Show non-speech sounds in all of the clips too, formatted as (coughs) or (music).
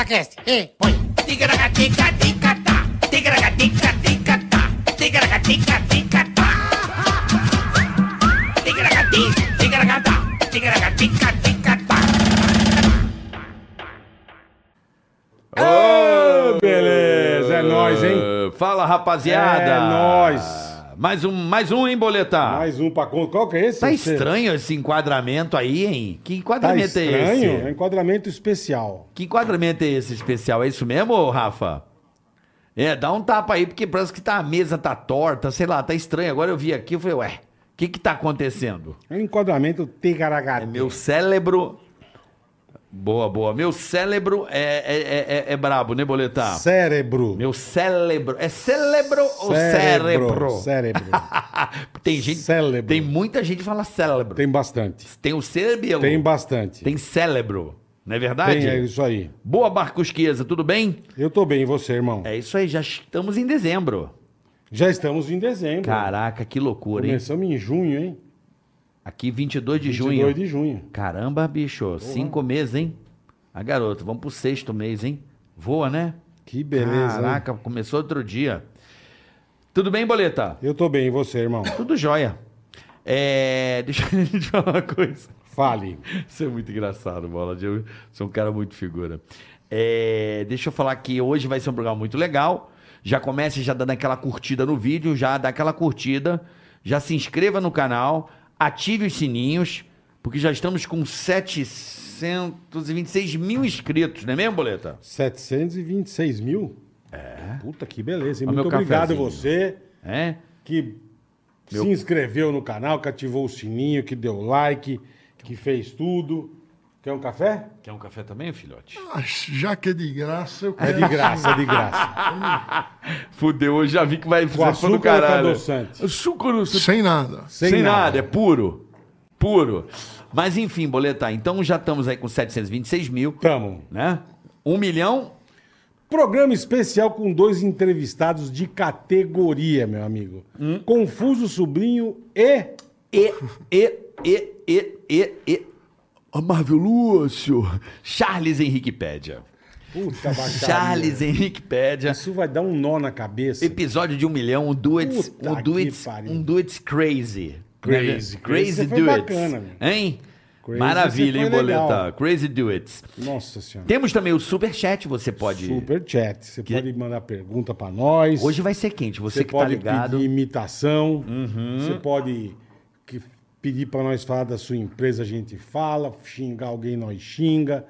Aquece. E põe. Beleza, é nóis, hein? Ah, Fala, rapaziada. É nóis. Mais um, mais um, hein, Boletar? Mais um pra conta. Qual que é esse? Tá Você- estranho esse enquadramento aí, hein? Que Tá enquadramento é estranho? É um esse? enquadramento especial. Que enquadramento é esse especial? É isso mesmo, Rafa? É, dá um tapa aí, porque parece que tá, a mesa tá torta, sei lá, tá estranho. Agora eu vi aqui e falei, ué, o que que tá acontecendo? É um enquadramento É tegaragado. meu cérebro... Boa, boa. Meu cérebro é, é, é- é- é brabo, né, Boletar? Cérebro. Meu cérebro. É cérebro ou Cérebro. cérebro? (laughs) Cérebro. tem gente. Cérebro. Tem muita gente que fala cérebro. Tem, Tem bastante. o cérebro. Tem bastante. Tem cérebro. Não é verdade? Tem, é isso aí. Boa, Marcos Chiesa, tudo bem? Eu tô bem, e você, irmão? É isso aí, já estamos em dezembro. Já estamos em dezembro. Caraca, que loucura, hein? Começamos em junho, hein? Aqui, 22 de 22 junho. de junho. Caramba, bicho, cinco meses, hein? A garota, vamos pro sexto mês, hein? Voa, né? Que beleza. Caraca, começou outro dia. Tudo bem, Boleta? hein? Eu tô bem, e você, irmão? Tudo jóia. É, (laughs) deixa eu te falar uma coisa. Fale. Isso é muito engraçado, Bola. Eu sou um cara muito figura. É, deixa eu falar que hoje vai ser um programa muito legal. Já comece já dando aquela curtida no vídeo, já dá aquela curtida, já se inscreva no canal, ative os sininhos, porque já estamos com 726 mil inscritos, não é mesmo, Boleta? 726 mil? É. Puta que beleza, hein? Olha Muito meu obrigado cafezinho. você. É? que Meu- se inscreveu no canal, que ativou o sininho, que deu like, que fez tudo. Quer um café? Quer um café também, filhote? Ah, Já que é de graça, eu É quero. de graça, é de graça. Fudeu, hoje já vi que vai Com ficar açúcar do ou com caralho. adoçante? Suco no Sem nada. (laughs) Sem, nada. é puro. Puro. Mas enfim, boletar. Então já estamos aí com 726 mil, Tamo. né? Um milhão. Programa especial com dois entrevistados de categoria, meu amigo. Hum? Confuso Sobrinho e... E, e, e, e, e, e. Marvel Lúcio. Charles Henrique Pédia. Puta baixaria. Charles Henrique Pédia. Isso vai dar um nó na cabeça. Episódio de um milhão, um do it's, Puta um do que it's, pariu. um do it's crazy. Né? Crazy, crazy Crazy foi do it. bacana, meu. Hein? Crazy Maravilha, hein, foi legal. boletar. Crazy do it. Nossa senhora. Temos também o superchat, você pode... Super chat. Você Que- pode mandar pergunta pra nós. Hoje vai ser quente, você, Você que tá pode ligado. Uhum. pedir imitação, você pode que- pedir para nós falar da sua empresa, a gente fala, xingar alguém, nós xinga,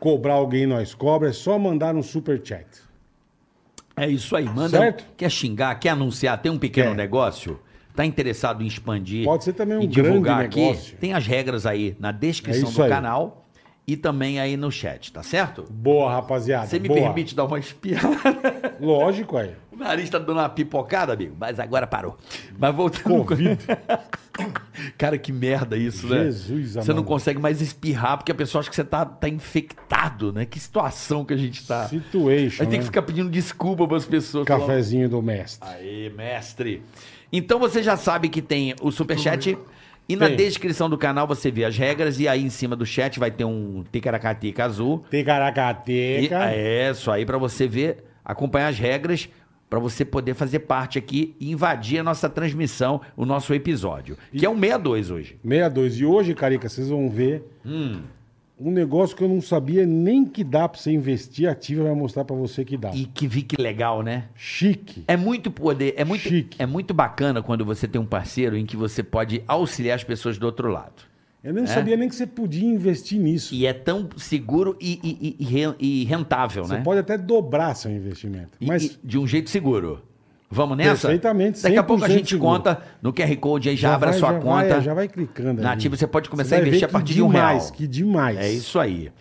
cobrar alguém, nós cobra, é só mandar um super chat. É isso aí, manda. Certo? Quer xingar, quer anunciar, tem um pequeno Quer. negócio? Tá interessado em expandir? Pode ser também um e divulgar grande aqui? negócio. Tem as regras aí na descrição É isso do aí. canal e também aí no chat, tá certo? Boa, rapaziada. Você me boa. permite dar uma espiada? (laughs) Lógico é. aí. o nariz tá dando uma pipocada, amigo, mas agora parou. Mas voltando. Covid. (laughs) Cara, que merda isso, né? Jesus Você amado. não consegue mais espirrar porque a pessoa acha que você tá, tá infectado, né? Que situação que a gente tá. Situation. Aí tem né? Um que ficar pedindo desculpa pras pessoas. Pelo Cafezinho do mestre. Aê, mestre! Então você já sabe que tem o superchat. E na Tem. descrição do canal você vê as regras. E aí em cima do chat vai ter um ticaracatica azul. E Ticaracateca. é isso aí pra você ver, acompanhar as regras. pra você poder fazer parte aqui e invadir a nossa transmissão, o nosso episódio. Que é um 62 hoje. 62. E hoje, Carica, vocês vão ver Hum. um negócio que eu não sabia nem que dá pra você investir ativo, vai mostrar pra você que dá. E que vi que legal, né? Chique. É muito poder, é muito, Chique. é muito bacana quando você tem um parceiro em que você pode auxiliar as pessoas do outro lado. Eu É? nem sabia nem que você podia investir nisso. E é tão seguro e, e- e- e ren- e rentável, Você né? pode até dobrar seu investimento. E- mas e de um jeito seguro. Vamos nessa? Perfeitamente, Daqui a pouco a 100% gente seguro. conta no QR Code aí, já, abre vai- a sua já conta. Vai, já vai clicando. Na ali. ativa você pode começar Você a vai investir ver a que partir de um demais, real. Que demais. É isso aí.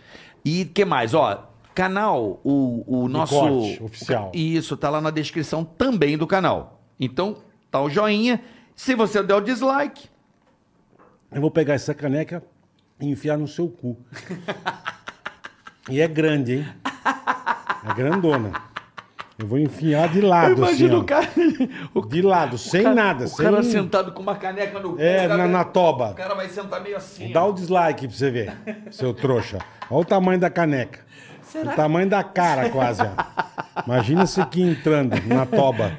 E que mais? Ó, canal, o, o nosso. corte oficial. Isso, tá lá na descrição também do canal. Então, tá o joinha. Se você der o dislike, Eu vou pegar essa caneca e enfiar no (laughs) seu cu. e é grande, hein? É grandona. Eu vou enfiar de eu lado, assim, imagino ó. o cara. O De lado, sem cara- nada. O sem... cara sentado com uma caneca no É, o cara- na, na O toba. cara vai sentar meio assim. Dá ó. o dislike pra você ver, seu trouxa. Olha o tamanho da caneca. O tamanho da cara, quase. ó. Imagina você aqui entrando na toba.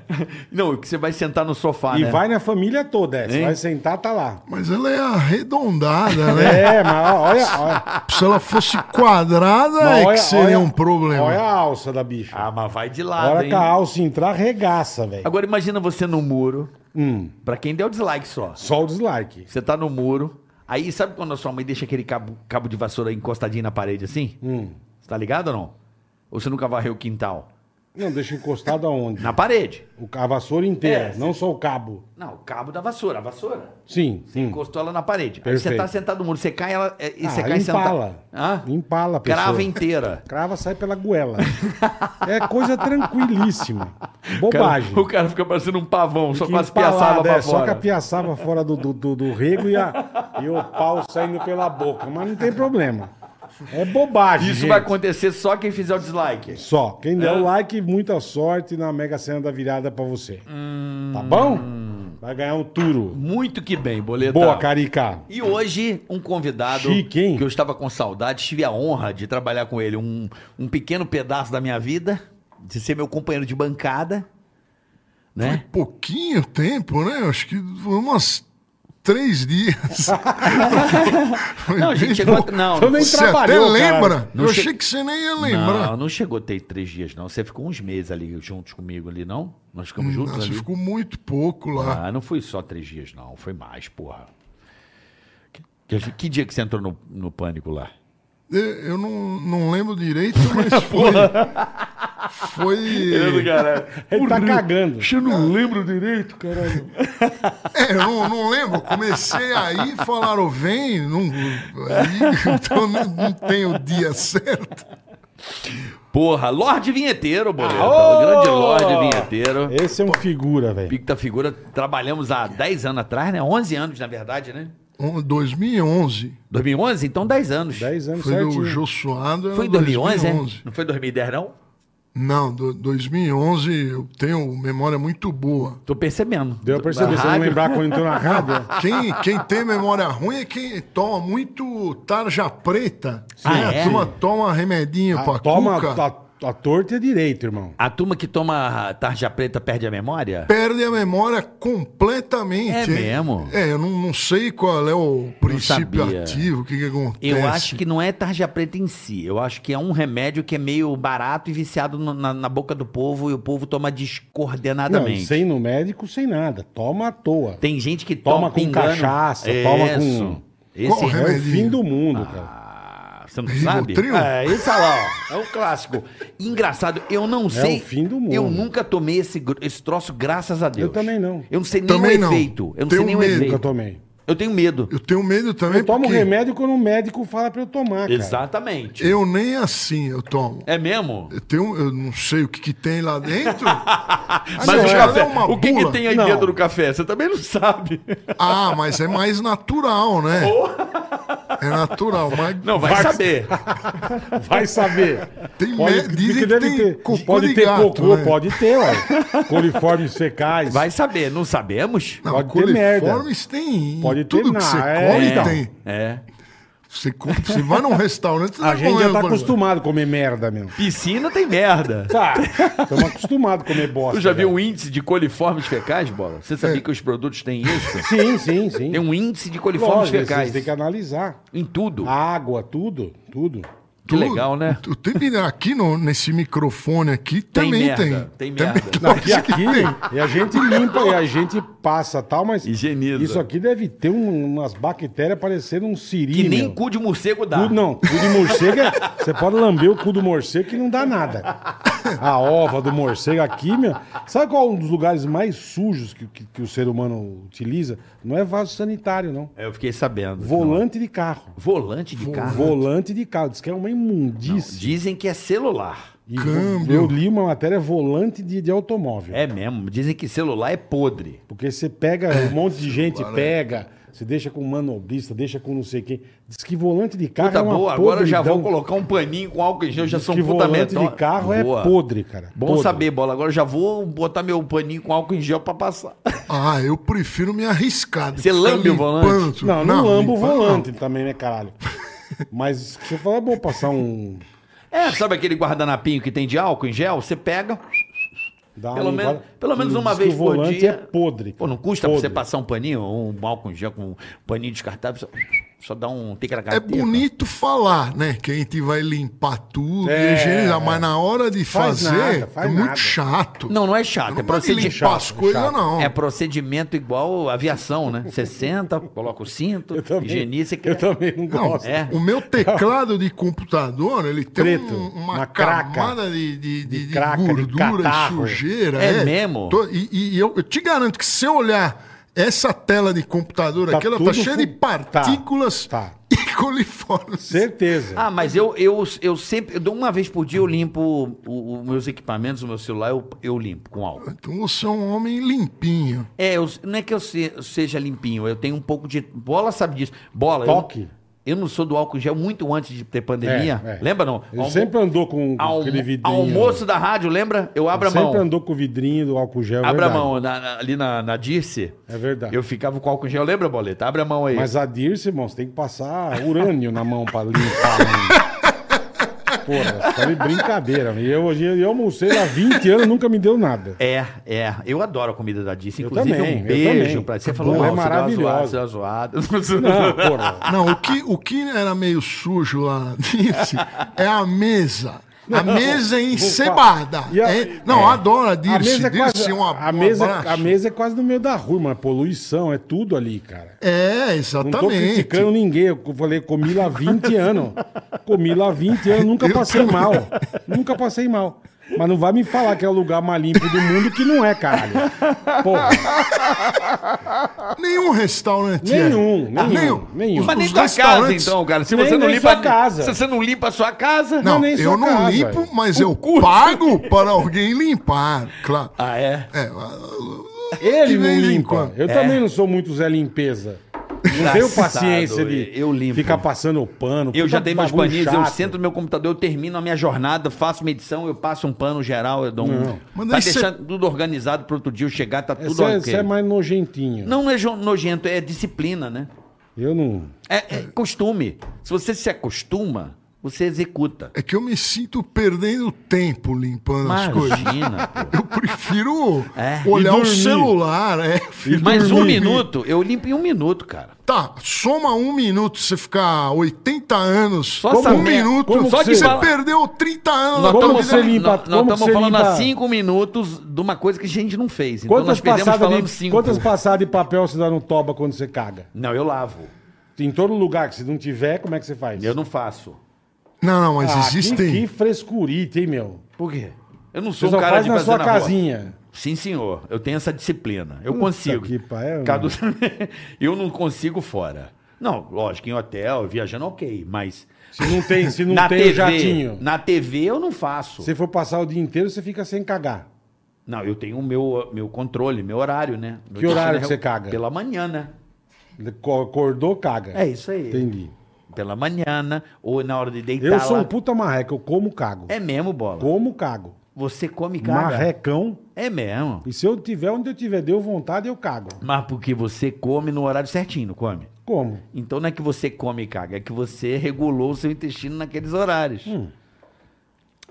Não, que você vai sentar no sofá, Ah, e né? vai na família toda, é. Você Hein? vai sentar, tá lá. Mas ela é arredondada, né? É, mas olha, olha, Se ela fosse quadrada, mas é olha- que seria olha- um problema. Olha a alça da bicha. Ah, mas vai de A lado, hora hein? que a alça entrar, regaça, velho. Agora imagina você no muro. Hum, Pra quem deu dislike só. só o dislike. Você tá no muro. Aí sabe quando a sua mãe deixa aquele cabo, cabo de vassoura encostadinho na parede assim? Hum. Você tá ligado ou não? Ou você nunca varreu o quintal? Não, deixa encostado aonde? Na parede. O, a vassoura inteira, É, não só o cabo. Não, o cabo da vassoura, a vassoura. Sim, sim. Encostou ela na parede. Aí você Perfeito. tá sentado no muro, você cai ela, é, e Ah, você cai empala. sentado. Hã? Empala a pessoa. Crava inteira. Crava, sai pela goela. é coisa tranquilíssima. Bobagem. Cara, o cara fica parecendo um pavão, só Que com as empalada, piaçaba pra é, Só que a fora. piaçava fora do, do, do- do rego e, a- e o pau saindo pela boca. Mas não tem problema. É bobagem. Isso gente. vai acontecer É. só quem fizer o dislike. Só. Quem der o like, muita sorte na Mega Sena da virada pra você. Hum. Tá bom? Vai ganhar um turo. Muito que bem, boleta. Boa, Carica. E hoje, um convidado Chique, hein? que eu estava com saudade, tive a honra de trabalhar com ele um, um pequeno pedaço da minha vida, de ser meu companheiro de bancada, Foi né? pouquinho tempo, né? Acho que umas (laughs) três dias. Foi Não, a gente bem chegou a- pouco. não, Eu nem Você até trabalhou, cara. lembra. Não Eu che- achei que você nem ia lembrar. Não, não chegou a ter três dias, não. Você ficou uns meses ali juntos comigo ali, não? Nós ficamos Não, juntos você ali? Hum, ficou muito pouco lá. Ah, não foi só três dias, não. Foi mais, porra. Que, que- que dia que você entrou no, no pânico lá? Eu, eu não, não lembro direito, (laughs) mas foi. foi. (laughs) Ele tá cagando. Eu não lembro direito, cara. É, eu não, não lembro. Comecei aí, falaram, vem. Não, aí, (laughs) então não, não tem o dia certo. Porra, Lorde Vinheteiro, Boleta. Aô! o grande Lorde Vinheteiro. Esse é um figura, velho. Pico da figura, trabalhamos há 10 anos atrás, né? 11 anos, na verdade, né? Um- 2011 2011? Então 10 anos. 10 anos foi do Tá certinho. Jô Suado. era Foi em 2011, 2011. é? Não foi em 2010, não? Não, do- 2011 eu tenho memória muito boa. Tô percebendo. Deu pra perceber, Na você não rádio. lembrar quando entrou na rádio? Quem, quem tem memória ruim é quem toma muito tarja preta. Ah, Né? é? A turma toma remedinho (laughs) pra Ah, Toma cuca, a, a torta e a direita, irmão. A turma que toma tarja preta perde a memória? perde a memória completamente. É hein? mesmo? É, eu não, não sei qual é o princípio sabia. ativo, o que, que acontece. Eu acho que não é tarja preta em si. Eu acho que é um remédio que é meio barato e viciado no- na, na boca do povo e o povo toma Não, descoordenadamente. sem no médico, sem nada. Toma à toa. Tem gente que Toma toma, com pingando. cachaça, toma com- Isso. Qual Esse o É o Remedinho. fim do mundo, cara. Ah, você não sabe? Rivotril? É, esse olha lá, ó. É um clássico. Engraçado, eu não sei. É o fim do mundo. Eu nunca tomei esse, gro- esse troço, graças a Deus. Eu também não. Eu não sei nem Também o não. efeito. Eu não Tenho sei nem o medo. Nunca efeito. tomei. Eu tenho medo. Eu tenho medo também Eu tomo porque remédio quando o médico fala pra eu tomar, cara. Exatamente. eu nem assim eu tomo. É mesmo? Eu, tenho, eu não sei o que, que tem lá (laughs) dentro. Mas não, o é café, uma o que, que bula. tem aí Não. dentro do café? Você também não sabe. Ah, mas é mais (laughs) natural, né? Oh. É natural, mas Não, vai saber. (laughs) Vai saber. Tem Pode, me- dizem que que deve tem ter, cocô pode de ter gato, cocô, né? pode ter, (laughs) ué. Coliformes fecais. Vai saber, não sabemos? Não, Pode ter coliformes tem em Pode ter tudo que na- você é, come então. tem. É. Você, come- você vai num restaurante, você A vai gente comer já tá um- acostumado a comer merda mesmo. Piscina tem merda. (laughs) Tá. Estamos acostumados a comer bosta. né? Tu já viu um velho. o índice de coliformes fecais, Bola? Você É. sabia que os produtos têm isso? Sim, sim, sim. Tem um índice de coliformes Lógico, vocês fecais. têm que analisar. Em tudo. Água, tudo, (laughs) tudo. que legal, né? Tu tem que- aqui no, nesse microfone aqui também merda, tem tem. merda. Não, Também aqui, parece que aqui, tem. e a gente limpa, e a gente passa tal, mas... Higieniza. Isso aqui deve ter um- umas bactérias parecendo um siri, Que nem meu. cu de morcego dá. Cu, não, cu de morcego é. Você pode lamber o cu do morcego que não dá nada. A ova do morcego aqui, meu. Sabe qual é um dos lugares mais sujos que, que, que o ser humano utiliza? Não é vaso sanitário, não. É, Eu fiquei sabendo. Volante de carro. Não. Volante de carro. Volante de carro. Diz que é uma imundícia. Dizem que é celular. E Câmbio. Eu li uma matéria volante de, de automóvel. É mesmo. Dizem que celular é podre. Porque você pega, (laughs) um monte de gente pega, você deixa com um manobrista, deixa com não sei quem. Diz que volante de carro Puta é uma boa, agora eu já vou podridão. colocar um paninho com álcool em gel, já Diz sou um que puta volante mentó- de carro Boa. é podre, cara. Bom Podre. saber, bola. Agora eu já vou botar meu paninho com álcool em gel pra passar. (laughs) Ah, eu prefiro me arriscar. de Você ficar lambe o limpando. volante? Não, não, lambo o limpar (laughs) não. volante também, né, caralho? Mas se você falar, é bom passar um. É, sabe aquele guardanapinho que tem de álcool em gel? Você pega, Dá pelo, uma- menos, pelo menos um Diz uma que vez o por volante dia. é podre. Pô, não custa pra Podre. você passar um paninho, um álcool em gel com um paninho descartável, só, só dá um tica na É cateca. bonito falar, né? Que a gente vai limpar tudo, É. higienizar, mas na hora de Faz fazer, nada, faz é muito nada. chato. Não, não é chato, é Não pode procedi- limpar as chato, coisas, chato. não. É procedimento igual aviação, né? Você senta, coloca o cinto, Eu também, higieniza e cria- eu (laughs) também não Não, gosto. É. O meu teclado de computador, ele tem Preto, um- uma, uma craca, camada de, de, de- de de craca, de gordura e catarro. sujeira. É mesmo? Tô- e e eu, eu te garanto que se eu olhar essa tela de computador Tá aqui, ela tá tudo cheia de fu- partículas Tá, tá. e (laughs) coliformes. Certeza. Ah, mas eu, eu, eu sempre, eu dou uma vez por dia eu limpo os meus equipamentos, o meu celular, eu, eu limpo com álcool. Então você é um homem limpinho. É, eu- não é que eu, se- eu seja limpinho, eu tenho um pouco de. Bola sabe disso. Bola. eu- Toque. Eu, não sou do álcool em gel muito antes de ter pandemia. É, é. Lembra não? Ele Almo- sempre andou com almo- aquele vidrinho. almoço da rádio, lembra? Eu abro a Sempre mão. andou com o vidrinho do álcool gel. é Abra a verdade. mão na- na- ali na, na Dirce. É verdade. Eu ficava com álcool em gel, lembra, Boleta? Abre a mão aí. Mas a Dirce, irmão, você tem que passar urânio na mão pra limpar. mano. Porra, você tá de brincadeira. meu. Eu, hoje, eu almocei há 20 anos nunca me deu nada. É, é. Eu adoro a comida da Dirce. Eu Inclusive, também, um eu beijo também. pra você. Boa, falou, é "Não, você deu uma zoada, maravilhosa." você deu uma zoada. Não, Ah, porra. Não, o que, o que era meio sujo lá (laughs) disse é a mesa. A mesa é encebada. E a- É- não, é. adora A Dirce. mesa, é Dirce quase, é uma, a, um mesa, abraço. a mesa é quase no meio da rua, mano. Poluição, é tudo ali, cara. É, Não tô exatamente. criticando ninguém. Eu falei, comi lá 20 anos. Comi lá 20 anos, nunca Eu passei também. mal. Nunca passei mal. Mas não vai me falar que é o lugar mais limpo do mundo, que não é, caralho. Porra. Nenhum restaurante. é. Nenhum, Ah, nenhum, nenhum. (laughs) Os- Mas nem os tua casa, restaurantes- então, cara. Se Nem- você não nem limpa sua casa. Se você não limpa a sua casa. Não, é nem eu sua não casa, é. limpo, velho. mas eu pago para alguém limpar, claro. Ah, é? É, Ele de não vez em limpa. quando. Eu também não sou muito Zé Limpeza. Não Engraçado, tenho paciência de Tá eu limpo. ficar passando o pano. Eu já puta dei meus bagulho paninhos, eu chato. sento no meu computador, eu termino a minha jornada, faço minha edição, eu passo um pano geral, eu dou um. Mas Tá daí cê- deixando tudo organizado pro outro dia eu chegar, tá tudo Você é, ok. você é mais nojentinho. Não é jo- nojento, é disciplina, né? Eu não. É, é costume. Se você se acostuma, você executa. é que eu me sinto perdendo tempo limpando as coisas. (laughs) Imagina, pô. Eu prefiro É. olhar E o dormir. celular. É, Mas um dormir. minuto, eu limpo em um minuto, cara. Tá, soma um minuto, você ficar 80 anos. Só um essa merda. minuto. Como só que que você- você perdeu 30 anos Nós da tua Como estamos você vida. limpa- como você falando limpa- há cinco minutos de uma coisa que a gente não fez. Então Quantas, nós perdemos passadas falando de, cinco. quantas passadas de papel você dá no toba quando você caga? Não, eu lavo. Em todo lugar que se não tiver, como é que você faz? Eu não faço. Não, não, mas Ah, que- existem. Que, frescurite, hein, meu? Por quê? Eu não sou Você um só cara faz de na fazer sua rua. casinha. Sim, senhor. Eu tenho essa disciplina. Eu Puta consigo. que é um- pariu, Cadu- (laughs) eu não consigo fora. Não, lógico, em hotel, viajando, ok. Mas Se não tem, se (laughs) não na, tem o TV, jatinho. na TV eu não faço. Se for passar o dia inteiro, você fica sem cagar. Não, eu tenho o meu, meu controle, meu horário, né? Meu Que horário destino que é- você caga? Pela manhã, né? Co- Acordou, caga. É isso aí. Entendi. Pela manhã, né? ou na hora de deitar Eu sou tá lá. um puta marreco, eu como cago. É mesmo, bola. Como cago. Você come caga. Marrecão. É mesmo. E se eu tiver onde eu tiver, deu vontade, eu cago. Mas porque você come no horário certinho, não come? Como? Então não é que você come e caga, é que você regulou o seu intestino naqueles horários. Intestino,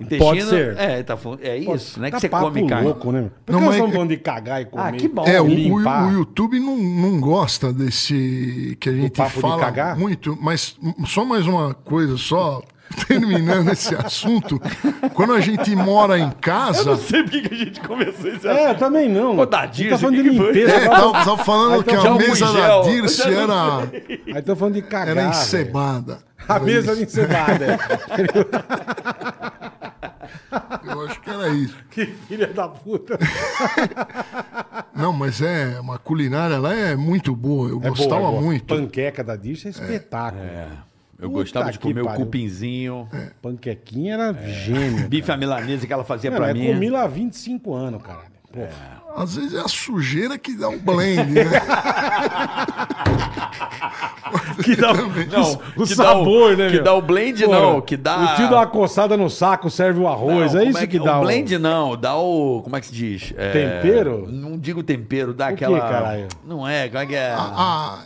Hum, Pode ser. É, tá, fun- é isso, não é que Tá você come e papo caga. é louco, né? Por que Não, nós mas- estamos falando de cagar e comer? Ah, que bom. É, o, o- limpar. o YouTube não, não gosta desse que a gente papo de fala cagar? muito, mas hum, só mais uma coisa, só (laughs) terminando esse assunto. Quando a gente mora em Eu não casa. sei porque que a gente começou isso. É, eu também não. Ô, Dadinho, Aí tá falando você de que que foi? limpeza. (laughs) É, agora- tava, tava falando Aí que tá a jogando mesa um da gel. Dirce Eu já era, Aí tá falando de cagar. era velho. encebada. A Era mesa isso. era (laughs) encebada. Eu acho que era isso. que filha da puta. Não, mas é uma culinária lá é muito boa. Eu É gostava boa, é boa. muito. Panqueca da Dirce é espetáculo. Eu Puta gostava de que comer o pariu. cupinzinho, Panquequinha era gênio. bife à milanesa que ela fazia Cara, É. pra eu mim. é. comi lá há 25 anos, cara. Pô, Às vezes é a sujeira que dá um blend, né? Que (laughs) dá não, O que dá sabor, o, né, Que meu? dá o blend, Pô, não. Que dá. O tio dá uma coçada no saco, serve o arroz. Não, é como isso que, o dá. blend não, dá o. Como é que se diz? É, Tempero? Não digo tempero, dá O quê, Ah, aquela. caralho? Não é, como é que é? A-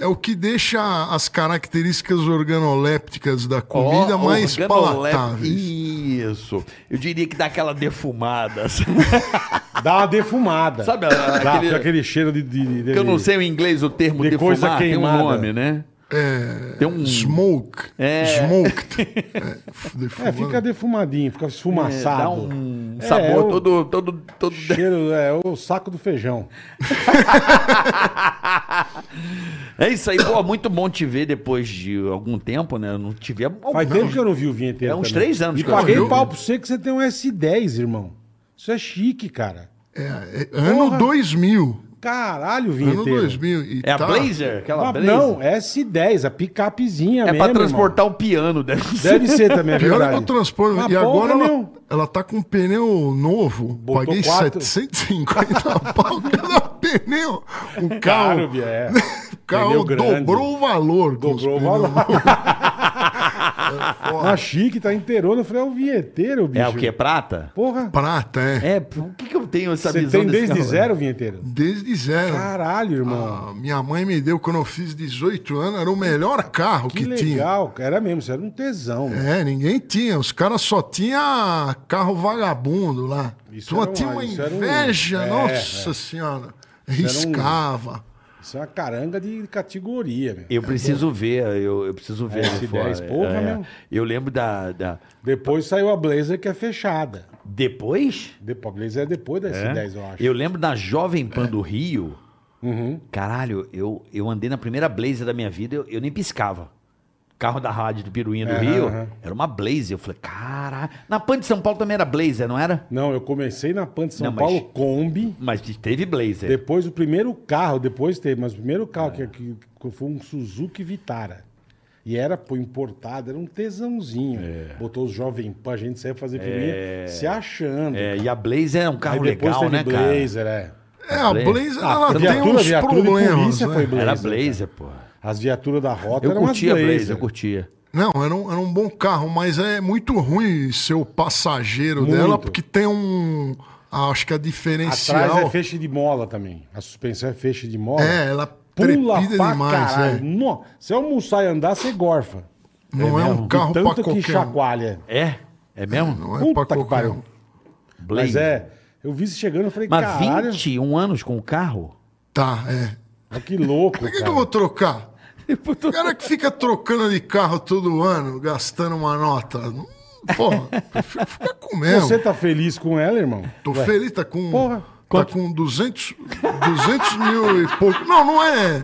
É o que deixa as características organolépticas da comida Ó, mais organolep- palatáveis. Isso. Eu diria que dá aquela defumada. (laughs) sabe? (laughs) Dá uma defumada. Sabe a- Dá dá aquele- aquele... cheiro de. de, de- Porque eu não sei o inglês o termo De defumar, coisa queimada. tem um nome, né? É... Tem um... Smoke. É. (laughs) Smoked. É, É, fica defumadinho, fica é, esfumaçado. dá um É, sabor é o- todo... todo, todo... Cheiro, é o saco do feijão. É isso aí, pô, muito bom te ver depois de algum tempo, né? Eu não te vi há algum- Faz tempo que eu não vi o vinheteiro. É uns também. três anos E que eu não paguei vi. pau pra você que você tem um S10, irmão. Isso é chique, cara. É, é, ano Porra. 2000. Caralho, Ano vinheteiro. 2000. E É a tá- Blazer? Aquela Ah, Blazer? Não, S10, a picapezinha é mesmo. pra irmão. transportar o piano, deve ser. Deve ser também, é Pior é verdade. pra transpor. Mas e agora porra, ela, meu. ela tá com um pneu novo. Botou Paguei quatro. (laughs) 750 pau cada pneu. O carro, (laughs) Caro, Bia, é. o carro Pneu grande. dobrou o valor. com os Dobrou o pneus valor. (laughs) novos. Uma chique, tá inteirona. Eu falei, é o vinheteiro, bicho. É o que? Prata? Porra. Prata, é. É, por que, que eu tenho essa Você visão tem desse desde carro? zero, vinheteiro? Desde zero. Caralho, irmão. Ah, minha mãe me deu quando eu fiz 18 anos, era o melhor carro que que, tinha. legal. cara. Era mesmo, você era um tesão. mano. É, ninguém tinha. Os caras só tinha carro vagabundo lá. Isso Então, era um- tinha uma isso era um- inveja, é, um- nossa senhora. Riscava. Isso é uma caranga de categoria, meu. Eu preciso ver, eu, eu preciso ver. S10, lá fora. É. porra, né, meu. Eu lembro da, da- Depois saiu a Blazer, que é fechada. Depois? Depois, a Blazer é depois da S10, eu acho. Uhum. Eu lembro da Jovem Pan do Rio. Caralho, eu, eu andei na primeira Blazer da minha vida, eu, eu nem piscava. Carro da rádio do Piruinha do Aham, Rio, aham. era uma Blazer. Eu falei, caralho. Na Pan de São Paulo também era Blazer, não era? Não, eu comecei na Pan de São Não, mas- Paulo Kombi. Mas teve Blazer. Depois, o primeiro carro, depois teve, mas o primeiro carro É. que, que- que foi um Suzuki Vitara. E era pô, importado, era um tesãozinho. É. Botou os jovem pan, a gente saiu fazer piruinha se achando. É, e a Blazer é um carro Aí depois legal, né, teve cara? Blazer, é. É, a Blazer. Blazer, Ah, ela tem viatura, uns viatura de problemas. polícia né? foi Blazer. Era Blazer, pô. As viaturas da rota Eu eram curtia a as Blazer, Blazer. eu curtia. Não, era um, era um bom carro, mas é muito ruim ser o passageiro Muito. dela, porque tem um. Acho que a diferencial. Atrás é feixe de mola também. A suspensão é feixe de mola. É, ela Pula trepida pra demais, caralho. é. No- se almoçar e andar, você gorfa. Não é, mesmo? um carro De tanto pra que qualquer um. chacoalha. É? É mesmo? Não é Puta pra que qualquer pariu. um. Mas é, eu vi você chegando, eu falei, Mas caralho, 21 anos com o carro? Tá, é. olha que louco, Por que, que cara. eu vou trocar? Tipo, O cara que fica trocando de carro todo ano, gastando uma nota. não- Porra, prefiro ficar com o meu. Você tá feliz com ela, irmão? Tô Ué, feliz, tá com. Porra, Tá com 200, 200 mil e pouco. Não, não é.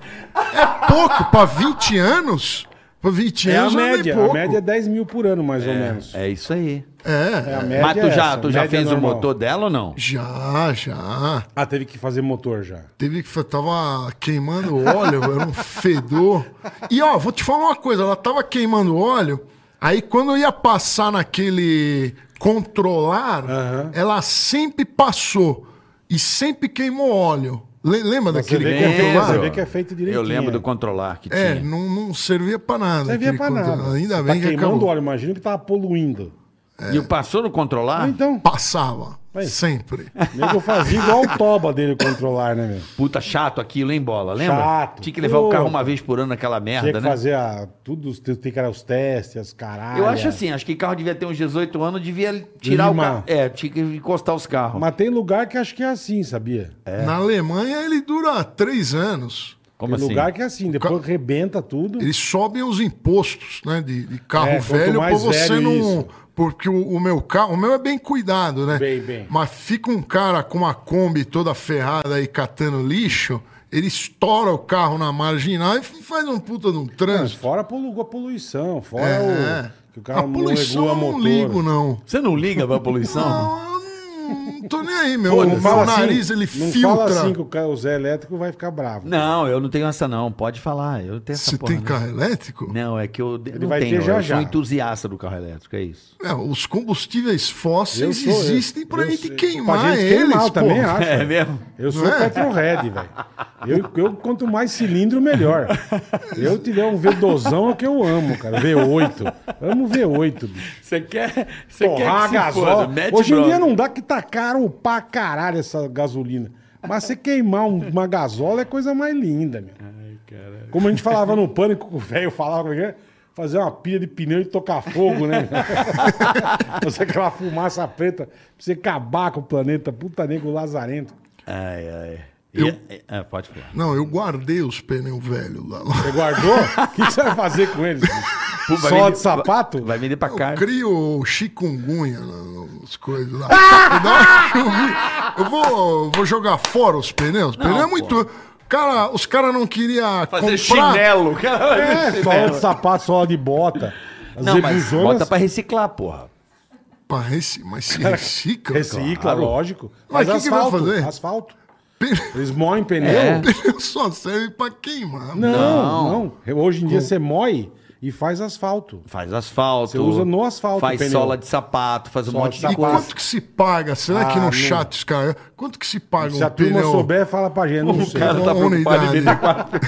É pouco pra 20 anos. Pra 20 É a anos é média, pouco. a média é 10 mil por ano, mais ou menos. É isso aí. É, É a é. média Mas tu é já, essa, tu já média fez o normal. motor dela ou não? Já, já. Ah, teve que fazer motor já. Teve que. Tava queimando óleo, era um fedor. E ó, vou te falar uma coisa, ela tava queimando óleo, aí quando eu ia passar naquele controlar, Aham. ela sempre passou e sempre queimou óleo. Le- lembra Você daquele vê que é feito- controlar? você vê que é feito direitinho, Eu lembro é. do controlar que É, tinha. não, não servia pra nada. Não via aquele pra controlar. nada. é Ainda Você bem tá que queimando acabou. óleo, imagina que tava poluindo. E passou no Ah. controlar? é. (laughs) Então, Passava. Mas- (laughs) Sempre. nego fazia igual o toba dele controlar, né, meu? Puta chato aquilo, hein, bola? Lembra? Chato. Tinha que levar o carro Puta. uma vez por ano naquela merda, Tinha que né? fazer a, tudo, os- tem que era os testes, as caralho. Eu acho assim, acho que carro devia ter uns 18 anos, devia tirar Lima. o carro. É, tinha que encostar os carros. Mas tem lugar que acho que é assim, sabia? Na Alemanha ele dura três anos. Como tem assim? lugar que é assim, depois rebenta tudo. Eles sobem os impostos, né? De, de carro É, quanto velho pra mais você velho, não. isso. Porque o, o meu carro, o meu é bem cuidado, né? Bem, bem. Mas fica um cara com uma Kombi toda ferrada aí catando lixo, ele estoura o carro na marginal e faz um puta de um Mas trânsito. fora a polu- a poluição, fora É. o. Que o cara a poluição é um não regula eu não motor. ligo, não. Você não liga pra poluição? Não, eu não tô nem aí, meu. Pô, O não fala meu nariz, assim, ele não filtra. fala assim que o, ca- o Zé Elétrico vai ficar bravo. (laughs) Não, eu não tenho essa não. Pode falar. Eu tenho essa Você porra. né? tem não. carro elétrico? Não, é que eu de- não vai ter tenho. já, eu já. sou entusiasta do carro elétrico, é isso. É, os combustíveis fósseis Eu sou- existem pra eu gente sou- queimar pra gente eles, queimar, eu pô. também acho. É mesmo? Eu sou Não o é? Petrohead, velho. Eu, eu, quanto mais cilindro, (laughs) melhor. Eu tiver um V12 é o que eu amo, cara. V8. Amo V8, bicho. Você quer, você Torrar a quer é que se gasol. foda? Mete Hoje em bronca. dia não dá que tá caro pra caralho essa gasolina. Mas você queimar um- uma gasola é coisa mais linda, meu. Caralho. Como a gente falava no pânico, o velho falava como é que é? Fazer uma pilha de pneu e tocar (laughs) fogo, né? Fazer aquela fumaça preta pra você acabar com o planeta. Puta nego lazarento. Ai, ai. E- é, pode falar. Não, eu guardei os pneus velhos lá. Você guardou? (laughs) O que você vai fazer com eles? Pô, vai Só vender- de sapato? Vai vender pra Eu cá. crio chikungunya nas coisas lá. Ah! Eu dou uma chuvinha. eu vou, eu vou jogar fora os pneus. Pneu é muito. Cara, os caras não queriam comprar. Fazer chinelo. Cara. É, sola de sapato, sola de bota. é As Não, mas ebuzonas- bota pra reciclar, porra. Pá, reci- Mas se recicla. Recicla, claro. é lógico. Mas Mas que que vai asfalto, fazer? asfalto. Pneu, Eles moem pneu. É. pneu só serve pra queimar. Não, não, Hoje em dia você moe e faz asfalto. Faz asfalto. Você usa no asfalto Faz o pneu. sola de sapato, faz um Sola monte de de E sapato. coisa. quanto que se paga? Será que Ah, não não. chato os caras? Quanto que se paga Se a um turma pneu? souber, fala pra gente. Não sei. cara- tá Uma unidade. quatro.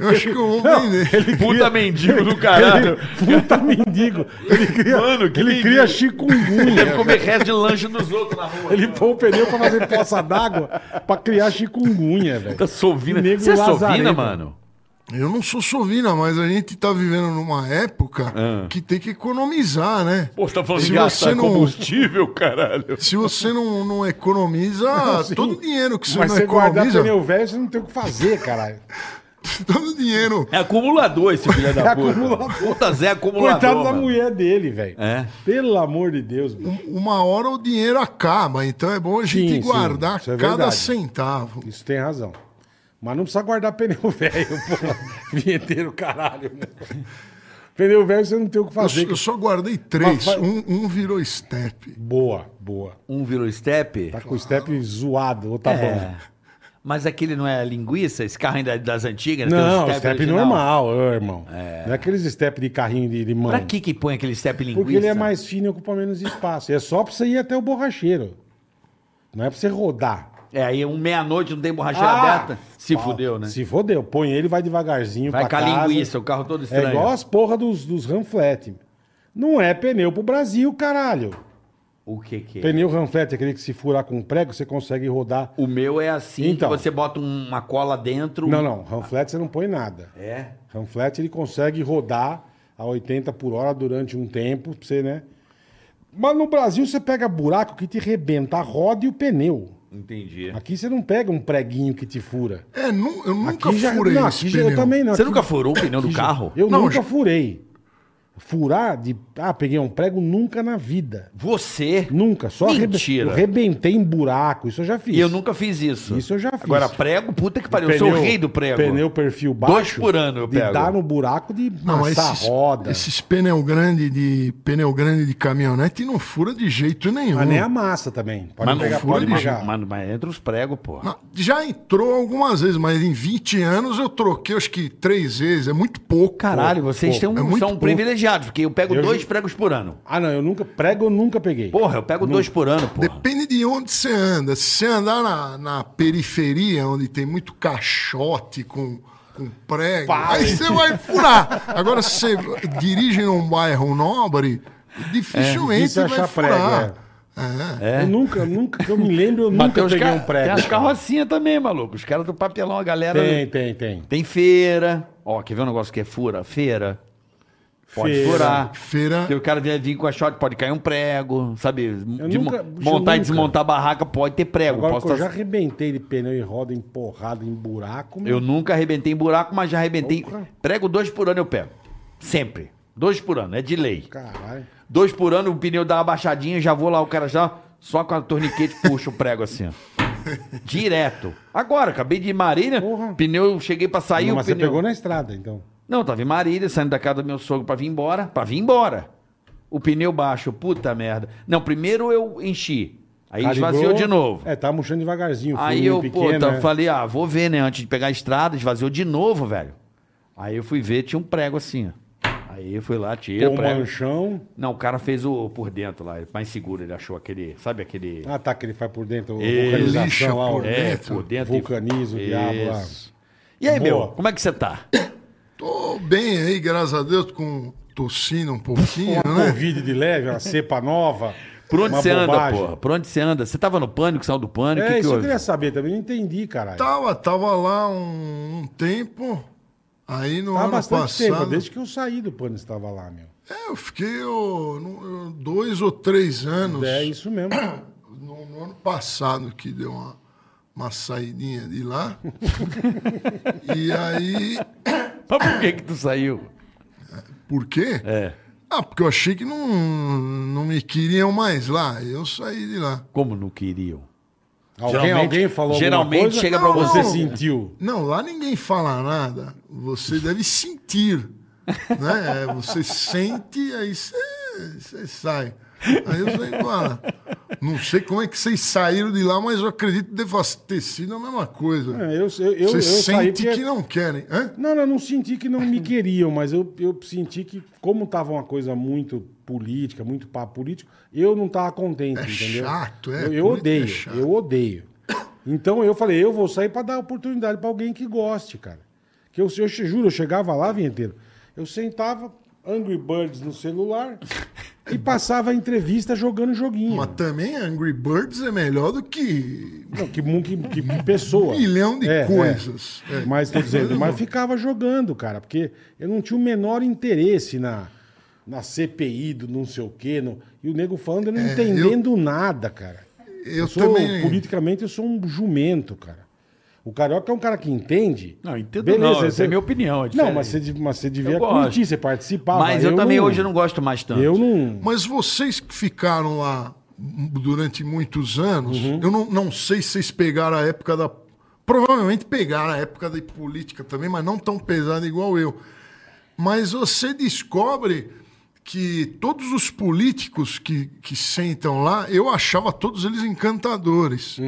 Eu acho que eu vou (laughs) Não, (laughs) vender. ele Puta mendigo do caralho. Ele, puta mendigo. Ele (laughs) cria, Mano, que ele mendigo. cria Deve chikungunya. comer resto de lanche dos outros na rua. ele põe o pneu pra fazer poça d'água pra criar chikungunya, velho. Puta sovina. Nego Você é sovina, lazarento. mano? Eu não sou sovina, mas a gente tá vivendo numa época Ah. que tem que economizar, né? Pô, você tá falando Se de gastar você não- combustível, caralho. Se você não, não economiza, (laughs) Sim. todo dinheiro que você Mas não você guardar economiza, pneu velho, você não tem o que fazer, caralho. (laughs) todo dinheiro. É acumulador esse filho da É puta. acumulador. Puta Zé acumulador. Coitado da mano. mulher dele, velho. É. Pelo amor de Deus, bicho. Uma hora o dinheiro acaba, então é bom a gente Sim, sim, guardar isso é cada verdade. centavo. Isso tem razão. Mas não precisa guardar pneu (laughs) velho, porra. Vinheteiro, caralho. né? Pneu velho você não tem o que Eu, fazer. eu só guardei três, Mas faz- um, um virou step. Boa, boa. Um virou step? Tá com o step zoado, ou tá É. bom. Mas aquele não é linguiça? Esse carro ainda é das antigas? né? Tem Não, um step, original. normal, ô, irmão. Não é aqueles step de carrinho de, de mão. Pra que que põe aquele step linguiça? Porque ele é mais fino e ocupa menos espaço. É só pra você ir até o borracheiro. Não é pra você rodar. É, aí um meia-noite não tem borracheira Ah, aberta. Se fudeu, né? Se fodeu. Põe ele, vai devagarzinho Vai pra com a casa. linguiça, o carro todo estranho. É igual as porra dos, dos Ramflet. Não é pneu pro Brasil, caralho. O que que é? Pneu Ramflet é aquele que se furar com um prego, você consegue rodar. O meu é assim, Então. que você bota um- uma cola dentro. Não, não. Ramflet você não põe nada. É? Ramflet ele consegue rodar a 80 por hora durante um tempo, pra você, né? Mas no Brasil você pega buraco que te rebenta a roda e o pneu. Entendi. Aqui você não pega um preguinho que te fura. É, nu- eu nunca aqui já, furei não, esse aqui já, eu pneu. também não. Você Aqui- nunca furou o pneu do carro? Eu Não, nunca já- furei. Furar de. Ah, peguei um prego nunca na vida. Você? Nunca, só Mentira. arrebe- eu rebentei em buraco, isso eu já fiz. E eu nunca fiz isso. Isso eu já fiz. Agora, prego, puta que pariu. Eu sou o rei do prego. Pneu perfil baixo. Dois por ano eu de pego. dar no buraco de Não, amassar esses, a roda. esses pneu grande de pneu grande de caminhonete não fura de jeito nenhum. Mas nem amassa também. Pode Mas não pegar, fura pode fura, de mas, pegar. mas, mas entra os pregos, porra. Não, Já entrou algumas vezes, mas em 20 anos eu troquei acho que três vezes, é muito pouco. Caralho, vocês é têm um- muito são pouco. privilegiados, porque eu pego Eu dois ju- pregos por ano. Ah, não, eu nunca. Prego eu nunca peguei. Porra, eu pego dois por ano, porra. Depende de onde você anda. Se você andar na, na periferia, onde tem muito caixote com, com prego, Pau, aí hein? você vai furar. Agora, se você dirige num bairro nobre, É, dificilmente difícil vai achar furar. prego, É. Eu nunca, nunca, que eu (laughs) me lembro, eu nunca Bateu os peguei ca- um prego. Tem as né? carrocinhas também, maluco. Os caras do papelão, a galera. Tem, tem, tem. Tem feira. Ó, quer ver um negócio que é fura? Feira. Pode Feira. furar. É, Feira. Porque o cara vier vir com a shot, pode cair um prego, sabe? De mo- nunca- montar nunca. e desmontar a barraca, pode ter prego. Agora Posso que eu tá- já arrebentei de pneu e roda empurrada em buraco. meu. Eu nunca arrebentei em buraco, mas já arrebentei. Porra. Prego dois por ano eu pego. Sempre. Dois por ano, é de lei. Caralho. Dois por ano, o pneu dá uma baixadinha, já vou lá, o cara já só com a torniquete puxa o prego assim, (laughs) ó. Direto. Agora, acabei de ir em Marília, Porra. pneu, cheguei pra sair, Não, o mas pneu... você pegou na estrada, então. Não, tava em Marília, saindo da casa do meu sogro pra vir embora. Pra vir embora. O pneu baixo, puta merda. Não, primeiro eu enchi. Aí Calibrou. esvaziou de novo. É, tá murchando devagarzinho. Aí furinho eu, pequeno, puta, né? falei, ah, vou ver, né? Antes de pegar a estrada, esvaziou de novo, velho. Aí eu fui ver, tinha um prego assim, ó. Aí eu fui lá, tirei Pô, o um prego. manchão. Não, o cara fez o por dentro lá, mais seguro, ele achou aquele, sabe aquele... Ah, tá, que ele faz por dentro. Isso. Vulcanização Lixa lá, por ó. é, dentro. por dentro. Vulcanismo, diabo ah. lá. Isso. E aí, Boa. meu, como é que você tá? Tô bem aí, graças a Deus, com tossindo um pouquinho, Uma né? Covid de leve, uma cepa nova. Por onde Uma você anda, bobagem. porra? Por onde você anda? Você tava no pânico, saiu do pânico? O que É, que isso eu houve? queria saber também. Não entendi, caralho. Tava, tava lá um, um tempo, aí no Tá há ano bastante passado. tempo, desde que eu saí do pano estava lá, meu. É, eu fiquei ô, no- dois ou três anos. É (coughs) isso mesmo. No, no ano passado que deu uma, uma saidinha de (laughs) lá. e aí. Mas por que que tu saiu? Por quê? É. Ah, porque eu achei que não, não me queriam mais lá. Eu saí de lá. Como não queriam? Alguém, Geralmente- alguém falou alguma geralmente coisa? chega pra Não, você- Você sentiu. Não, lá ninguém fala nada. Você deve sentir. Né? É, Você sente, aí você você sai. Aí eu saí de lá. Não sei como é que vocês saíram de lá, mas eu acredito que deva ter sido a mesma coisa. É, Eu, eu, eu, eu Você saí sente porque... que não querem. Hã? Não, não, eu não senti que não me queriam, mas eu, eu senti que, como tava uma coisa muito política, muito papo político, eu não tava contente, É entendeu? chato, é. Eu, eu Política odeio, é chato. eu odeio. Então eu falei, eu vou sair pra dar oportunidade pra alguém que goste, cara. Que eu, eu che- juro, eu chegava lá, vinheteiro, eu sentava, Angry Birds no (laughs) celular e passava a entrevista jogando joguinho. Mas também Angry Birds é melhor do que Não, que, mu- que, que- que pessoa. um (laughs) milhão de É, coisas. é. É. Mas tô dizendo, mas ficava jogando, cara, porque eu não tinha o menor interesse na, na CPI do não sei o quê. no- e o nego falando, eu não entendendo nada, cara. É, Eu sou, também- Politicamente, eu sou um jumento, cara. O carioca é um cara que entende. Não, entendo não, essa é minha opinião, é não, diferente. mas você, de- mas você devia Eu gosto. curtir, você participava. Mas eu, também hoje eu não gosto mais tanto. Eu não. Mas vocês que ficaram lá durante muitos anos, eu não, não sei se vocês pegaram a época da. Provavelmente pegaram a época da política também, mas não tão pesada igual eu. Mas você descobre que todos os políticos que, que sentam lá, eu achava todos eles encantadores.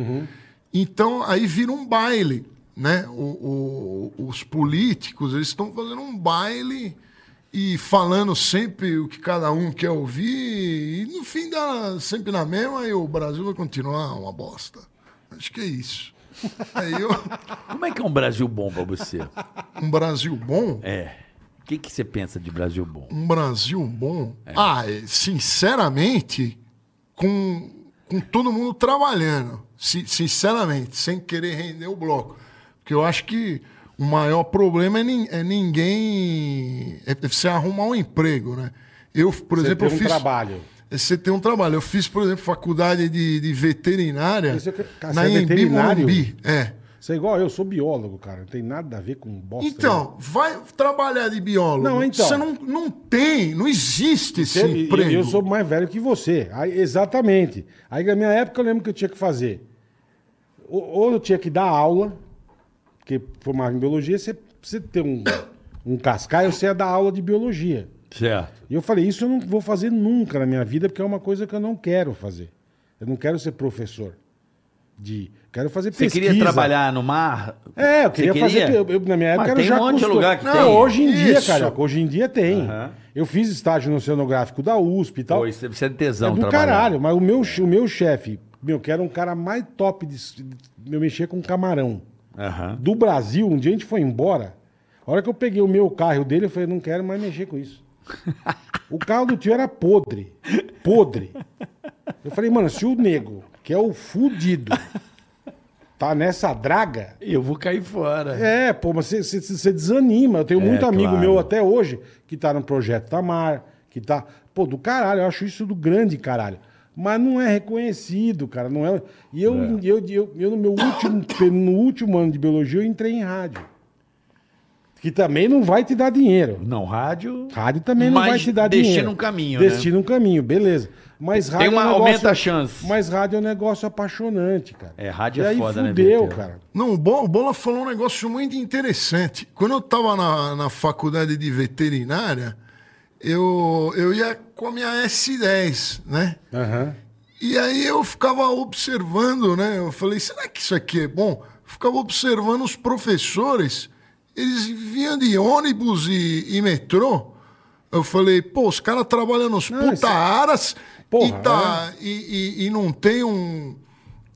Então aí vira um baile. Né? O- o- os políticos eles estão fazendo um baile e falando sempre o que cada um quer ouvir, e no fim dá sempre na mesma, e o Brasil vai continuar uma bosta. Acho que é isso. Aí eu, Como é que é um Brasil bom pra você? um Brasil bom, É. O que, que você pensa de Brasil bom? um Brasil bom. Ah, é, sinceramente, com, com todo mundo trabalhando. Si- sinceramente, sem querer render o bloco. Porque eu acho que o maior problema é, nin- é ninguém. É você arrumar um emprego, né? Eu, por Você exemplo, tem eu um fiz. trabalho. É Você tem um trabalho. Eu fiz, por exemplo, faculdade de, de veterinária Isso é que- cara, na você é Embi veterinário? Morumbi. É. Você é igual eu, eu sou biólogo, cara. Não tem nada a ver com bosta. né? Então, vai trabalhar de biólogo. Não, então. Você não, não tem, não existe esse Teve- e emprego. Eu sou mais velho que você. Aí, exatamente. Aí na minha época eu lembro que eu tinha que fazer. Ou, ou eu tinha que dar aula, porque formava em biologia, você precisa ter um, um cascaio, você ia dar aula de biologia. Certo. E eu falei, isso eu não vou fazer nunca na minha vida, porque é uma coisa que eu não quero fazer. Eu não quero ser professor. De, quero fazer Você pesquisa. queria trabalhar no mar? É, eu queria, Você fazer. Eu, eu- na minha época Mas era tem já um monte de costura. lugar que não, tem. hoje em dia, Isso. cara, hoje em dia tem. Aham. Eu fiz estágio no oceanográfico da USP e tal. Pô, isso é tesão É do trabalhar. caralho, mas o meu, o meu chefe, meu, que era um cara mais top de, de eu mexer com camarão. Aham. Do Brasil, um dia a gente foi embora. A hora que eu peguei o meu carro e o dele, eu falei, não quero mais mexer com isso. O carro do tio era podre. Podre. Eu falei, mano, se o nego, que é o fudido, tá nessa draga, Eu vou cair fora. é, pô, mas você- você você desanima. Eu tenho muito amigo É, claro. meu até hoje que tá no projeto Tamar, que tá. Pô, do caralho, eu acho isso do grande caralho. Mas não é reconhecido, cara. Não é... E eu, eu, eu, eu, no meu último, (coughs) no último ano de biologia, eu entrei em rádio. Que também não vai te dar dinheiro. Não, rádio. Rádio também não Mas vai te dar destina dinheiro. um caminho, né? Destina um caminho, beleza. Mas rádio uma- é um aumenta a chance. Mas rádio é um negócio apaixonante, cara. É, rádio e é aí foda, né, fudeu, Beto? cara. Não, o Bo- o Bola falou um negócio muito interessante. Quando eu estava na, na faculdade de veterinária, eu, eu ia com a minha S10, né? Aham. E aí eu ficava observando, né? Eu falei, será que isso aqui é bom? Ficava observando os professores, eles vinham de ônibus e, e metrô. Eu falei, pô, os caras trabalham nos Não, puta isso- é aras e, Porra, é. tá, e, e- e não tem um,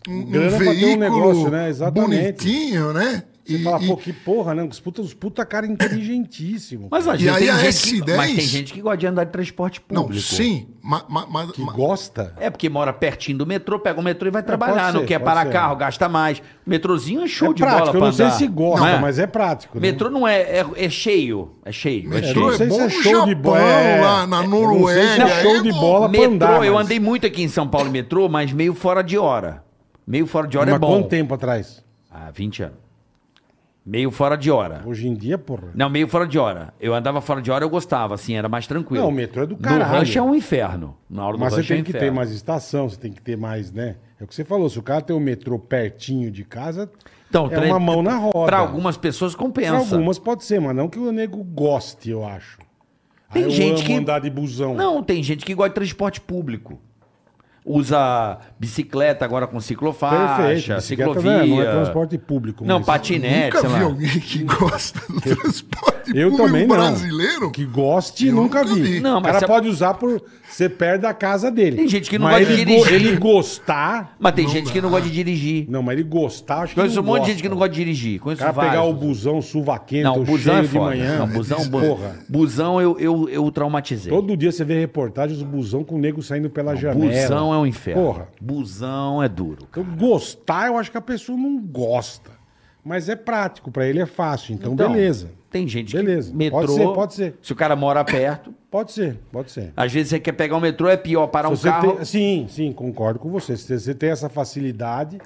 um, um Grana pra ter um veículo negócio, né? Exatamente. bonitinho, né? Você fala, pô, que porra, né? Os puta, os puta cara (coughs) inteligentíssimo. Mas, a E aí tem a gente que, mas tem S10? gente que gosta de andar de transporte público. Não, sim, mas. que gosta. É porque mora pertinho do metrô, pega o metrô e vai trabalhar. É, pode não ser, quer pode parar ser. carro, gasta mais. Metrozinho é show é de prático, bola eu pra não andar. sei se gosta, Não é? mas é prático. né? Metrô não é, é, é cheio. É cheio. é metrô não é, cheio. sei se bom é no show de Japão, bola, é. lá Eu não sei na se Noruega. é show aí de não- bola. pra metrô, andar, eu mas- andei muito aqui em São Paulo, metrô, mas meio fora de hora. Meio fora de hora Mas é bom. quanto tempo atrás? Ah, 20 anos. Meio fora de hora. Hoje em dia, porra. Não, meio fora de hora. Eu andava fora de hora, eu gostava, assim, era mais tranquilo. Não, o metrô é do No caralho. rush é um inferno. Na hora do Mas você rush é um tem que ter inferno. mais estação, você tem que ter mais, né? É o que você falou, se o cara tem o metrô pertinho de casa, Então, é tre- uma mão na roda. Pra algumas pessoas compensa. Pra algumas pode ser, mas não que o nego goste, eu acho. Tem eu gente amo que- andar de busão. Não, tem gente que gosta de transporte público. Usa bicicleta agora com ciclofaixa, Perfeito. bicicleta ciclovia. Não é, não é transporte público. Não, mas- patinete, Nunca sei vi lá. alguém que gosta do transporte Eu público também não. brasileiro. Que goste, Eu nunca, nunca vi. vi. Não, o mas cara se a- pode usar por... Você perde a casa dele. Tem gente que não mas gosta de ele go- dirigir. Ele gostar... Mas tem gente né? que não gosta de dirigir. Não, mas ele gostar, acho que Conheço não um monte de gosta. gente que não gosta de dirigir. Conheço O cara vários. né? pegar o busão suvaquento, Não, o busão cheio é de foda. manhã. Não, busão, bu- Porra. busão eu, eu, eu traumatizei. Todo dia você vê reportagens, do busão com o nego saindo pela janela. busão é um inferno. Porra. Busão é duro. cara. Então, gostar, eu acho que a pessoa não gosta. Mas é prático, pra ele é fácil. Então, beleza. Tem gente Beleza. que metrô... Pode ser, pode ser. Se o cara mora perto, Pode ser, pode ser. às vezes você quer pegar o metrô, é pior parar um Você carro... tem- Sim, sim, concordo com você. Se você tem essa facilidade,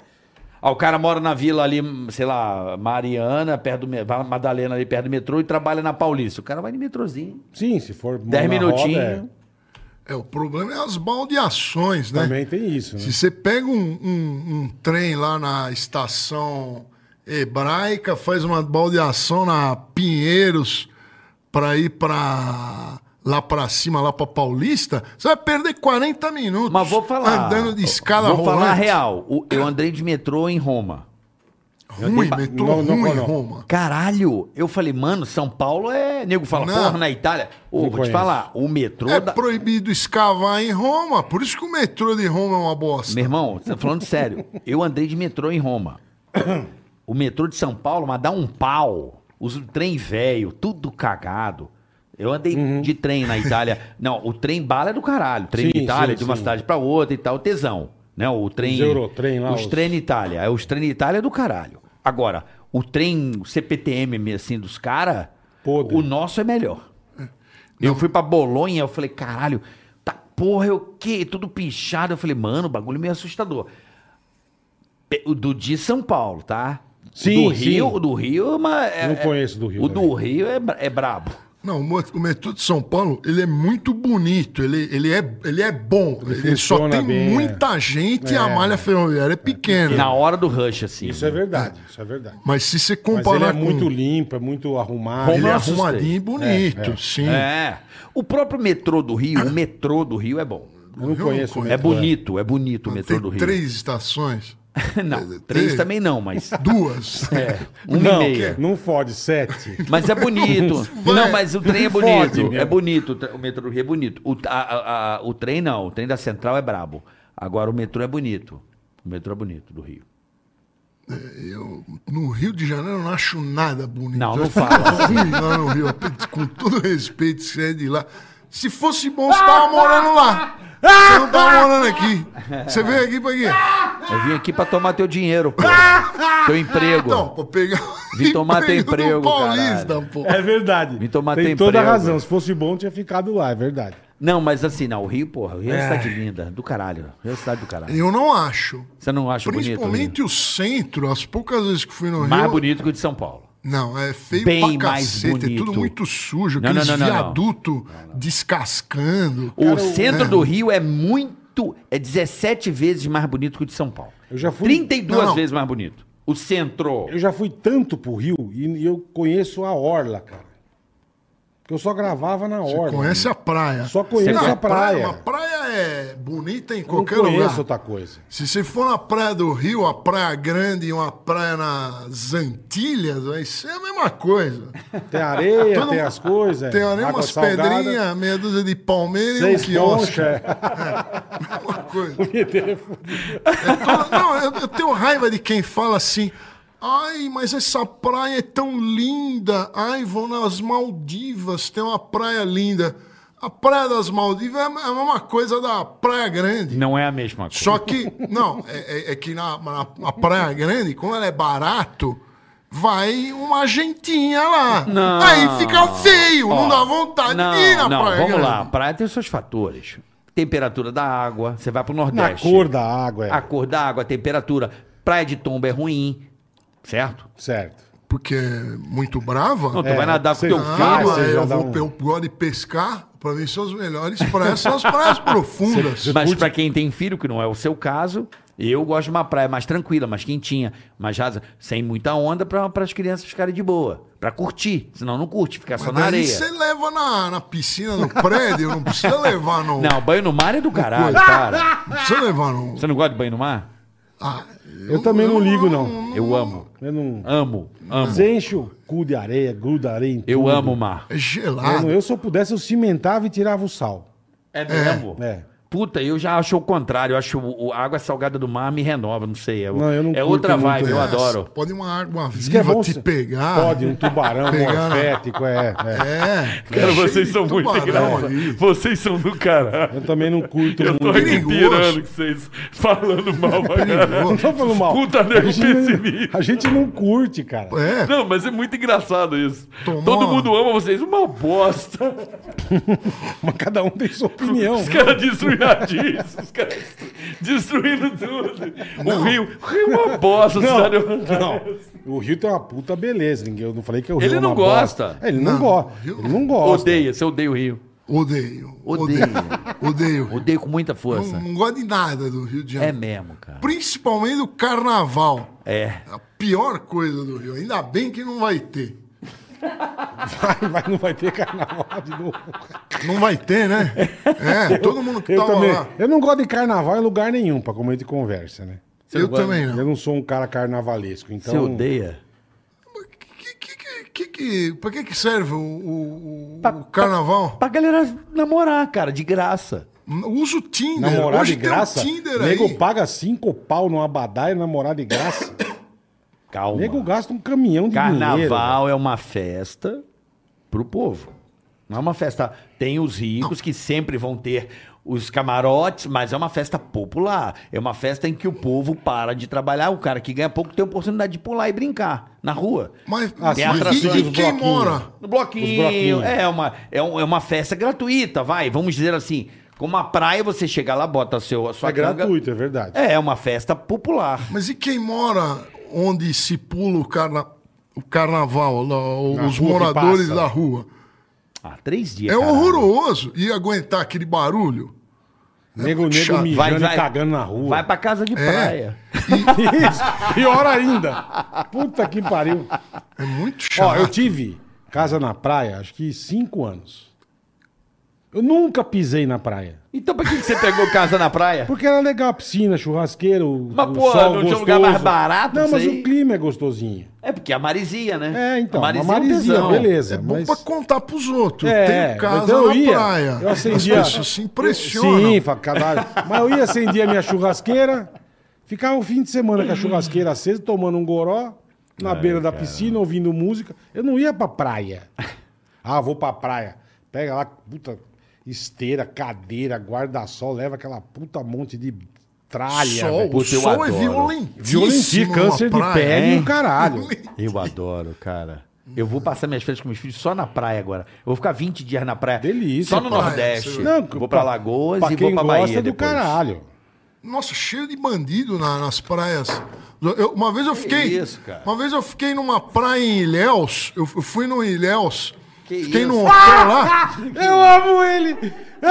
Ah, o cara mora na vila ali, sei lá, Mariana, perto do... me- Madalena ali perto do metrô e trabalha na Paulista. O cara vai de metrozinho. sim, se for. mão Dez na roda, minutinhos. É, o problema é as baldeações, é. né? Também tem isso, né? Se você pega um, um- um trem lá na estação hebraica, faz uma baldeação na Pinheiros para ir para lá para cima, lá para Paulista, você vai perder 40 minutos. Mas vou falar... Andando de escada Vou falar a rolante. real. O- Eu andei de metrô em Roma. Ruim, metrô Não, não, ruim em não. Roma. Caralho, eu falei, mano, São Paulo é. Nego fala, Não. porra, na Itália. Ô, Não vou te conheço. falar, o metrô. É da- proibido escavar em Roma, por isso que o metrô de Roma é uma bosta. Meu irmão, você tá falando sério. Eu andei de metrô em (coughs) Roma. O metrô de São Paulo, mas dá um pau. Os o trem velho, tudo cagado. Eu andei Uhum. de trem na Itália. Não, o trem bala é do caralho. Trem Sim, de Itália, sim, de uma sim. cidade pra outra e tal, tesão. Né? O trem. Os Eurotrem lá, Os os- trem Itália. É, Os trem Itália é do caralho. Agora, o trem CPTM, assim, dos caras, Podre. o nosso é melhor. Eu fui pra Bolonha, eu falei, caralho, tá porra, eu que tudo pichado. Eu falei, mano, o bagulho é meio assustador. Pe- O do de São Paulo, tá? Sim, o do sim. Rio, o do Rio, mas é, Não conheço do Rio O também. do Rio é, bra- é brabo. Não, o met- o metrô de São Paulo, ele é muito bonito, ele, ele, é, ele é bom. Ele, só funciona tem bem, muita gente e a É, malha é. ferroviária é pequena. Na hora do rush, assim. Isso é verdade, isso é verdade. Mas se você Mas ele é comparar com... muito limpo, é muito arrumado. Roma ele é Eu assustei. arrumadinho e bonito, sim. É. O próprio metrô do Rio, o metrô do Rio é bom. Eu não Eu conheço não o É metrô. bonito, é bonito o metrô tem do Rio. três é, estações, (laughs) não, três também não, mas. (laughs) duas. É, uma não, e meia. não fode, sete. (laughs) Mas é bonito. Vai. não, mas o trem é Fode bonito. mesmo. é bonito. o tre- O metrô do Rio é bonito. O, a- a- a- o trem não. O trem da Central é brabo. Agora o metrô é bonito. O metrô é bonito do Rio. Eu, no Rio de Janeiro eu não acho nada bonito. Não, não Eu fala. fui lá no Rio, com todo respeito, você é de lá. Se fosse bom, você tava morando lá. Você não tava morando aqui. Você veio aqui pra quê? Eu vim aqui pra tomar teu dinheiro, pô. Teu emprego. Então, (laughs) pra pegar Vim tomar (laughs) teu emprego, do Paulista, caralho. pô. É verdade. Me tomar tem tem toda a emprego. razão. Se fosse bom, tinha ficado lá, é verdade. Não, mas assim, não. O Rio, porra. O Rio é uma cidade linda. Do caralho. O Rio é uma cidade do caralho. Eu não acho. Você não acha bonito? o Rio? Principalmente o centro, as poucas vezes que fui no Mais Rio. bonito que o de São Paulo. Não, é feio Bem pra mais cacete, é tudo bonito. muito sujo, Não, aqueles não, não, não, não. viaduto descascando. O centro do Rio é muito. É 17 vezes mais bonito que o de São Paulo. Eu já fui- 32 Não, não. vezes mais bonito. O centro. Eu já fui tanto pro Rio e e eu conheço a Orla, cara. Porque eu só gravava na Orla. Conhece a praia. né? Só conheço Não, a praia. Uma praia é bonita em Eu Não qualquer conheço tá? lugar. outra coisa. Se você for na praia do Rio, a praia grande e uma praia nas Antilhas, vai ser a mesma coisa. Tem (laughs) areia, Todo- tem as coisas. Tem ali água umas salgada, pedrinhas, meia dúzia de palmeira e um Seis quiosque. (laughs) conchas. Uma coisa. Eu tô- não, eu, eu tenho raiva de quem fala assim. Ai, mas essa praia é tão linda. Ai, vou nas Maldivas, tem uma praia linda. A praia das Maldivas é a mesma coisa da Praia Grande. Não é a mesma coisa. Só que, não, é, é- é que na, na, na Praia Grande, como ela é barato, vai uma gentinha lá. Não. Aí fica feio, Ó, não dá vontade não, de ir na não, Praia vamos Grande. lá. A praia tem os seus fatores. Temperatura da água, você vai pro (laughs) Na Nordeste. cor da água, é. A cor da água, a temperatura. Praia de tomba é ruim, certo? Certo. Porque é muito brava. Não, tu É, vai nadar com sei teu lá. filho. Ah, Fácil, já eu, dá vou, um- eu gosto de pescar. Pra mim são as melhores praias, são (laughs) as praias profundas. Mas pra quem tem filho, que não é o seu caso, eu gosto de uma praia mais tranquila, mais quentinha, mais rasa, sem muita onda para as crianças ficarem de boa, Pra curtir, senão não curte, fica só na Daí areia. você leva na, na piscina, no prédio, não precisa levar no. Não, banho no mar é do (laughs) caralho, cara. Não precisa levar no. Você não gosta de banho no mar? Ah, Eu, também não ligo, não. Eu amo, Eu não. amo, amo. Você enche o cu de areia, gruda areia em tudo. Eu amo Ah. o mar. É Eu, não- gelado. eu, se eu pudesse, eu cimentava e tirava o sal. É mesmo? É. Puta, eu já acho o contrário. Eu acho o, o- a água salgada do mar me renova, não sei. É, Não, eu não é curto outra muito vibe, eu É, adoro. Pode uma água Diz que é viva bom te se- pegar. Pode, um Ah, tubarão Pegar. morfético, é, é. É. (laughs) Cara, é cheio vocês de são muito tubarão engraçados. (laughs) ali. Vocês são do caralho. Eu também não curto Eu tô muito. aqui Perigoso. pirando que vocês falando mal pra caralho. Não tô falando mal. Puta a, nego gente não, pessimista. a gente não curte, cara. É, Não, mas é muito engraçado isso. Tomou Todo uma- mundo ama vocês. Uma bosta. Mas cada um tem sua opinião. Os caras destruíram a Disney, Os caras destru- destruindo tudo. O Rio. O Rio é uma bosta. os Não, caras- não. O Rio tem uma puta beleza. ninguém- Eu não falei que o Rio Ele é não uma gosta. bosta. É, ele não, Não, gosta. Rio- Ele não gosta. Odeia. Você odeia o Rio. odeio. Odeio. Odeio. Odeio. Odeio com muita força. Não, não gosto de nada do Rio de É Janeiro. mesmo, cara. Principalmente do carnaval. É. A pior coisa do Rio. Ainda bem que não vai ter. Vai, (laughs) vai, não vai ter carnaval de novo. Não vai ter, né? É, todo mundo que Eu tava também. lá. Eu não gosto de carnaval em lugar nenhum, pra comer de conversa, né? Você eu não gosta? também Eu não. não sou um cara carnavalesco, então. Você odeia? Que, que, que, que, que, pra que, que serve o, o- o carnaval? Pra galera namorar, cara, de graça. Usa o Tinder. Namorar Hoje de graça? tem um Tinder nego aí. paga cinco pau numa badá e namorar de graça. Calma. nego gasta um caminhão de dinheiro. Carnaval é uma festa pro povo. Não é uma festa. Tem os ricos que sempre vão ter os camarotes, mas é uma festa popular. É uma festa em que o povo para de trabalhar. O cara que ganha pouco tem a oportunidade de pular e brincar na rua. Mas Ah, e- sim. e, e Atrações, quem bloquinho. mora? No Os bloquinho. bloquinhos. É uma, é, um- é uma festa gratuita, vai. Vamos dizer assim. Como a praia, você chega lá, bota seu, a sua É canga. gratuito, é verdade. (laughs) É, é uma festa popular. Mas e quem mora onde se pula o, carna... o carnaval? lá, o- Na os rua que moradores passa. da rua? Ah, três dias. É um caralho. horroroso. E aguentar aquele barulho? Nego, muito nego chato. mijando Vai, vai. e cagando na rua. Vai pra casa É. de praia. Isso, pior ainda. Puta que pariu. É muito Ó, eu chato. tive casa na praia, acho que cinco anos. Eu nunca pisei na praia. Então pra que, que você pegou casa na praia? Porque era legal a piscina, churrasqueiro, Mas, o porra, sol não gostoso. tinha um lugar mais barato Não, isso mas aí? o clima é gostosinho. É porque a marisia, né? É, então, A marisia, uma é maresia, um tesão. beleza. É bom mas... pra contar pros outros. É, Tem casa então eu na ia, praia. eu acendia- As pessoas se impressionam. Sim, fa- caralho. Mas eu ia acendia minha churrasqueira, ficava o fim de semana com a churrasqueira acesa, tomando um goró, na beira da piscina, ouvindo música. Eu não ia pra praia. Ah, vou pra praia. Pega lá, puta, esteira, cadeira, guarda-sol, leva aquela puta monte de tralha. sol, velho. o Puta, eu sol é adoro. violentíssimo. Violencia, numa câncer de praia. pele e o é? caralho. Eu adoro, cara. Eu vou passar minhas férias com meus filhos só na praia agora. Eu vou ficar 20 dias na praia. Delícia, Só no praia, Nordeste. senhor. vou pra Lagoas pra e vou quem pra gosta Bahia do depois. caralho. Nossa, cheio de bandido na- nas praias. Eu- uma vez eu fiquei. isso, cara? Uma vez eu fiquei numa praia em Ilhéus. Eu, eu fui no Ilhéus. Que fiquei isso? num hotel lá. (laughs) Eu amo ele! É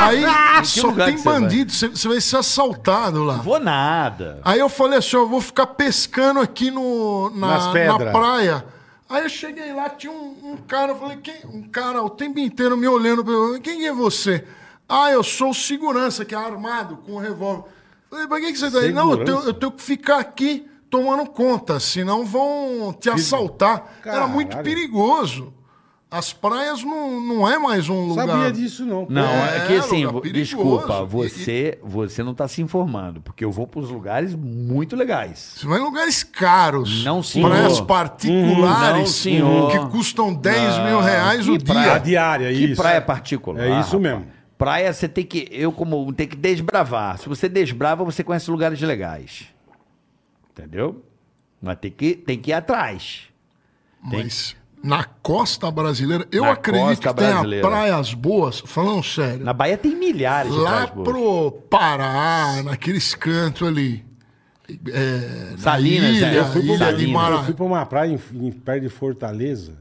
Aí que só lugar tem que você vai? bandido. Você você vai ser assaltado lá. Vou É. nada. Aí eu falei assim: ó, eu vou ficar pescando aqui no, Nas na, na pedras. praia. Aí eu cheguei lá, tinha um, um cara, eu falei, quem, um cara o tempo inteiro me olhando, perguntando, quem é você? Ah, eu sou o segurança, que é armado com um revólver. Eu Falei, pra que, que você tá aí? Não, eu tenho, Segurança? eu tenho que ficar aqui tomando conta, senão vão te assaltar. Era muito Caralho. perigoso. As praias não, não é mais um lugar. Sabia disso, não. Não, é, É, um que assim, lugar vo- perigoso. desculpa, E- você, você não tá se informando, porque eu vou para os lugares muito legais. Você vai em lugares caros. Não, senhor. Uhum. Praias particulares. Não, senhor. Que custam 10 mil reais que o dia. praia A É diária, Que isso. praia particular. É isso rapaz. mesmo. Praia você tem que, eu como, tem que desbravar. Se você desbrava, você conhece lugares legais. Entendeu? Mas tem que, tem que ir atrás. Mas na costa brasileira, eu Na acredito costa que tenha brasileira. praias boas, falando sério. Na Bahia tem milhares de lá praias boas. pro Pará, naqueles cantos ali. É, na Salinas, ilha, é. Eu fui pro ilha de Salinas. Eu Mara... fui pra uma praia em, em- perto de Fortaleza.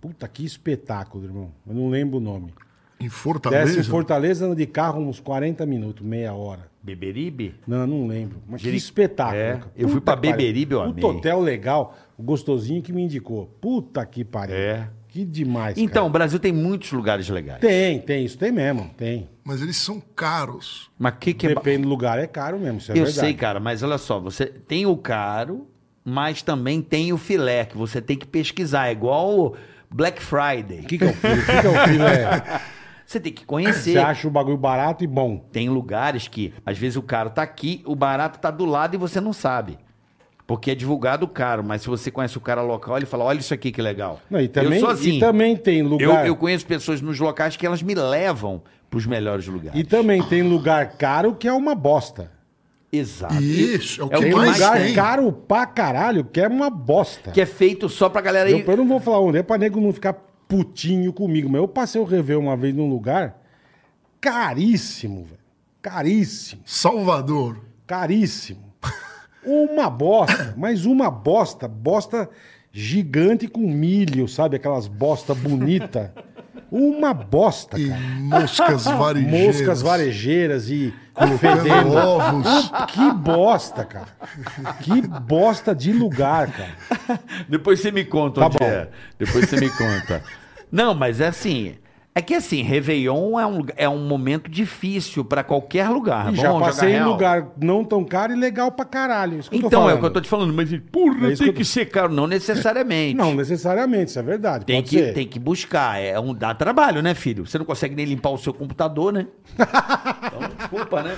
Puta, que espetáculo, irmão. Eu não lembro o nome. em Desce Fortaleza. em Fortaleza, anda de carro uns 40 minutos, meia hora. Beberibe? Não, não lembro. Mas Jeri- que espetáculo. É, cara. eu fui Puta pra que pariu. Beberibe, eu Puta amei. hotel legal, o gostosinho que me indicou. Puta que pariu. É. Que demais, cara. Então, o Brasil tem muitos lugares legais. Tem, tem, isso tem mesmo, tem. Mas eles são caros. Mas o que, que é. ba- Depende do lugar, é caro mesmo, isso é eu verdade. sei, cara, mas olha só, você tem o caro, mas também tem o filé, que você tem que pesquisar. É igual o Black Friday. O que, que é o filho? O que, que é o filho? (laughs) É, Você tem que você conhecer. acha o bagulho barato e bom. Tem lugares que, às vezes, o caro tá aqui, o barato tá do lado e você não sabe. Porque é divulgado caro, mas se você conhece o cara local, ele fala: olha isso aqui que legal. Não, e, também, eu sou assim. e também tem eu, lugar. eu conheço pessoas nos locais que elas me levam pros melhores lugares. E também tem lugar caro que é uma bosta. Exato. E isso, é o que um Tem mais lugar tem. caro pra caralho que é uma bosta. Que é feito só pra galera eu, ir. eu não vou falar onde, é pra nego não ficar putinho comigo. Mas eu passei o Réveillon uma vez num lugar caríssimo, velho. Caríssimo, Salvador. caríssimo. Uma bosta, mas uma bosta. Bosta gigante com milho, sabe? Aquelas bosta bonita. Uma (laughs) bosta, E cara. moscas varejeiras. Moscas varejeiras e Colocando fedendo. ovos. Que bosta, cara. Que bosta de lugar, cara. (laughs) Depois você me conta Tá onde bom. é. Depois você me conta. Não, mas é assim. É que assim, Réveillon é um, lugar- é um momento difícil pra qualquer lugar. E Vamos já Ah, jogar passei em real. lugar não tão caro e legal pra caralho. Isso que eu tô Então, é o falando. que eu tô te falando, mas porra, É isso tem que que, eu tô- ser caro. Não necessariamente. Não necessariamente, isso é verdade. tem, pode que, ser. tem que buscar. É um, dá trabalho, né, filho? Você não consegue nem limpar o seu computador, (laughs) né? Então, desculpa, né?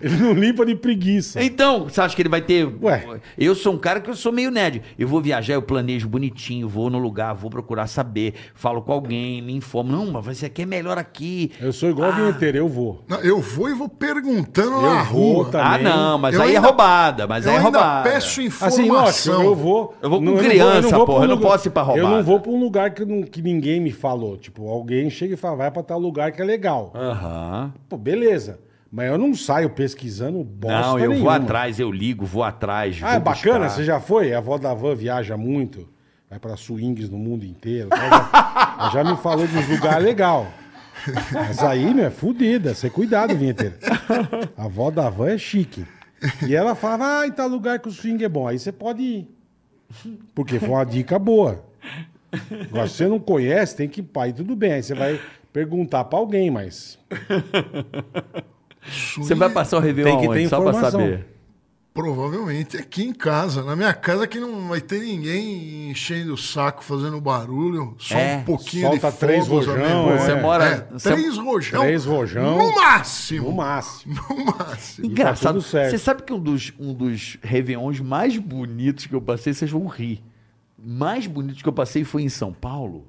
Ele (laughs) não limpa de preguiça. Então, você acha que ele vai ter. Ué. Eu sou um cara que eu sou meio nerd. Eu vou viajar, eu planejo bonitinho, vou no lugar, vou procurar saber, falo com alguém, me informo. Não, mas você quer melhor aqui. Eu sou igual Ah. vinheteiro, eu vou. Não, Eu vou e vou perguntando na Eu vou rua. também. ah, não, mas Eu aí é ainda- roubada, mas eu aí é ainda roubada. peço Assim, lógico, informação. eu vou. Eu vou com não, não criança, não vou pra porra, um eu não lugar- posso ir pra roubada. Eu não vou pra um lugar que, não- que ninguém me falou. Tipo, alguém chega e fala, vai pra tal lugar que é legal. Ah. Aham. Pô, beleza. Mas eu não saio pesquisando bosta Não, eu vou nenhuma. atrás, eu ligo, vou atrás. Ah, vou é bacana? buscar. Você já foi? A avó da van viaja muito. Vai pra swings no mundo inteiro. Ela já, (laughs) já me falou de uns lugares legais. Mas aí, meu, é fudida. Você cuidado, vinheteiro. A avó da van é chique. E ela falava, ah, em tal lugar que o swing é bom. Aí você pode ir. Porque foi uma dica boa. Agora, se você não conhece, tem que ir. Aí tudo bem. Aí você vai perguntar pra alguém, mas... Você vai passar o Réveillon Tem que ter onde, só pra informação. saber. Provavelmente aqui em casa. Na minha casa que não vai ter ninguém enchendo o saco, fazendo barulho. Só É, um pouquinho solta de três fogos rojão, amigo. é. Você mora- É, você- três rojão. Três rojão. No máximo. No máximo. (laughs) No máximo. Engraçado. tudo certo. Você sabe que um dos, um dos Réveillons mais bonitos que eu passei, vocês vão rir. Mais bonito que eu passei foi em São Paulo.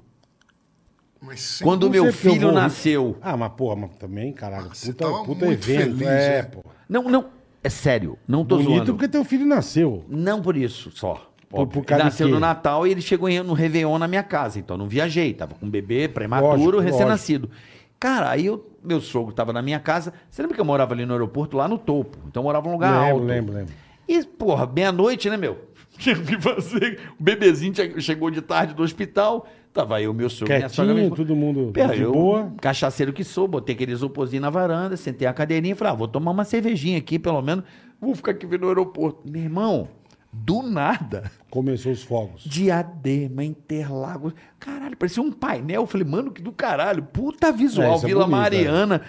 Mas sem- Quando Não meu sei porque eu filho vou- nasceu. Ah, mas porra, mas também, caralho, você puta, tava puta muito evento. feliz, é, né? pô. Não, não. É sério. Não tô Bonito zoando. porque teu filho nasceu. Não por isso só. Por- Óbvio. por causa Ele nasceu de quê? no Natal e ele chegou em- no Réveillon na minha casa. Então eu não viajei. Tava com um bebê Lógico, prematuro, lógico. recém-nascido. Cara, aí eu, meu sogro tava na minha casa. Você lembra que eu morava ali no aeroporto, lá no topo? Então eu morava num lugar lembro, alto. lembro, lembro. E, porra, meia-noite, né, meu? (laughs) Tinha o que fazer. O bebezinho che- chegou de tarde do hospital. Tava eu, meu sogro, minha sogra. minha Quietinho, esposa. todo mundo Pera, de eu, boa. cachaceiro que sou, botei aquele isoporzinho na varanda, sentei a cadeirinha e falei, ah, vou tomar uma cervejinha aqui, pelo menos, vou ficar aqui vendo o aeroporto. Meu irmão, do nada, Começou os fogos. Diadema, Interlagos, caralho, parecia um painel. Eu falei, mano, que do caralho, puta É, visual, isso é Vila bonito, Mariana.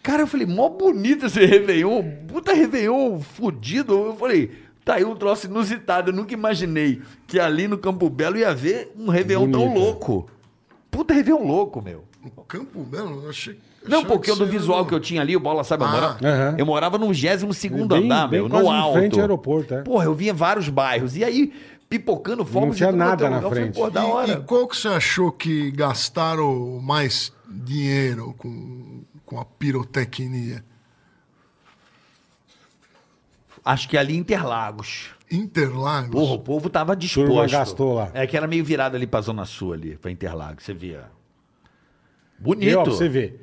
Cara, eu falei, mó bonito esse Réveillon, puta Réveillon fudido. Eu falei, tá aí um troço inusitado, eu nunca imaginei que ali no Campo Belo ia ver um Réveillon tão Bonito. é. louco. puta Réveillon louco, meu. No Campo Belo, eu achei. Não, achava porque que eu do você visual era- que eu tinha ali, o Bola sabe, eu Ah. morava, Aham. eu morava no 22º Bem- andar, bem meu, quase no em alto. frente ao aeroporto, é. Porra, eu vinha vários bairros. E aí, pipocando fogos... tinha e tudo quanto nada é na lugar, eu falei, frente. Pô, da E- hora. E, qual que você achou que gastaram mais dinheiro com, com a pirotecnia? Acho que ali em Interlagos. Interlagos? Porra, o povo tava disposto. Turma gastou lá. É que era meio virado ali pra Zona Sul ali, pra Interlagos, você via. E, Bonito. ó, pra você vê.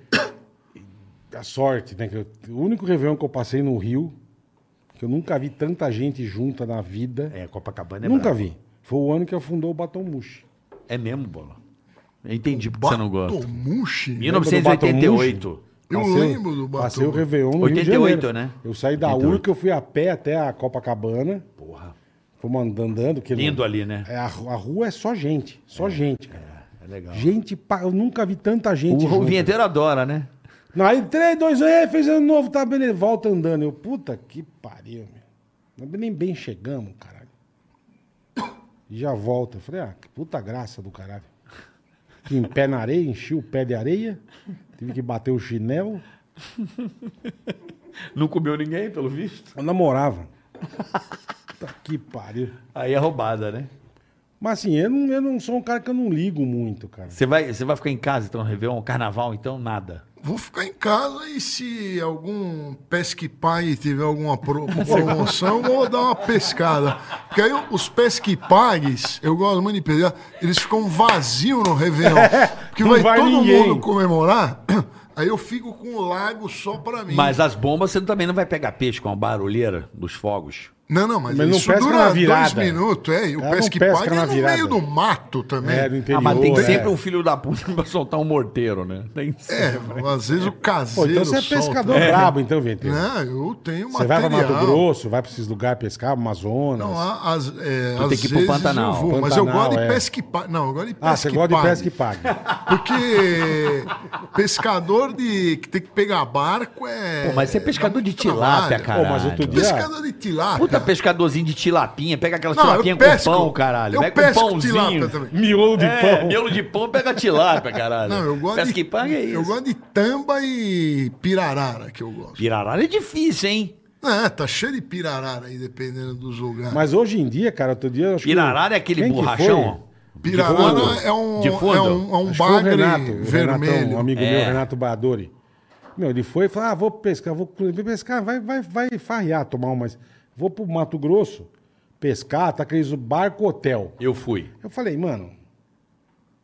A sorte, né? que eu- o único Réveillon que eu passei no Rio, que eu nunca vi tanta gente junta na vida. É, Copacabana é nunca brabo. vi. Foi o ano que afundou o Batom Mushi. É mesmo, Bola. Eu entendi porque você não gosta. Batomushi? né? Lembra do um Batom 1988. Eu Passei- lembro do Batom. Passei o Réveillon no 88, Rio de Janeiro. né? Eu saí da 88. Urca, eu fui a pé até a Copacabana. Porra. Fomos andando, andando que não- Lindo ali, né? É, a, ru- a rua é só gente. Só gente, cara. É legal. Gente, pa- eu nunca vi tanta gente. O, o junta. vinheteiro adora, né? Não, aí 3, 2, 1, fez ano novo, tá beleza, volta andando. Eu, puta que pariu, meu. Nós Nem bem chegamos, caralho. E já volta. Eu falei, ah, que puta graça do caralho. Fiquei em pé na areia, enchi o pé de areia, tive que bater o chinelo. Não comeu ninguém, pelo visto. Eu namorava. Puta que pariu. Aí é roubada, né? Mas assim, eu não, eu não sou um cara que eu não ligo muito, cara. Você vai, você vai ficar em casa, então, no Réveillon, carnaval, então, nada. Vou ficar em casa e se algum pesque pai tiver (laughs) alguma pro- promoção, eu vou dar uma pescada. Porque aí os pesque pagues, eu gosto muito de pescar, eles ficam vazios (laughs) no Réveillon. Porque não vai, vai todo ninguém. mundo comemorar, (clears throat) aí eu fico com o lago só pra mim. Mas as bombas, você também não vai pegar peixe com a barulheira dos fogos. Não, não, mas, Mas não isso pesca na dura dois virada. minutos, é. E o Cara, não pesque pesca pague na é no virada. meio do mato também. É, do interior, ah, mas tem né? sempre um filho da puta (laughs) pra soltar um morteiro, né? Tem É, às vezes o Pô, caseiro então você é solta. pescador brabo, então, Ventre. Não, Né? eu tenho Você vai material. pra Mato Grosso, vai pra esses lugares pescar, Amazonas. Não, a- as, é, Tu às tem que ir pro vezes Pantanal. eu vou, mas eu Pantanal, gosto é. de pesca e pague. Não, eu gosto de pesca ah, você e gosta de pague. pesca e (laughs) paga. Porque pescador de que tem que pegar barco é... Pô, mas você é pescador dá de muito tilápia, trabalho. caralho. Pô, mas outro dia- Pescador de tilápia. Puta pescadorzinho de tilapinha, pega aquela Não, tilapinha eu com pesco. pão, caralho. Eu Vai com pesco pãozinho. tilápia também. Miolo de é, pão. miolo de pão pega tilápia, caralho. Não, eu gosto Pesca de... e paga é isso. Eu gosto de tamba e pirarara, que eu gosto. Pirarara é difícil, hein? Ah, tá cheio de pirarara aí, dependendo dos lugares. Mas hoje em dia, cara, outro dia... eu Acho que- Pirarara é aquele Quem que borrachão. foi? pirarara é um, De fundo? é um, é um Acho que foi o bagre Renato, o Renatão, vermelho. um amigo É. meu, Renato Badori. Meu, ele foi e falou, ah, vou pescar, vou vou pescar, vai, vai, vai farrear, tomar umas... Vou pro Mato Grosso pescar, tá aqueles barco-hotel. Eu fui. Eu falei, mano,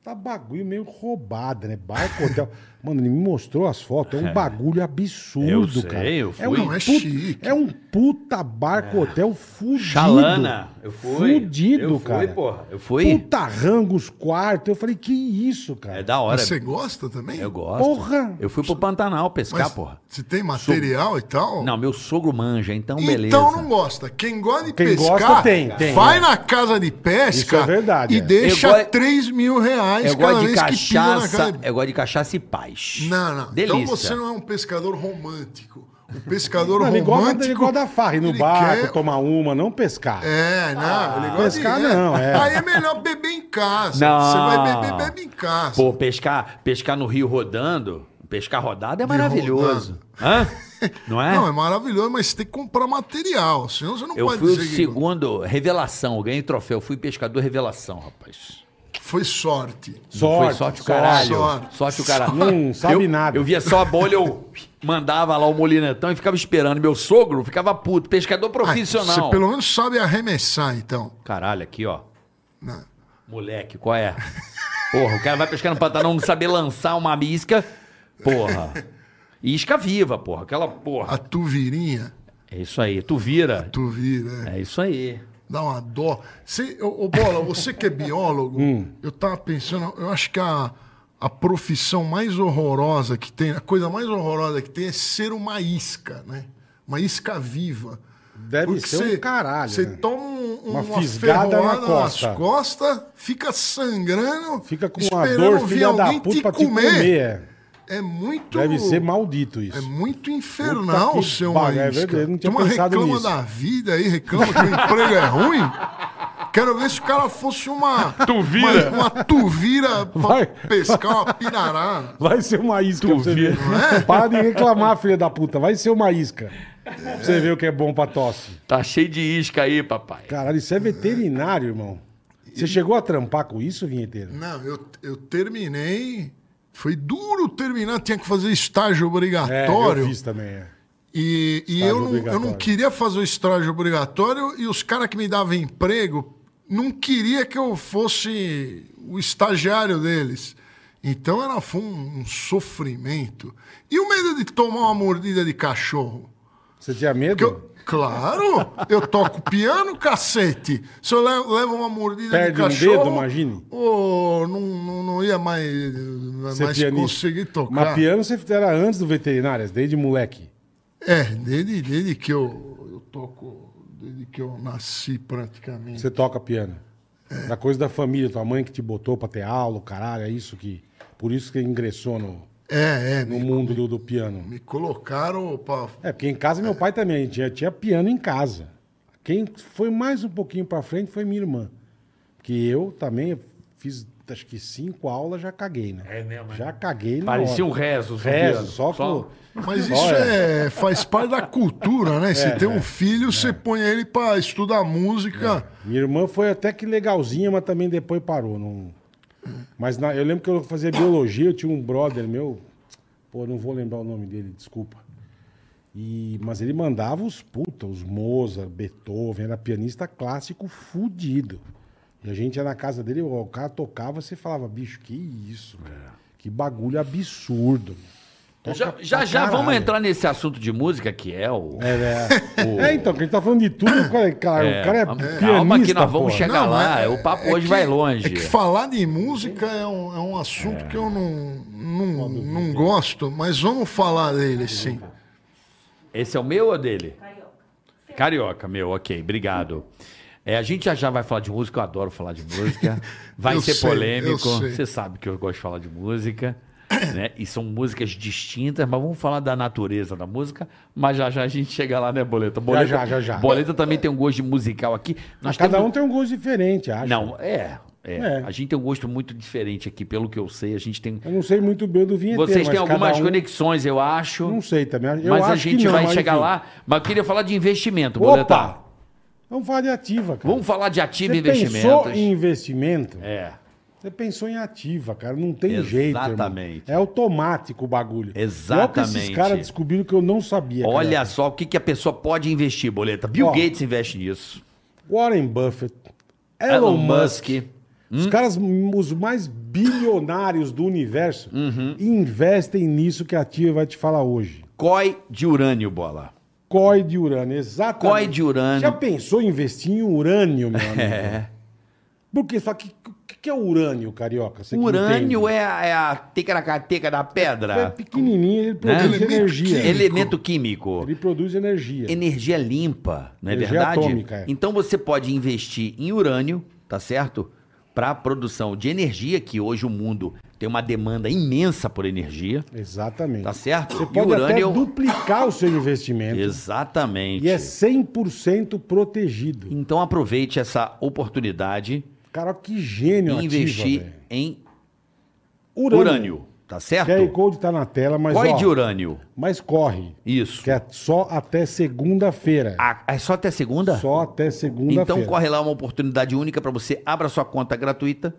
tá bagulho meio roubado, né? Barco hotel. (laughs) mano, ele me mostrou as fotos, é um bagulho absurdo, Eu sei, cara. eu É um, fui. Não, puta, é chique. é um puta barco hotel fudido. Chalana, É. eu fui. Fudido, eu fui, cara. porra. Eu fui. Puta rango, os quartos. Eu falei, que isso, cara? É da hora. Mas você gosta também? Eu gosto. Porra. Eu fui pro Pantanal pescar, Mas porra. Se tem material e tal? Não, meu sogro manja, então beleza. Então não gosta. Quem gosta de Quem pescar, gosta, tem, tem, vai é. na casa de pesca Isso é verdade, e é. deixa Eu gosto- 3 mil reais Eu cada gosto de vez que pinga na cachaça. casa de... Eu gosto de cachaça e paz. Não, não. Delícia. Então você não é um pescador romântico. O pescador (laughs) Não, ele gosta, romântico... ele gosta é da farra, ir no ele barco, quer- tomar uma, não pescar. (laughs) É, não, ele gosta Ah, pescar de... não, é. Aí é melhor beber em casa. Não. Você vai beber, bebe em casa. Pô, pescar, pescar no rio rodando, pescar rodado é maravilhoso. Hã? (laughs) Não é? Não, é maravilhoso, mas você tem que comprar material, senão você não eu pode fui o dizer que... segundo, revelação, eu ganhei troféu, fui pescador revelação, rapaz. Foi sorte. Não Sorte, foi sorte o caralho. Sorte, sorte. o caralho. Não sabe eu, nada. Eu via só a bolha, eu mandava lá o molinetão e ficava esperando. Meu sogro ficava puto, pescador Ah, profissional. Você pelo menos sabe arremessar, então. né? Caralho, aqui, ó. Não. Moleque, qual é? Porra, o cara vai pescar no Pantanal, não saber lançar uma isca. Porra. Isca viva, porra. Aquela porra. A tuvirinha, É isso aí, tu vira. tu vira, é. É isso aí. dá uma dó. Você, ô, ô, Bola, você que é biólogo, Hum. eu tava pensando, eu acho que a, a profissão mais horrorosa que tem, a coisa mais horrorosa que tem é ser uma isca, né? Uma isca viva. Deve ser um caralho, Você né? toma um, Uma uma, fisgada na ferroada costa. nas costas, fica sangrando, Fica com uma esperando dor, vir filha da alguém puta, te pra te comer. comer. é. É muito... Deve ser maldito É isso. muito infernal que ser uma bagulho, é isca. verdade, eu não tinha Turma pensado reclama nisso. da vida aí, reclama que o emprego é ruim. Quero ver se o cara fosse uma. Tuvira. Uma, uma tuvira pra Vai. pescar uma pirará. Vai ser uma isca pra você vê. ver. é? Para de reclamar, filha da puta. Vai ser uma isca. Pra você ver o que é bom pra tosse. Tá cheio de isca aí, papai. Caralho, isso é veterinário, irmão. Você chegou a trampar com isso, vinheteiro? Não, eu, eu terminei. Foi duro terminar, tinha que fazer estágio É, obrigatório. eu fiz também, é. E, e Estágio eu, não, eu não obrigatório. queria fazer o estágio obrigatório e os caras que me davam emprego não queria que eu fosse o estagiário deles. Então era foi um, um sofrimento. E o medo de tomar uma mordida de cachorro? Você tinha medo? Que eu- claro, eu toco piano, cacete. Se eu le- levo uma mordida Perde de um cachorro... dedo, imagine. ô, não, não, não ia mais, Você mais pianista. conseguir tocar. Mas piano você era antes do veterinário, desde moleque. É, desde, desde que eu, eu toco, desde que eu nasci praticamente. Você toca piano. É. Da coisa da família, tua mãe que te botou pra ter aula, o caralho, é isso que. Por isso que ingressou no, É, é, no me, mundo do, do piano. me colocaram pra... É, porque em casa meu pai também tinha, tinha piano em casa. Quem foi mais um pouquinho pra frente foi minha irmã. Que eu também fiz acho que cinco aulas, já caguei, né? É mesmo, é? Já caguei na Parecia um hora. rezo. só um rezo, piano. só, com. Mas Só, isso é, faz parte da cultura, né? Você tem um filho, você põe ele pra estudar música. Minha irmã foi até que legalzinha, mas também depois parou. Não... Mas na- eu lembro que eu fazia biologia, eu tinha um brother meu, pô, não vou lembrar o nome dele, desculpa. E... Mas ele mandava os puta, os Mozart, Beethoven, era pianista clássico fudido. E a gente ia na casa dele, o cara tocava, você falava, bicho, que isso, É. cara? Que bagulho absurdo. Toca Já pra já, já vamos caralho. entrar nesse assunto de música que é o. É, (laughs) é. É, então, que a gente tá falando de tudo, cara, cara, o cara é, pianista, Calma que nós vamos porra. chegar Não, lá. é- o papo é hoje que- vai longe. É que falar de música é um, é um assunto que eu não, não, não gosto, mas vamos falar dele, sim. Esse é o meu ou dele? Carioca. Carioca, meu, ok, obrigado. É, a gente já já vai falar de música, eu adoro falar de (laughs) música. Vai Eu ser sei, eu polêmico. sei. Você sabe que eu gosto de falar de música. (coughs) Né? E são músicas distintas, mas vamos falar da natureza da música. Mas já já a gente chega lá, né, Boleta? Boleta já, já, já. Boleta também tem um gosto de musical aqui. Nós Cada temos- um tem um gosto diferente, acho. Não, é, é. É. A gente tem um gosto muito diferente aqui, pelo que eu sei. A gente tem. Eu não sei muito bem o do vinheteiro, Vocês têm mas cada algumas um- conexões, eu acho. Não sei também. Eu mas acho a gente que não, vai mas chegar enfim. lá. Mas eu queria falar de investimento, Boleta. Opa! Vamos falar de ativa, cara. Vamos falar de ativo e Você investimentos. pensou em investimento, É, você pensou em ativa, cara. Não tem Exatamente. jeito, Exatamente. É automático o bagulho. Logo que esses Exatamente. caras descobriram que eu não sabia, cara. olha só o que, que a pessoa pode investir, Boleta. Bill Ó. Gates investe nisso. Warren Buffett, Elon, Musk... Hum? Os caras, os mais bilionários do universo, Uhum. investem nisso que a Ativa vai te falar hoje. COI de urânio, bola. COI de urânio, exatamente. COI de urânio. Já pensou em investir em urânio, (laughs) meu amigo? É. Porque só que o que, que é urânio, carioca? Você que Urânio entende. é a, é a tecaracateca da é pedra. pequenininho, Né? ele produz Elemento energia. químico. Elemento químico. Ele produz energia. energia limpa, não é Energia verdade? atômica, é. Então você pode investir em urânio, tá certo? Para produção de energia, que hoje o mundo tem uma demanda imensa por energia, Exatamente. tá certo? Você pode até duplicar o seu investimento. Exatamente. E é 100% protegido. Então aproveite essa oportunidade Cara, que gênio e ativa, investir velho. em Urânio. urânio, tá certo? QR Code tá na tela, mas, Qual é de ó, urânio? mas corre. Isso. Que é só até segunda-feira. Ah, é só até segunda? Só até segunda-feira. Então corre lá uma oportunidade única para você. Abra sua conta gratuita.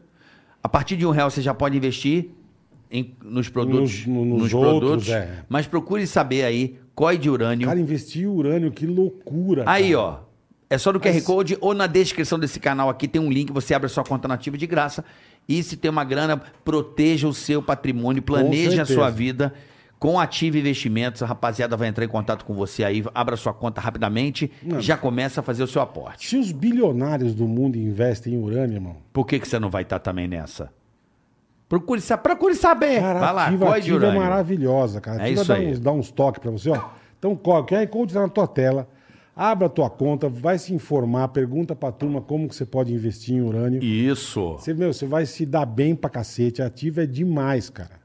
A partir de um real você já pode investir em- nos produtos. Nos- no- nos outros, é. Mas procure saber aí, COI de urânio. Cara, investir em urânio, que loucura. aí, cara. ó. É só no QR Code ou na descrição desse canal aqui tem um link. Você abre a sua conta nativa de graça. E se tem uma grana, proteja o seu patrimônio, planeje a certeza. sua vida. Com Ative Investimentos, a rapaziada vai entrar em contato com você aí, abra sua conta rapidamente e já começa a fazer o seu aporte. Se os bilionários do mundo investem em urânio, irmão. Por que, que você não vai estar também nessa? Procure, sa- procure saber. vai lá, ativa, corre de ativa é urânio. maravilhosa, cara. É Ativa isso dá, aí. Uns, dá uns toques pra você, ó. Então corre, QR Code tá na tua tela. Abra a tua conta, vai se informar, pergunta pra turma como que você pode investir em urânio. Isso. Você, meu, você vai se dar bem pra cacete. A Ativa é demais, cara.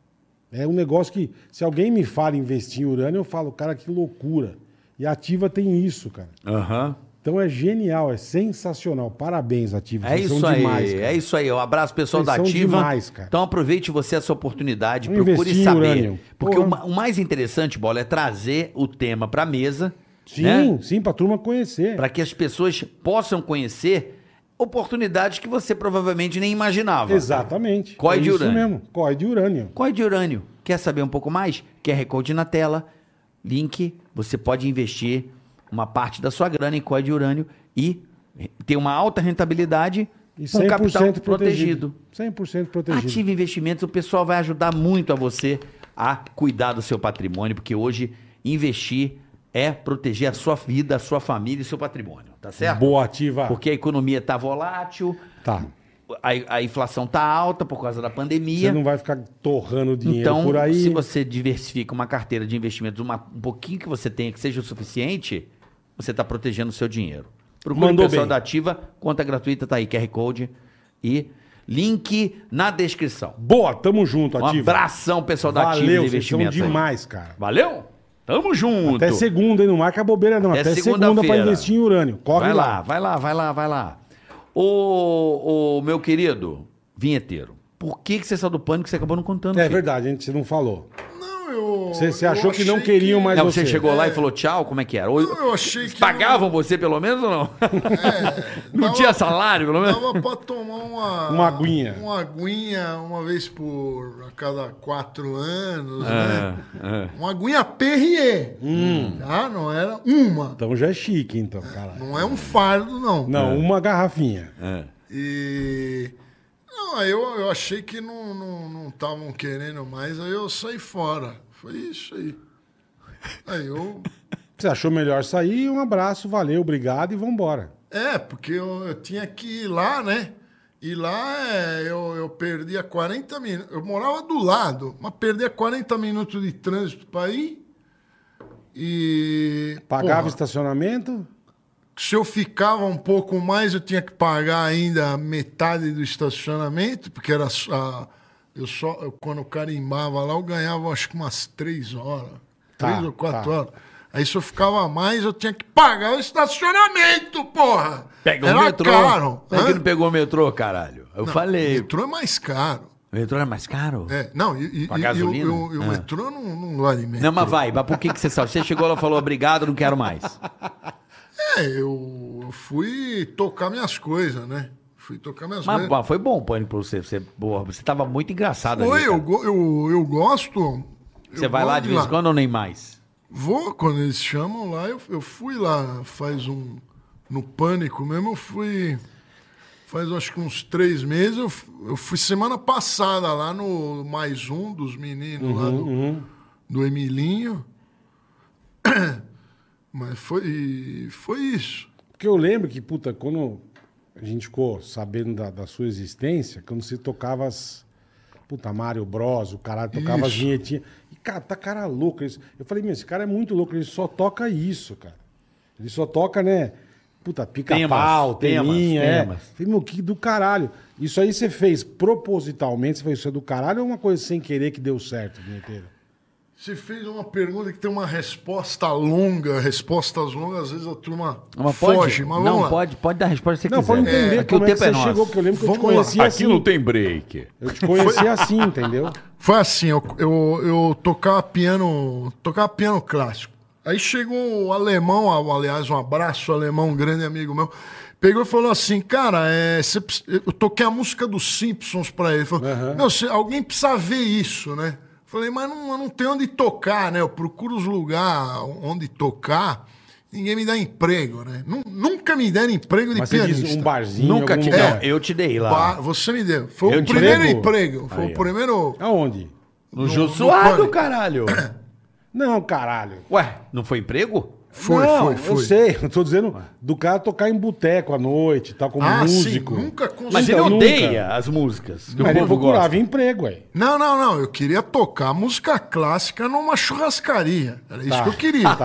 É um negócio que, se alguém me fala investir em urânio, eu falo, cara, que loucura. E a Ativa tem isso, cara. Aham. Então é genial, é sensacional. Parabéns, Ativa. É Vocês são isso aí, demais, cara. é isso aí. Um abraço, pessoal Vocês da são Ativa. demais, cara. Então aproveite você essa oportunidade, Vamos procure investir em saber. urânio. Porque Porra. o, ma- o mais interessante, Bola, é trazer o tema pra mesa, Sim, né? sim, pra turma conhecer. Pra que as pessoas possam conhecer oportunidades que você provavelmente nem imaginava. Exatamente. Coi é de urânio. Isso mesmo, coi de urânio. Qual é de urânio? Quer saber um pouco mais? QR Code na tela, link, você pode investir uma parte da sua grana em qual de urânio e ter uma alta rentabilidade E com 100% capital protegido. protegido. 100% protegido. Ative Investimentos, o pessoal vai ajudar muito a você a cuidar do seu patrimônio, porque hoje investir é proteger a sua vida, a sua família e seu patrimônio, tá certo? Boa, Ativa. Porque a economia tá volátil, Tá. a, a inflação tá alta por causa da pandemia. Você não vai ficar torrando dinheiro Então, por aí. se você diversifica uma carteira de investimentos, uma- um pouquinho que você tenha que seja o suficiente, você está protegendo o seu dinheiro. Procure Mandou o pessoal bem. da Ativa, conta gratuita, tá aí, QR Code e link na descrição. Boa, tamo junto, Um Ativa. abração, pessoal da Ativa Valeu, de vocês são Investimentos. aí. demais, cara. Valeu? Tamo junto. Até segunda, hein? Não marca bobeira, não. Até Até, segunda pra segunda-feira. investir em urânio. Corre vai lá. lá. vai lá, vai lá, vai lá. Ô, ô, meu querido vinheteiro, por que, que você saiu do pânico que você acabou não contando? É filho? verdade, a gente não falou. Não, eu. Você, você eu achou que não achei queriam mais Não, você. você, chegou lá e falou tchau, como é que era? Ou- Não, eu É, achei que. Pagavam você pelo menos ou não? (laughs) não dava- tinha salário pelo menos? Dava pra tomar uma... (laughs) Uma aguinha. Uma aguinha uma vez por... A cada quatro anos, né? É, é. Uma aguinha Perrier. Hum. Tá? Não era uma. Então já é chique, então, caralho. Não é um fardo, não. Não, uma garrafinha. E... Não, aí eu, eu achei que não estavam não, tavam querendo mais, aí eu saí fora. Foi isso aí. Aí eu... Você achou melhor sair? Um abraço, valeu, obrigado e vambora. É, porque eu, eu tinha que ir lá, né? E lá é, eu, eu perdia 40 minutos. Eu morava do lado, mas perdia 40 minutos de trânsito para ir. E. Pagava porra, estacionamento? se eu ficava um pouco mais, eu tinha que pagar ainda metade do estacionamento, porque era só. Eu só eu, quando eu carimbava lá, eu ganhava acho que umas três horas. Tá, três ou quatro tá. horas. Aí se eu ficava mais, eu tinha que pagar o estacionamento, porra! Pega era o metrô. caro. Por que hã? que não pegou o metrô, caralho? Eu falei. O metrô é mais caro. O metrô era mais caro? É, não, e, e- Com a e- e o, gasolina? e o- e o Ah. metrô não, não gosta de metrô. Não, mas vai, mas por que, que você saiu? Você chegou lá e falou obrigado, não quero (laughs) mais. É, eu, eu fui tocar minhas coisas, né? Fui tocar minhas Mas, coisas. mas foi bom o pânico pra você. Você, porra, você tava muito engraçado Oi, ali, eu, cara. go- eu, eu gosto. Você eu vai lá gosto de vez em quando ou nem mais? Vou, quando eles chamam lá, eu, eu fui lá faz um. No pânico mesmo, eu fui. Faz acho que uns três meses, eu, f- eu fui semana passada lá no mais um dos meninos lá Uhum, do, do Emilinho. (coughs) Mas foi, foi isso. Porque eu lembro que, puta, quando a gente ficou sabendo da, da sua existência, quando você tocava as. Puta, Mário Bros, o caralho tocava as Isso. vinhetinhas. E, cara, tá cara louco. Isso. Eu falei, meu, esse cara é muito louco, ele só toca isso, cara. Ele só toca, né? Puta, pica-pau, Temas, teminha, temas, é. temas. Falei, meu, que do caralho. Isso aí você fez propositalmente, você fez isso é do caralho ou é uma coisa sem querer que deu certo, vinheteiro? Você fez uma pergunta que tem uma resposta longa, respostas longas, às vezes a turma Mas pode? foge, mas não, vamos lá. pode, pode dar a resposta que você Não, quiser. pra eu entender É, Aqui o como é que tempo você é nosso. chegou, que eu lembro que eu te Vamos lá. conheci assim. tem break. Eu te conheci assim, (laughs) entendeu? Foi assim, eu, eu, eu tocava piano, tocava piano clássico. Aí chegou o alemão, a- aliás, um abraço alemão, um grande amigo meu. Pegou e falou assim, cara, é, cê precisa- eu toquei a música dos Simpsons pra ele. Ele Falou, "Meu, cê- alguém precisa ver isso, né? Falei, mas não, eu não tenho onde tocar, né? Eu procuro os lugares onde tocar, ninguém me dá emprego, né? Nu- Nunca me deram emprego de Mas você pianista. diz um barzinho. Nunca algum te lugar. Não, eu te dei lá. É. Ba- Você me deu. Foi Eu o te primeiro lembro. emprego. Foi o primeiro. Aonde? No, no- Jô no Suado, Pânico. caralho. Não, caralho. (coughs) Ué, não foi emprego? Foi, não, foi, foi. Eu sei, eu tô dizendo do cara tocar em boteco à noite, tal, como Ah, músico. sim, nunca consegui. Mas Então, ele nunca. odeia as músicas. Que Mas o ele povo procurava gosta. emprego, aí. Não, não, não. Eu queria tocar música clássica numa churrascaria. Era isso Tá. que eu queria.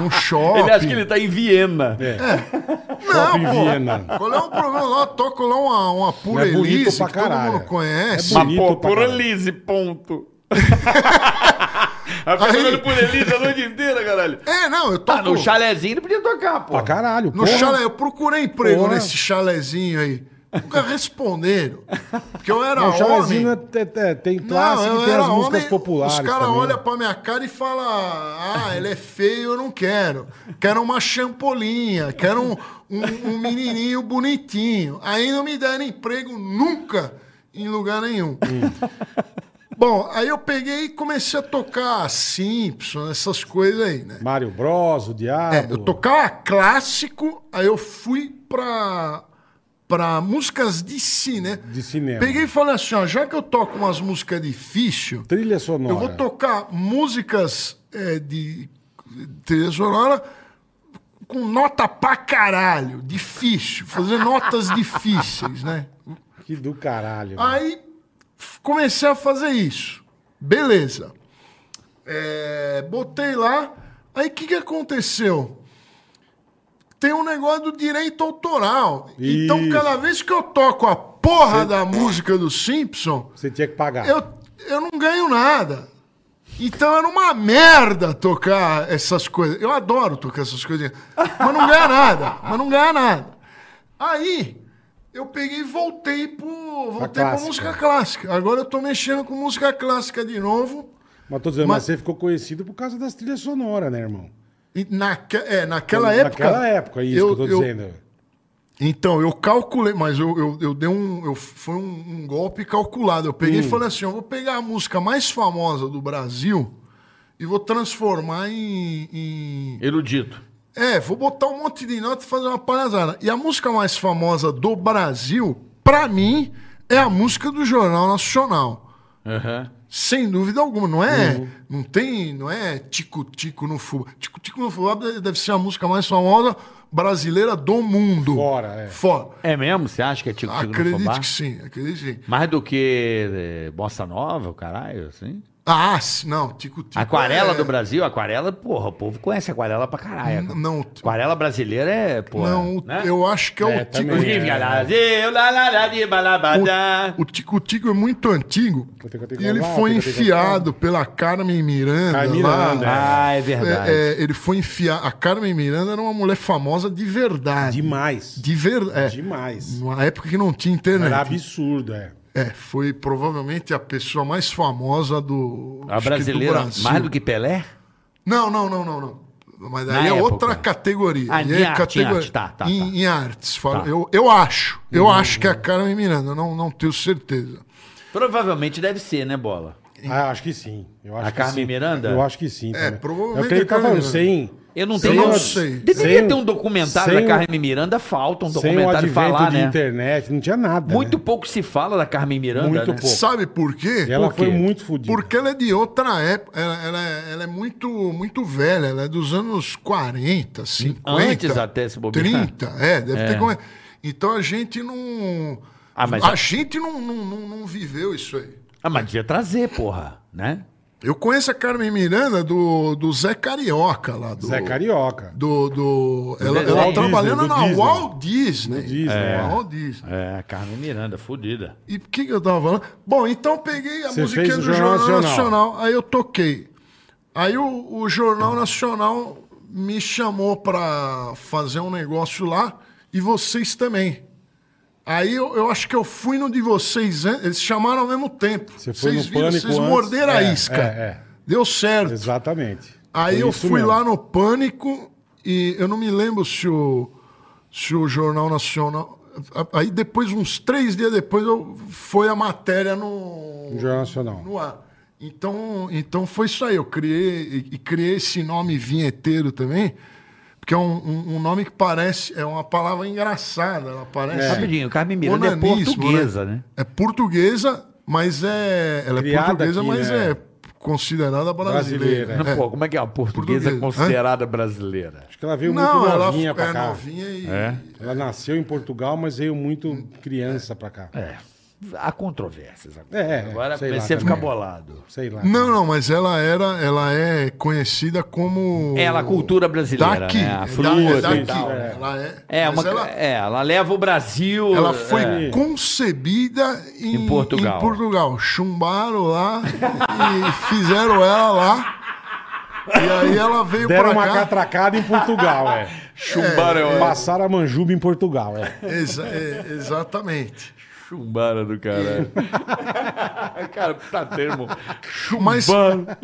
Num shopping. Ele acha que ele tá em Viena. É É, Shopping Não, pô. Viena. Qual é o problema lá? Eu toco lá uma, uma pura Mas é bonito Elise, pra que todo caralho. mundo (laughs) conhece. É bonito pra caralho. Elise, ponto. Aí fica Aí- tocando por Elisa a noite inteira, caralho. É, não, eu toco. Ah, no chalezinho ele podia tocar, pô. Pra caralho, No Tá, porra. chalé, eu procurei emprego Porra. nesse chalezinho aí. Nunca responderam. Porque eu era Não, o Ah, homem. chalezinho é- é- é- tem classe eu e tem era as músicas homem, populares. Os caras também. né? olham pra minha cara e falam: Ah, ele é feio, eu não quero. Quero uma champolinha, quero um, um- um menininho bonitinho. Aí não me deram emprego nunca em lugar nenhum. Hum. Bom, aí eu peguei e comecei a tocar Simpson, essas coisas aí, né? Mário Bros, o Diabo. É, eu tocava clássico, aí eu fui pra, pra músicas de cinema. De cinema. Peguei e falei assim, ó, já que eu toco umas músicas difíceis, Trilha sonora. eu vou tocar músicas é, de trilha sonora com nota pra caralho, difícil, fazer notas (laughs) difíceis, né? Que do caralho. mano. Aí f- comecei a fazer isso. Beleza. É, botei lá. Aí o que, que aconteceu? Tem um negócio do direito autoral. Então, Isso. cada vez que eu toco a porra da música do Simpson, Você tinha que pagar. eu, eu não ganho nada. Então era uma merda tocar essas coisas. Eu adoro tocar essas coisinhas. Mas não ganha nada. Mas não ganha nada. Aí eu peguei e voltei pro. Voltei pra clássica. música clássica. Agora eu tô mexendo com música clássica de novo. Mas tô dizendo, mas... mas- você ficou conhecido por causa das trilhas sonoras, né, irmão? E naque, é, naquela época. Naquela época, isso que eu tô dizendo. Então, eu calculei, mas eu, eu, eu dei um. Eu, foi um, um golpe calculado. Eu Hum. peguei e falei assim: eu vou pegar a música mais famosa do Brasil e vou transformar em. em- Erudito. É, vou botar um monte de nota e fazer uma palhaçada. E a música mais famosa do Brasil, pra mim, é a música do Jornal Nacional. Aham. Sem dúvida alguma, não é? Uhum. Não tem, não é Tico Tico no Fubá. Tico Tico no Fubá deve deve ser a música mais famosa brasileira do mundo. Fora, é. Fora. É mesmo? Você acha que é tico-tico no fubá? Acredito que sim, acredito que sim. Mais do que eh, Bossa Nova, o caralho, assim? Ah, s- não, Tico Tipo, Tico. Aquarela é- do Brasil, aquarela, porra, o povo conhece aquarela pra caralho. é Hum, N- não, t- Aquarela brasileira é, porra. Não, o- né? eu acho que é, É, o Tico também Tico. é. eu... O Tico Tico é muito antigo Tico-tico e ele lá, foi tico-tico enfiado pela Carmen Miranda. Carmen lá. Miranda, Ah, é verdade. É, é, ele foi enfiar. A Carmen Miranda era uma mulher famosa de verdade. Demais. De verdade. Demais. Numa época que não tinha internet. Era absurdo, é. É, foi provavelmente a pessoa mais famosa do. A acho que brasileira, Brasil. mais do que Pelé? Não, não, não, não, não. Mas Na daí é época. outra categoria. Ah, E em é arte, em arte, tá, tá, Em, tá. em artes. fala- Tá. Uhum. Eu, eu acho. Eu acho que é a Carmen Miranda. eu Não, não tenho certeza. Provavelmente deve ser, né, Bola? Ah, acho que sim. Eu acho A que Carmen sim. Miranda? Eu acho que sim. também. provavelmente É o que ele a tá Carmen falando, sem... Eu não Eu tenho. não o- sei. Deveria sem o- ter um documentário da sem o- Carmen Miranda, falta um Sem o documentário advento e falar, de né? internet, não tinha nada. Muito né? pouco se fala da Carmen Miranda, Muito né? pouco. Sabe por quê? E ela Por quê? foi muito fodida. Porque ela é de outra época. Ela, ela é- ela é muito, muito velha. Ela é dos anos 40, 50. Antes até, se bobear. 30, é. Deve ter come... Então a gente não. Ah, mas a a- gente não, não, não, não viveu isso aí. Ah, mas devia trazer, porra, né? Eu conheço a Carmen Miranda do, do Zé Carioca lá. Do, Zé Carioca. Do, do, ela desenho. ela Disney, trabalhando do na Disney. Walt Disney. Do Disney, Na é. Walt Disney. É, Carmen Miranda, fodida. E o que, que eu tava falando? Bom, então eu peguei a Você musiquinha fez o do Jornal, Jornal Nacional. Nacional. aí eu toquei. Aí o, o Jornal Tá. Nacional me chamou pra fazer um negócio lá e vocês também. Aí eu, eu acho que eu fui no de vocês, an- eles chamaram ao mesmo tempo. Você foi vocês no Pânico vocês antes. morderam a É, isca. é, é. Deu certo. Exatamente. Aí Foi eu isso fui mesmo. lá no Pânico e eu não me lembro se o, se o Jornal Nacional. a- Aí depois, uns três dias depois, eu, foi a matéria no, No Jornal Nacional. no ar. Então, então foi isso aí. Eu criei e, e criei esse nome vinheteiro também, porque é um, um- um nome que parece. É uma palavra engraçada. Ela É. parece. Rapidinho, Carmen Miranda é onanismo, portuguesa, né? É portuguesa, mas é. Ela é Criada portuguesa, aqui, mas né? é considerada brasileira. Brasileira, É. Pô, como é que é a portuguesa Portuguesa, né? considerada brasileira? Acho que ela veio Não, muito ela novinha pra é cá. novinha e. Ela nasceu em Portugal, mas veio muito criança pra cá. É. Há controvérsias agora. É, é, agora sei lá comecei a ficar também. bolado. Sei lá. Não, não, mas ela era, ela é conhecida como É, Ela, a cultura brasileira, daqui, né? A é flua da- é e daqui. tal. é. Ela é, É, mas uma, ela, é, ela leva o Brasil. ela foi é. concebida em, Em Portugal. em Portugal. Chumbaram lá e fizeram ela lá. E aí ela veio Deram pra uma cá. catracada em Portugal, (laughs) é. Chumbara, é, Passaram a manjuba em Portugal, é. Exa- é, exatamente. Chumbara do (laughs) caralho. cara, tá termo. Mas, Chumbara.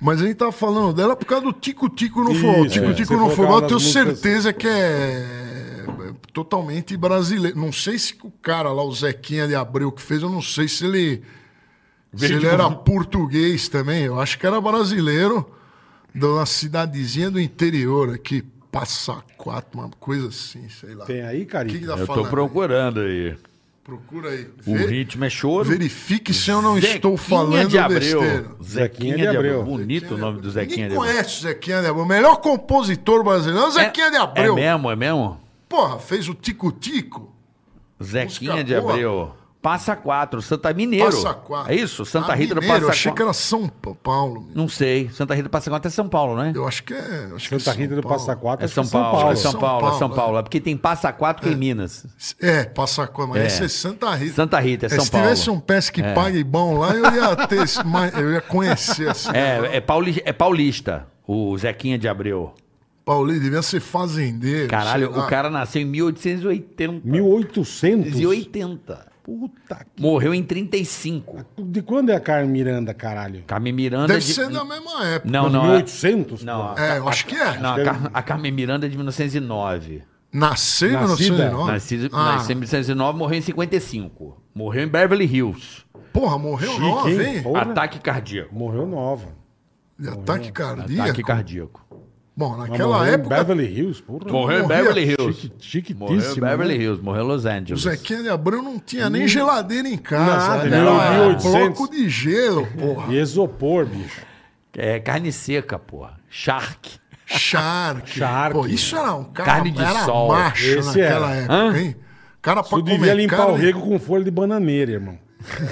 mas a gente tava falando dela por caua do tico-tico no Isso, forró. é. Tico-tico Você no for forró, falar eu das tenho músicas- certeza que é totalmente brasileiro. Não sei se o cara lá, o Zequinha de Abreu, que fez, eu não sei se ele. Se Veio ele de- era português também, eu acho que era brasileiro, de uma cidadezinha do interior aqui, Passa Quatro, uma coisa assim, sei lá. Tem aí, O que, Carica? que tá Eu tô falando? procurando aí. Procura aí. O Ver- ritmo é choro. Verifique se eu não Zequinha estou falando de Abreu. besteira. Zequinha de Abreu. Bonito o nome do Zequinha de Ninguém Abreu. conhece o Zequinha de Abreu. O melhor compositor brasileiro é o Zequinha de Abreu. É mesmo, é mesmo? Porra, fez o Tico-Tico. Zequinha Música de boa. Abreu. Passa quatro, Santa Mineiro. Passa quatro. É isso? Santa Ah, Rita do Mineiro, Passa Eu achei que Quatro. era São Pa- Paulo. meu. Não sei. Santa Rita do Passa Quatro é São Paulo, né? Eu acho que é. eu Acho que é Santa Rita São do Paulo. Passa Quatro, É acho que São Paulo, é São São Paulo, é São Paulo, Paulo. É porque tem Passa Quatro em Minas. É, Passa Quatro, mas É. esse é Santa Rita. Santa Rita, é São se Paulo. É. tivesse um pés que pague bom lá, eu ia ter, esse- (laughs) mas eu ia conhecer assim. É, é, pauli- é paulista, o Zequinha de Abreu. Paulinho, devia ser fazendeiro. Caralho, sei lá. o cara nasceu em 1880. 1800? 1880. Puta que... Morreu em 35. De quando é a Carmen Miranda, caralho? Carmen Miranda. Deve de- ser da mesma época. Não, não. a- 1800? Não, a- É, eu acho que é. não, a, Car- a Carmen Miranda é de 1909. Nasceu em Nascida. 1909? Nascida, Ah, Nasceu em 1909, morreu em 55. Morreu em Beverly Hills. Porra, morreu Chique, nove, hein? hein? Porra. é- Ataque cardíaco. Morreu nova. De ataque cardíaco. Ataque cardíaco. Bom, Mas naquela morreu em época, Beverly Hills, porra. Morreu em morria Beverly Hills. Chique, Morreu em chiquitíssimo. Beverly né? Hills. Morreu em Los o Angeles. Zequinha de Abreu não tinha nem geladeira em casa. Nada, ele ele era era um 1800. bloco de gelo, porra. E isopor, bicho. É carne seca, porra. Shark. Shark. Shark. Pô, isso era um cara Carne de era sol. macho Esse naquela era. época, Hã? hein? cara pra Tu comer devia limpar carne, o rego com folha de bananeira, irmão.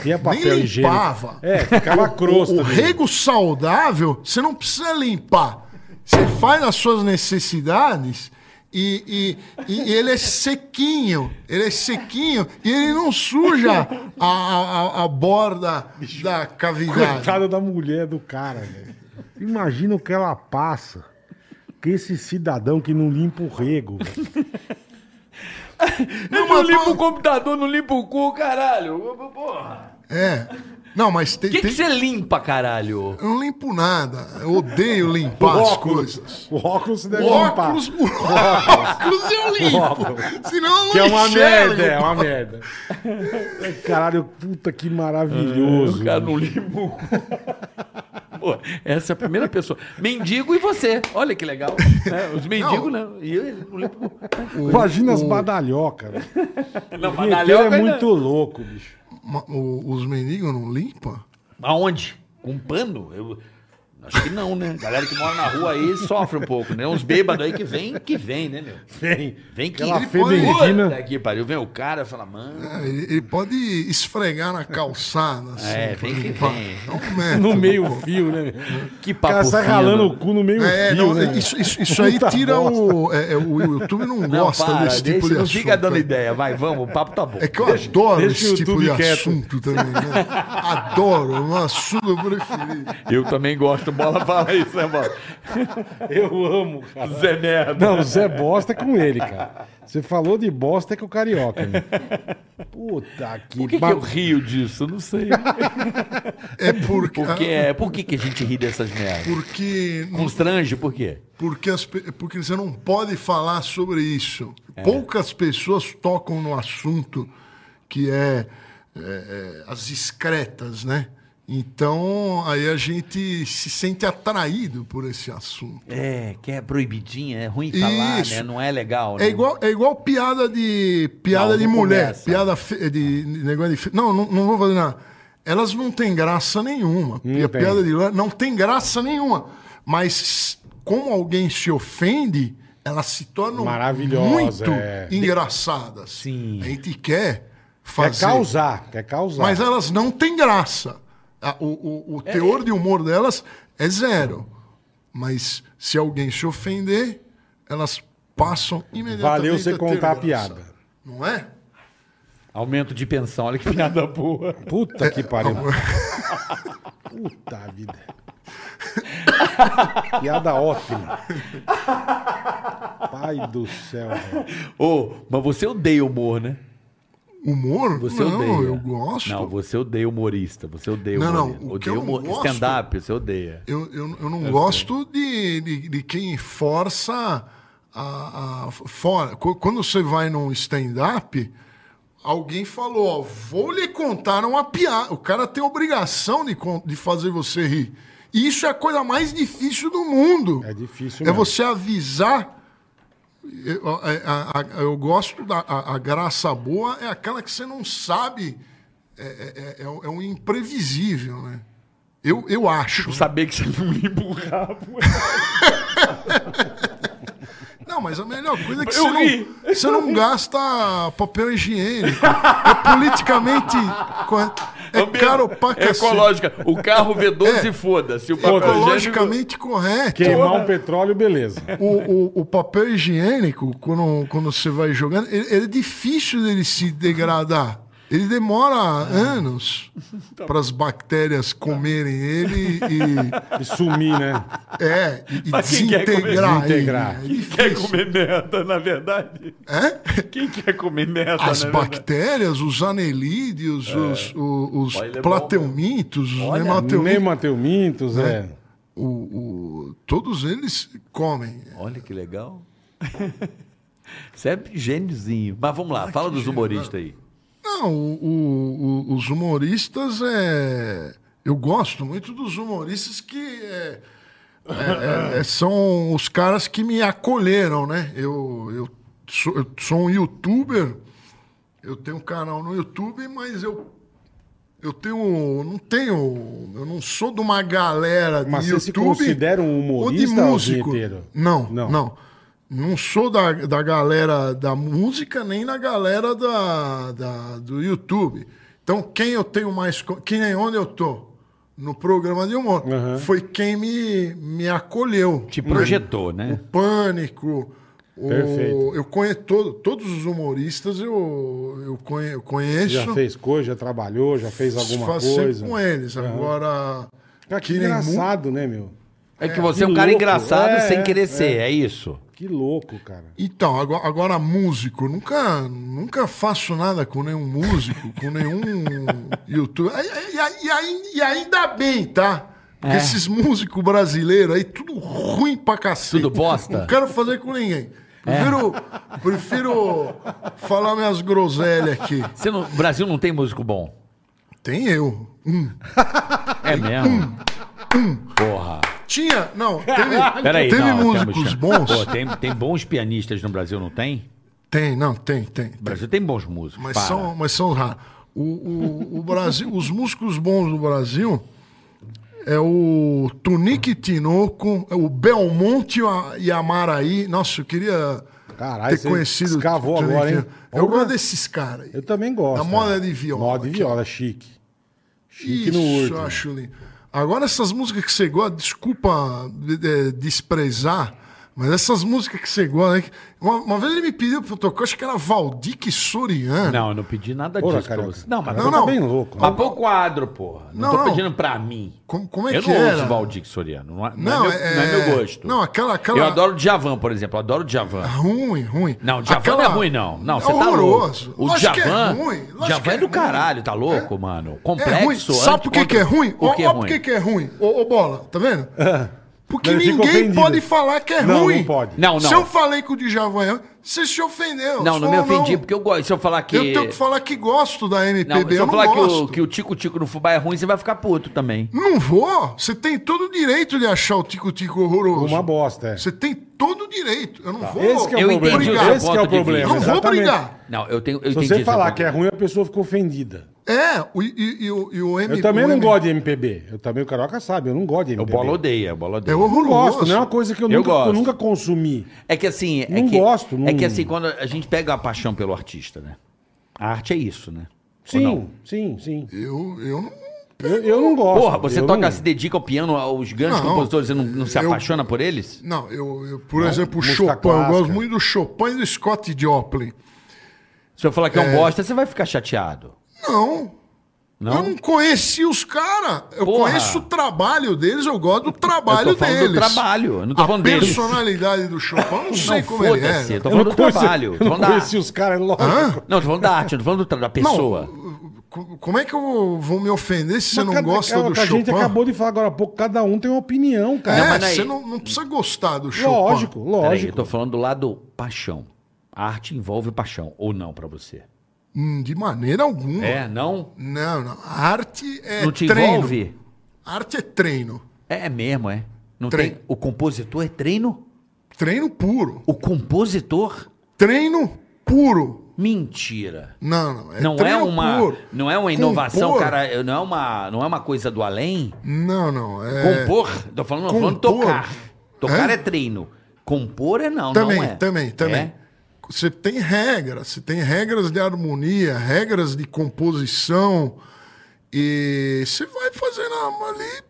Tinha papel Nem higiênico. limpava. É, ficava crosta. O, o dele. rego saudável, você não precisa limpar. Você faz as suas necessidades e, e- e ele é sequinho. Ele é sequinho e ele não suja a, a- a- a borda da cavidade. Coitada da mulher do cara, velho. Imagina o que ela passa. Que esse cidadão que não limpa o rego. velho. Não, Não mas limpa fala- o computador, não limpa o cu, caralho. Porra. É. Não, mas tem. O que que tem- você limpa, caralho? Eu não limpo nada. Eu odeio limpar as coisas. O óculos você deve Óculos, limpar. óculos eu limpo. Senão eu não Que é uma enxergo. merda, é uma merda. Caralho, puta que maravilhoso. É, O cara não limpa o cu. Pô, essa é a primeira pessoa. Mendigo e você. Olha que legal. É, os mendigos não. E ele não limpa o cu. Imagina Hum. as badalhocas. velho. Não, O vinheteiro é muito louco, bicho. Ma- o- os mendigos não limpam? Aonde? Com pano? Eu... Acho que não, né? Galera que mora na rua aí sofre um pouco, né? Uns bêbados aí que vem, que vem, né, meu? Vem. Vem que Aquela ele fedentina. Puta que pariu. Vem o cara e fala, mano. É, Ele, ele pode esfregar na calçada. Assim, É, pra vem que limpar. vem. É um método. No meio fio, né? meu? Que O papo cara sai fino. ralando o cu no meio É, fio, não, né? isso, isso- isso aí Puta tira bosta. o. é, é, o YouTube não, Não, gosta para, desse tipo deixa, de não assunto. fica né? dando é. ideia. Vai, vamos, o papo tá bom. É que eu adoro Deixa o esse tipo YouTube de quieto. assunto também, né? Adoro, é um assunto preferido. Eu também gosto. Bola fala isso, né, Bola? Eu amo, cara. Zé Merda. Não, Zé Bosta é com ele, cara. Você falou de bosta é com o (laughs) carioca, né? Puta que, Por que, que ba- eu rio disso? Eu não sei. É porque. Porque, é, por que, que a gente ri dessas merdas? Porque, Constrange, por quê? porque, as pe- porque você não pode falar sobre isso. Poucas pessoas tocam no assunto que é, é, é, as excretas, né? Então, aí a gente se sente atraído por esse assunto. É, que é proibidinha, é ruim falar, Isso. né? Não é legal, né? É igual, é igual piada de piada Não, de não mulher, começa. piada fe- de negócio de fe- não, não, não vou fazer nada. Elas não têm graça nenhuma. Não a tem. piada de lá não tem graça nenhuma. Mas como alguém se ofende, elas se tornam Maravilhosa, muito é. engraçadas. Sim. A gente quer Quer fazer, causar, quer causar. mas elas não têm graça. A- O, o- o teor de humor delas é zero. Mas se alguém se ofender, elas passam imediatamente. Valeu você ter contar a graça. piada. Não é? Aumento de pensão, olha que piada boa. (laughs) É, Puta que pariu. Puta vida. Piada ótima. Pai do céu, velho. Ô, mas você odeia humor, né? Humor? Você não, odeia. eu gosto. Não, você odeia humorista. Você odeia Não, não, humorista. o que eu Odeia humor... gosto- Stand-up, você odeia. Eu, eu, eu É não gosto de, de, de quem força a, a- fora. Qu- Quando você vai num stand-up, alguém falou, ó, vou lhe contar uma piada. O cara tem obrigação de, con- de fazer você rir. E isso é a coisa mais difícil do mundo. É difícil É mesmo. você avisar. Eu, a- a- a- eu gosto da a, a graça boa é aquela que você não sabe. É, é, é, é um imprevisível, né? Eu, eu acho. Eu sabia que você (laughs) não ia empurrar. Não, mas a melhor coisa é que Eu você ri. não, você não gasta papel higiênico. É politicamente correto. É caro pra cacete. Ecológica. O carro V12, foda-se. O papel higiênico- É. Ecologicamente correto. Queimar um petróleo, beleza. O, o, o papel higiênico, quando, quando você vai jogando, ele, ele é difícil dele se degradar. Ele demora anos Tá para as bactérias comerem ele e, E sumir, né? é, e, e Mas quem quer comer? desintegrar ele. Desintegrar. É Quem quer difícil. comer merda, na (laughs) verdade? É? Quem quer comer né? merda, As na verdade? bactérias, os anelídeos, os, o- os É. Olha, ele é bom, plateumintos, os Olha, Nem nemateumintos, Mateu Mintos, né? é. o- o- todos eles comem. Olha que legal. (laughs) Você é gêniozinho. Mas vamos lá, fala dos humoristas aí. Não, o- o- o- os humoristas é. Eu gosto muito dos humoristas que é, é, é, é, são os caras que me acolheram, né? Eu, eu, sou, eu sou um youtuber, eu tenho um canal no YouTube, mas eu. Eu tenho. Não tenho. Eu não sou de uma galera de Mas você YouTube. se considera um humorista ou ou de músico? vinheteiro? Não, Não. não. Não, sou da, da galera da música, nem da galera da, da- do YouTube. Então, quem eu tenho mais. co- Quem é onde eu tô? No programa de humor. Aham. Foi quem me, me acolheu. Te projetou, O né? Pânico. o- Perfeito. eu conheço todo- todos os humoristas, eu, eu conhe- eu conheço. Já fez coisa, já trabalhou, já fez alguma faço sempre coisa. com eles. Agora. Cara, que que nem mu- engraçado, né, meu? É que você é que um cara louco. engraçado É, sem é, querer ser, é isso. Que louco, cara. Então, agora, agora músico, nunca, nunca faço nada com nenhum músico, (laughs) com nenhum youtuber. E, e- e ai- e ainda bem, tá? É. Porque Esses músicos brasileiros aí, tudo ruim pra cacete. Tudo bosta? É. Não quero fazer com ninguém. Prefiro, prefiro falar minhas groselhas aqui. Você não- o Brasil não tem músico bom. Tem eu. Um. É mesmo? Porra. Tinha, não, teve, Peraí, teve não, músicos temos- bons. Pô, tem, tem bons pianistas no Brasil, não tem? Tem, não, tem, tem. O Brasil tem bons músicos. Mas para. são, mas são raros. O, o, o Brasil, os músicos bons do Brasil é o Tunique Tinoco, é o Belmonte e a- e a Maraí. Nossa, eu queria Caralho, ter você conhecido. o escavou Tunique agora, hein? Tinoco. Eu Porra. gosto desses caras. aí. Eu também gosto. Da moda cara. de viola. Moda de viola, chique. Chique Isso, no eu último. acho lindo. Agora, essas músicas que você gosta, desculpa eh, desprezar, mas essas músicas que você gosta. né, que- Uma, uma vez ele me pediu pra eu tocar, acho que era Valdique Soriano. Não, eu não pedi nada Porra, disso cara. pra você. Não, mas não, Não, não. não. bem louco. né? Mas (laughs) pro quadro, porra. Não, Não, tô não. pedindo pra mim. Como, como é eu que não era? ouço Valdir Soriano. Não, é, não é Não, meu, não é meu gosto. Não, aquela. aquela Eu adoro o Djavan, por exemplo. Eu adoro o Djavan. Ruim, ruim. Não, o Djavan Ah, Aquela- não é ruim, não. Não, você tá horroroso. louco. O Lógico que Djavan. É ruim. O lógico que Djavan é do ruim. caralho, tá louco, mano? É ruim. Complexo. Sabe por que, que é ruim? O Ó, que é ó por que, ruim? que é ruim? Ô, ô, bola, tá vendo? Porque Ele fica ninguém ofendido. pode falar que é Não, não ruim. pode. Não, não. Se eu falei que o Djavan é ruim, você se ofendeu. Não, Você não me falou, ofendi, porque eu gosto. Se eu falar que. Eu tenho que falar que gosto da MPB, Não, se eu, eu não falar que o, gosto. que o Tico Tico no Fubá é ruim, você vai ficar puto também. Não vou. Você tem todo o direito de achar o Tico Tico horroroso. Uma bosta, é. Você tem todo o direito. Eu não vou. Esse que é o Eu problema. entendi o seu Esse que é ponto o de problema. vista. Não vou exatamente. brigar. Não, eu tenho. Eu Se entendi você esse falar ponto. que é ruim, a pessoa fica ofendida. É, o, e, e, o, e o M. Eu também o não M- gosto de MPB. Eu também, o Carioca sabe, eu não gosto O de MPB. bola odeia, o bola odeia. É Eu não horroroso. gosto, não é né? uma coisa que eu, Eu nunca, gosto. eu nunca consumi. É que assim. é Não que- gosto, não- É que assim, quando a gente pega a paixão pelo artista, né? A arte é isso, né? Ou não? Sim, sim, sim. Eu, eu não. Eu, eu não gosto. Porra, você eu toca, não... se dedica ao piano, aos grandes Não. compositores, você não, não se Eu- apaixona por eles? Não, eu, eu, por exemplo, o música Chopin. Eu clássica. gosto muito do Chopin e do Scott Joplin. É. Se eu falar que é um bosta, você vai ficar chateado. Não. Não? Eu não conheci os caras. Eu Porra. conheço o trabalho deles, eu gosto do trabalho Eu tô falando do deles. trabalho, eu não tô a falando deles. personalidade do Chopin, eu não sei Não, como ele foda-se. é. Eu tô falando do conheci- trabalho. Eu Tô não falando conheci da... os caras, é lógico. Não, tô falando da arte, eu tô falando do tra- da pessoa. Co- Como é que eu vou me ofender se você Mas não cada- gosta é o do que A Chopin? gente acabou de falar agora há pouco, cada um tem uma opinião, É, cara. mas não é- você não, não precisa gostar do Chopin. lógico, Peraí, eu lógico. tô falando do lado paixão. A arte envolve paixão, ou não pra você? Hum, De maneira alguma. É, não? Não, não. A arte é não te treino. envolve? A arte é treino. É mesmo, é. Não Treino. tem... O compositor é treino? Treino puro. O compositor? Treino puro. Mentira. Não, não. É não é treino uma puro. não é uma inovação, Compor. cara, eu- não é uma não é uma coisa do além. Não, não. É... Compor, tô falando, tô falando Compor. tocar. Tocar é? É? treino. Compor é não, Também, não é. também, também. É? Você tem regras, você tem regras de harmonia, regras de composição, e você vai fazendo a- ali.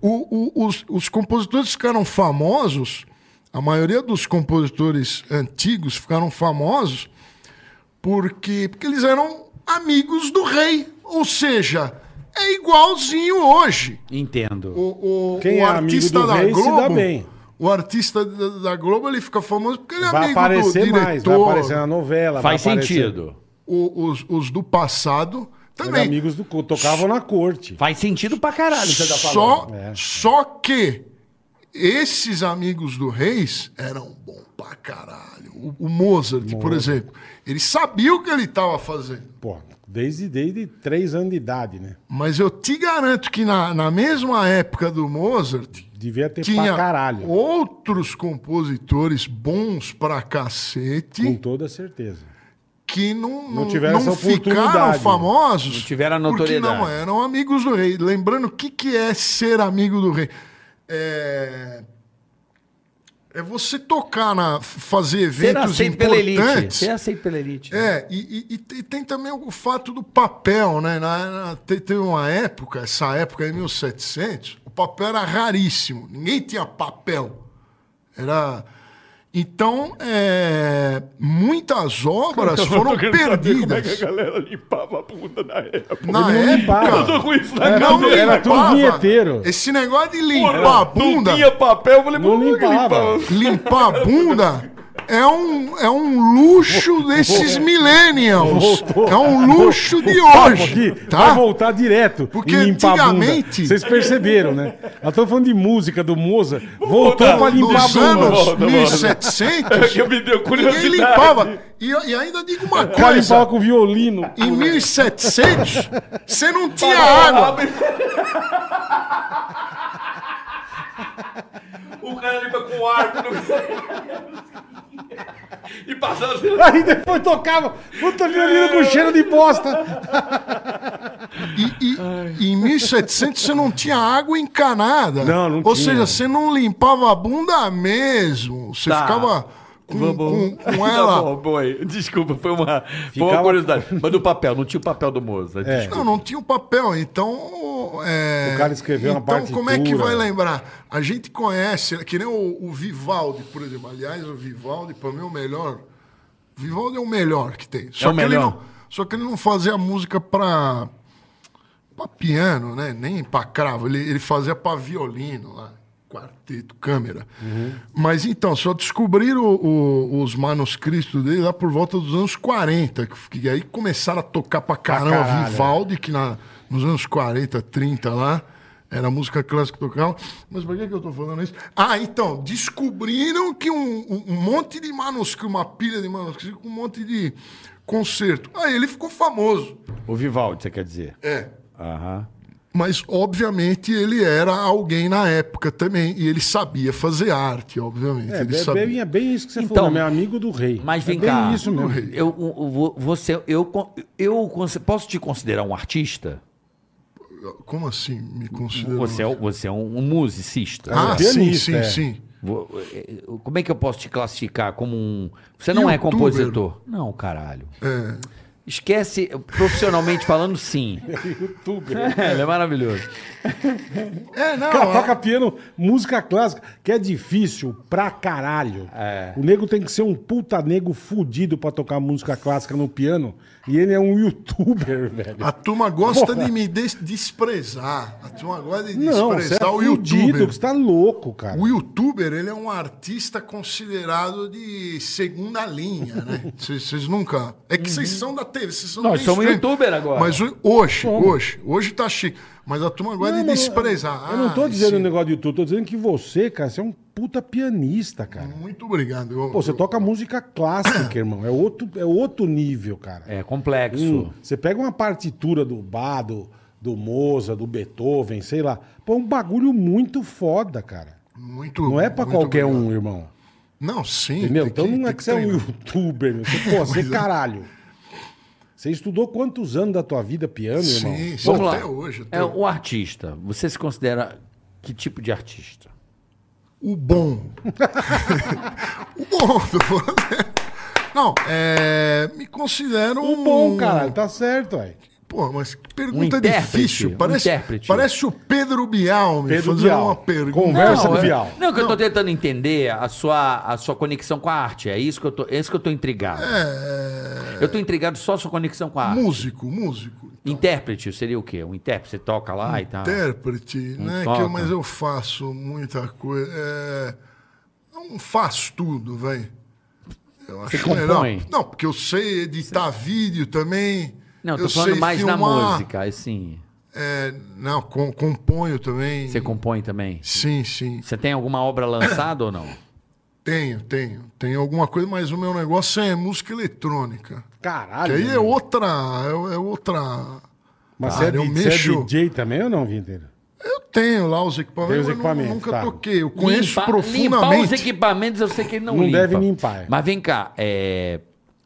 O- o- os, os compositores ficaram famosos, a maioria dos compositores antigos ficaram famosos porque, porque eles eram amigos do rei. Ou seja, é igualzinho hoje. Entendo. O, o- Quem o é amigo artista do da rei se Globo. dá bem. O artista da, da Globo ele fica famoso porque ele é Vai amigo aparecer do diretor. mais, vai aparecer na novela. vai Faz aparecer- sentido. O- os, os do passado Os também. amigos do cu- tocavam na corte. Faz sentido pra caralho o que você tá falando. só, É. só que esses amigos do Reis eram bom pra caralho. O, o Mozart, por exemplo, ele sabia o que ele estava fazendo. Pô, desde, desde três anos de idade, né? Mas eu te garanto que na, na mesma época do Mozart, Devia ter tinha pra caralho. outros compositores bons pra cacete Com toda certeza. que não, não, tiveram não essa ficaram oportunidade. famosos. Não tiveram a notoriedade. Porque não eram amigos do rei. Lembrando, o que, que é ser amigo do rei? É... É você tocar, na... fazer Ser eventos aceito pela elite. importantes. Ser aceito pela elite. É, e, e- e tem- tem também o fato do papel, né? Na, na- te- teve uma época, essa época em 1700, o papel era raríssimo. Ninguém tinha papel. Era... Então, é, muitas Então, (laughs) obras foram é perdidas. galera limpava a bunda na época. Na Ele não época, limpava. Eu tô com isso na Era não tudo- era tudo limpava. vinheteiro. Esse é negócio de limpar a bunda, papel, eu falei, Não por que limpava. limpar a bunda é um, é um luxo desses millennials. Voltou. É um luxo de Papo hoje, aqui vai tá? voltar direto Porque e limpar a bunda. antigamente- Vocês perceberam, né? Nós estamos falando de música do Mozart. Voltou pra limpar a Nos bunda. anos volta. 1700, me deu ninguém limpava. E, e ainda digo uma O cara limpava coisa, com violino. em 1700, você não tinha água. O cara limpa com ar. (laughs) e passando assim. Aí depois tocava. Puta violino com cheiro de bosta. E, e- em 1700 você não tinha água encanada. Não, não Ou tinha. seja, você não limpava a bunda mesmo. Você Tá. ficava com, com, (laughs) com ela. (laughs) Tá bom, boi. Desculpa, foi uma, foi uma Ficava- curiosidade. Mas do papel, não tinha o papel do Mozart. É. desculpa. Não, não tinha o papel, então. é, O cara escreveu na Então, partitura. como é que vai lembrar? A gente conhece, que nem o, o Vivaldi, por exemplo. Aliás, o Vivaldi, para mim, é o melhor. O Vivaldi é o melhor que tem. Só É o que melhor. Ele não, só que ele não fazia música para piano, né? Nem para cravo. Ele, ele fazia para violino lá. Quarteto, câmera. Mas então, só descobriram o- o- os manuscritos dele lá por volta dos anos 40, que, que aí começaram a tocar pra né? caramba caralho. Vivaldi, que na, nos anos 40, 30 lá, era música clássica que tocava. Mas por que, que eu tô falando isso? Ah, então, descobriram que um, um- um monte de manuscrito, uma pilha de manuscrito, com um monte de concerto. Aí ele ficou famoso. O Vivaldi, você quer dizer. É. Aham. Mas, obviamente, ele era alguém na época também. E ele sabia fazer arte, obviamente. É, ele é sabia. bem, é bem isso que você Então, falou, meu amigo do rei. Mas vem é bem cá. isso mesmo. Eu, eu- eu- você, eu, con- eu cons- posso te considerar um artista? Como assim me considero? Você é, um- você é um, um musicista. Ah, Pianista, sim, sim, é. sim. Vo- eh, Como é que eu posso te classificar como um. Você não é Youtuber. compositor. Não, caralho. É. Esquece, profissionalmente falando, sim. (laughs) Youtuber. É, ele é maravilhoso. É, não. Cara, é- toca piano, música clássica, que é difícil pra caralho. É. O nego tem que ser um puta nego fudido pra tocar música clássica no piano. E ele é um youtuber, (laughs) velho. A turma gosta de me des- desprezar. A turma gosta de Não, você desprezar é o fudido, youtuber. você tá louco, cara. O youtuber, ele é um artista considerado de segunda linha, (laughs) né? Vocês vocês nunca... É que Uhum. vocês são da TV, vocês são do Nós somos mainstream. youtuber agora. Mas o- hoje, hoje, hoje tá chique. Mas a turma gosta Não, de mas desprezar. Eu não tô Ah, dizendo um o esse- negócio de YouTube, tô dizendo que você, cara, você é um puta pianista, cara. Muito obrigado. Eu- Pô, você eu- toca música clássica, irmão. É outro, é outro nível, cara. É complexo. Hum, você pega uma partitura do Bach, do, do Mozart, do Beethoven, sei lá. Pô, é um bagulho muito foda, cara. Muito, Não é pra muito qualquer obrigado. um, irmão. Não, sim. Entendeu? tem Então não é tem que você é um treinar. é youtuber, meu. Você, (laughs) pô, você caralho. Você estudou quantos anos da tua vida piano, irmão? Sim, sim. Vamos lá. Até hoje. até É, hoje. o artista, você se considera que tipo de artista? O (laughs) bom. (laughs) o bom. tô falando. (laughs) Não, é, me considero um O bom, caralho, tá certo, aí. Pô, mas que Um pergunta intérprete, difícil. um Parece, intérprete. parece o Pedro Bial me Pedro fazendo Bial. uma pergunta. Conversa não, do é- Bial. Não, que eu tô tentando entender a sua, a sua conexão com a arte. É isso que eu tô, é isso que eu tô intrigado. É, Eu tô intrigado só a sua conexão com a arte. músico, músico. Ah, Intérprete seria o quê? Um intérprete, você toca lá e tal. intérprete, né? toca. Que eu- mas eu faço muita coisa. É, não faço tudo, velho. Eu acho compõe? melhor. Não, porque eu sei editar vídeo também. Não, eu tô falando sei mais na filmar. música, assim. É, não, com- componho também. Você compõe também? Sim, sim. Você tem alguma obra lançada ou não? Tenho, tenho. Tenho alguma coisa, mas o meu negócio é música eletrônica. Que Caralho. aí é meu. outra. É, é outra. Mas Cara, você, é, eu di- você é mexo- DJ também ou não, Vinteiro? Eu tenho lá os Tem equipamentos, os mas nu- equipamentos, nunca tá. toquei. Eu conheço Limpar- Limpar os profundamente. equipamentos, eu sei que ele não, Não limpa. deve limpar, é. Mas vem cá, é,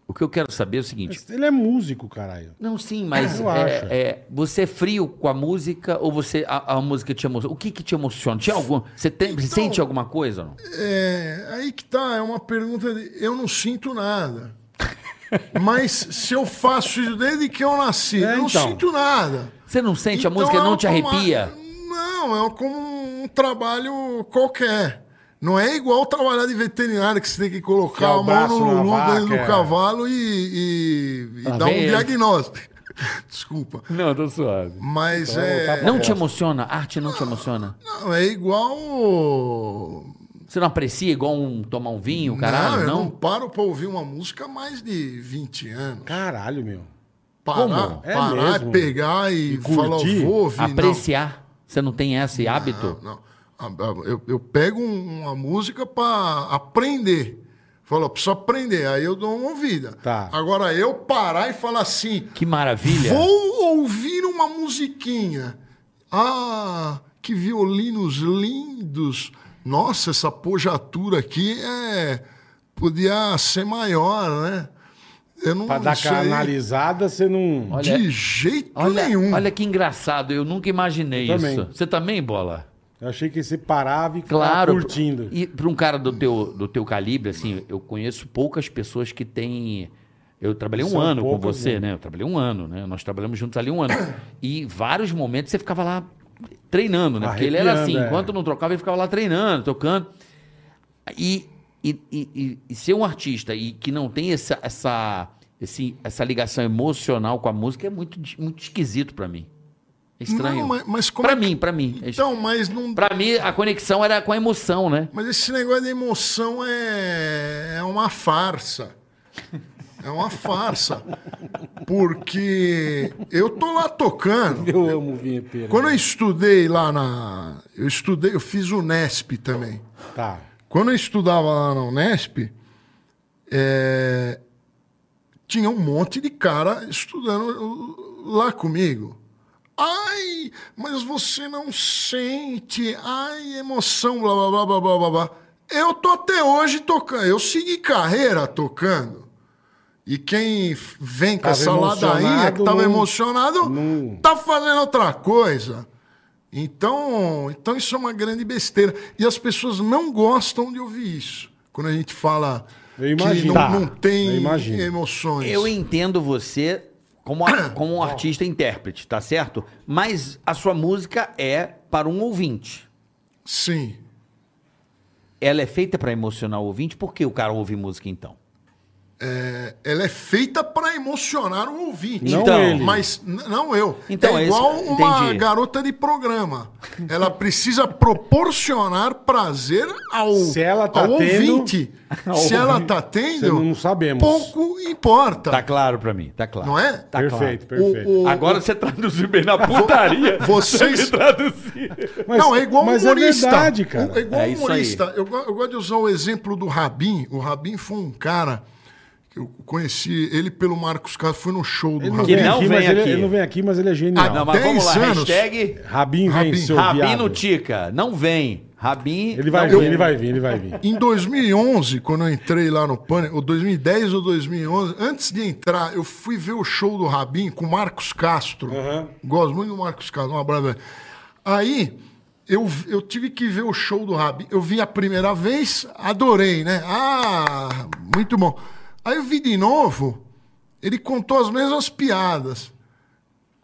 o que eu quero saber é o seguinte. Ele é músico, caralho. Não, sim, mas Eu é, acho. é, você é frio com a música ou você a, a música te emociona? O que que te emociona? Tinha algum, você tem- sente alguma coisa? ou Não? É, aí que tá, é uma pergunta de. Eu não sinto nada. Mas se eu faço isso desde que eu nasci, É, eu não então. sinto nada. Você não sente a Então, música, é não uma- te arrepia? Não, é como um trabalho qualquer. Não é igual trabalhar de veterinário que você tem que Enfiar é colocar o a mão braço na no, no, vaca, no é. cavalo e, e- e Lá dar um vem ele. diagnóstico. (laughs) Desculpa. Não, tô suave. Mas é. tá bom. Não te emociona? A arte não te emociona? Não, é igual. Você não aprecia igual um tomar um vinho, caralho? eu não Não? paro pra ouvir uma música há mais de 20 anos. Caralho, meu. Parar, Como? É parar mesmo? pegar e, E falar, curtir? vou ouvir. não. Apreciar. Você não tem esse hábito? Não, não. Ah, ah, Eu, eu pego um- uma música pra aprender. Falo, ó, preciso aprender. Aí eu dou uma ouvida. Tá. Agora eu parar e falar assim, Que maravilha. vou ouvir uma musiquinha. Ah, que violinos lindos. Nossa, essa pojatura aqui é podia ser maior, né? Eu não Pra dar sei aquela analisada, você não. Olha- de jeito Olha, nenhum. olha que engraçado, eu nunca imaginei Eu isso. também. Você também, Bola? Eu achei que você parava e ficava Claro. Tá curtindo. E para um cara do teu, do teu calibre, assim, eu conheço poucas pessoas que têm. Eu trabalhei um São ano com poucas, você, né? né? Eu trabalhei um ano, né? Nós trabalhamos juntos ali um ano. E vários momentos você ficava lá treinando, né? Porque ele era assim, Arrepiando, é. enquanto não trocava, ele ficava lá treinando, tocando. E, e, e- e- e ser um artista e que não tem essa, essa, esse- essa ligação emocional com a música é muito, di- muito esquisito pra mim. É estranho. Não, mas, mas como Pra é que- mim, pra mim. É Então, mas não Pra mim, a conexão era com a emoção, né? Mas esse negócio de emoção é, é uma farsa. É uma farsa. Porque eu tô lá tocando. Eu amo o vinheteiro. Quando eu estudei lá na. Eu estudei, eu fiz o Nesp também. Tá. Quando eu estudava lá na Unesp, é, tinha um monte de cara estudando lá comigo. Ai, mas você não sente. Ai, emoção, blá, blá, blá, blá, blá, blá, blá. Eu tô até hoje tocando. Eu segui carreira tocando. E quem f- vem com Tava essa ladainha, que emocionado, tava não- emocionado, não- tá fazendo outra coisa. Então, então isso é uma grande besteira. E as pessoas não gostam de ouvir isso. Quando a gente fala, Eu imagino. que não, Tá, não tem eu imagino. emoções. Eu entendo você como, (coughs) a- como um artista intérprete, tá certo? Mas a sua música é para um ouvinte. Sim. Ela é feita para emocionar o ouvinte, por que o cara ouve música então? É, ela é feita para emocionar o ouvinte. Não Então, ele. Mas n- não eu. Então, é é igual isso- uma entendi. garota de programa. Ela precisa proporcionar prazer ao, Se ela tá ao tendo- ouvinte. (laughs) Ao Se ela ouvinte, tá você tendo, não sabemos. pouco importa. Tá claro para mim, tá claro. Não é? Tá perfeito, claro. perfeito. O- o- Agora você traduziu bem na putaria. (laughs) Vocês- Você me traduziu. Mas- não, é igual mas é humorista. verdade, cara. O- É igual É isso humorista. Eu, go- eu gosto de usar o exemplo do Rabin. O Rabin foi um cara que eu conheci ele pelo Marcos Castro. Fui no show do Ele Rabin. Que não vem aqui, mas ele- aqui. ele não vem aqui, mas ele é genial. Ah, Não, mas vamos lá. 10 anos. Hashtag Rabin, Rabin. vem, seu Rabino viado. Tica. Não vem. Rabin. Ele vai não vir, vem. ele vai vir, ele vai vir. Em 2011, quando eu entrei lá no Pânico, ou 2010 ou 2011, antes de entrar, eu fui ver o show do Rabin com o Marcos Castro. Gosto muito do Marcos Castro, um abraço. velho. Aí, eu, eu tive que ver o show do Rabin. Eu vi a primeira vez, adorei, né? Ah, muito bom. Aí eu vi de novo, ele contou as mesmas piadas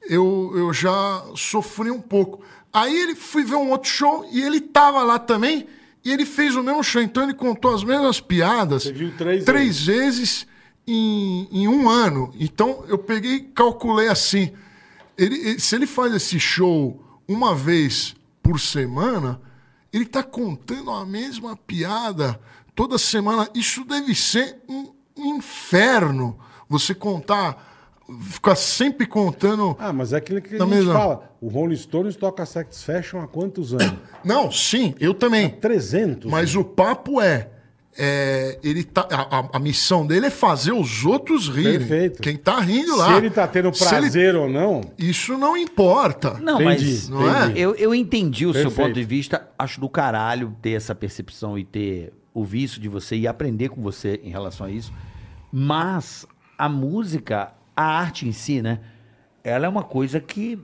eu, eu já sofri um pouco. Aí ele fui ver um outro show e ele tava lá também e ele fez o mesmo show. Então ele contou as mesmas piadas. Você viu três vezes em, em um ano. Então eu peguei e calculei assim. Ele, ele- se ele faz esse show uma vez por semana, ele tá contando a mesma piada toda semana. Isso deve ser um inferno. Você contar, ficar sempre contando Ah, mas é aquilo que a Tá gente mesmo. fala. O Rolling Stones toca Satisfaction há quantos (coughs) anos? Não, sim, eu também. 300. Mas o papo é. é, ele tá, a, a- a missão dele é fazer os outros rirem. Perfeito. Quem tá rindo lá. Se ele tá tendo se ele- prazer ou não, isso não importa. Não, Entendi, mas não é? entendi. Eu, eu entendi o seu Perfeito. ponto de vista. Acho do caralho ter essa percepção e ter o vício de você e aprender com você em relação a isso. Mas a música, a arte em si, né? Ela é uma coisa que,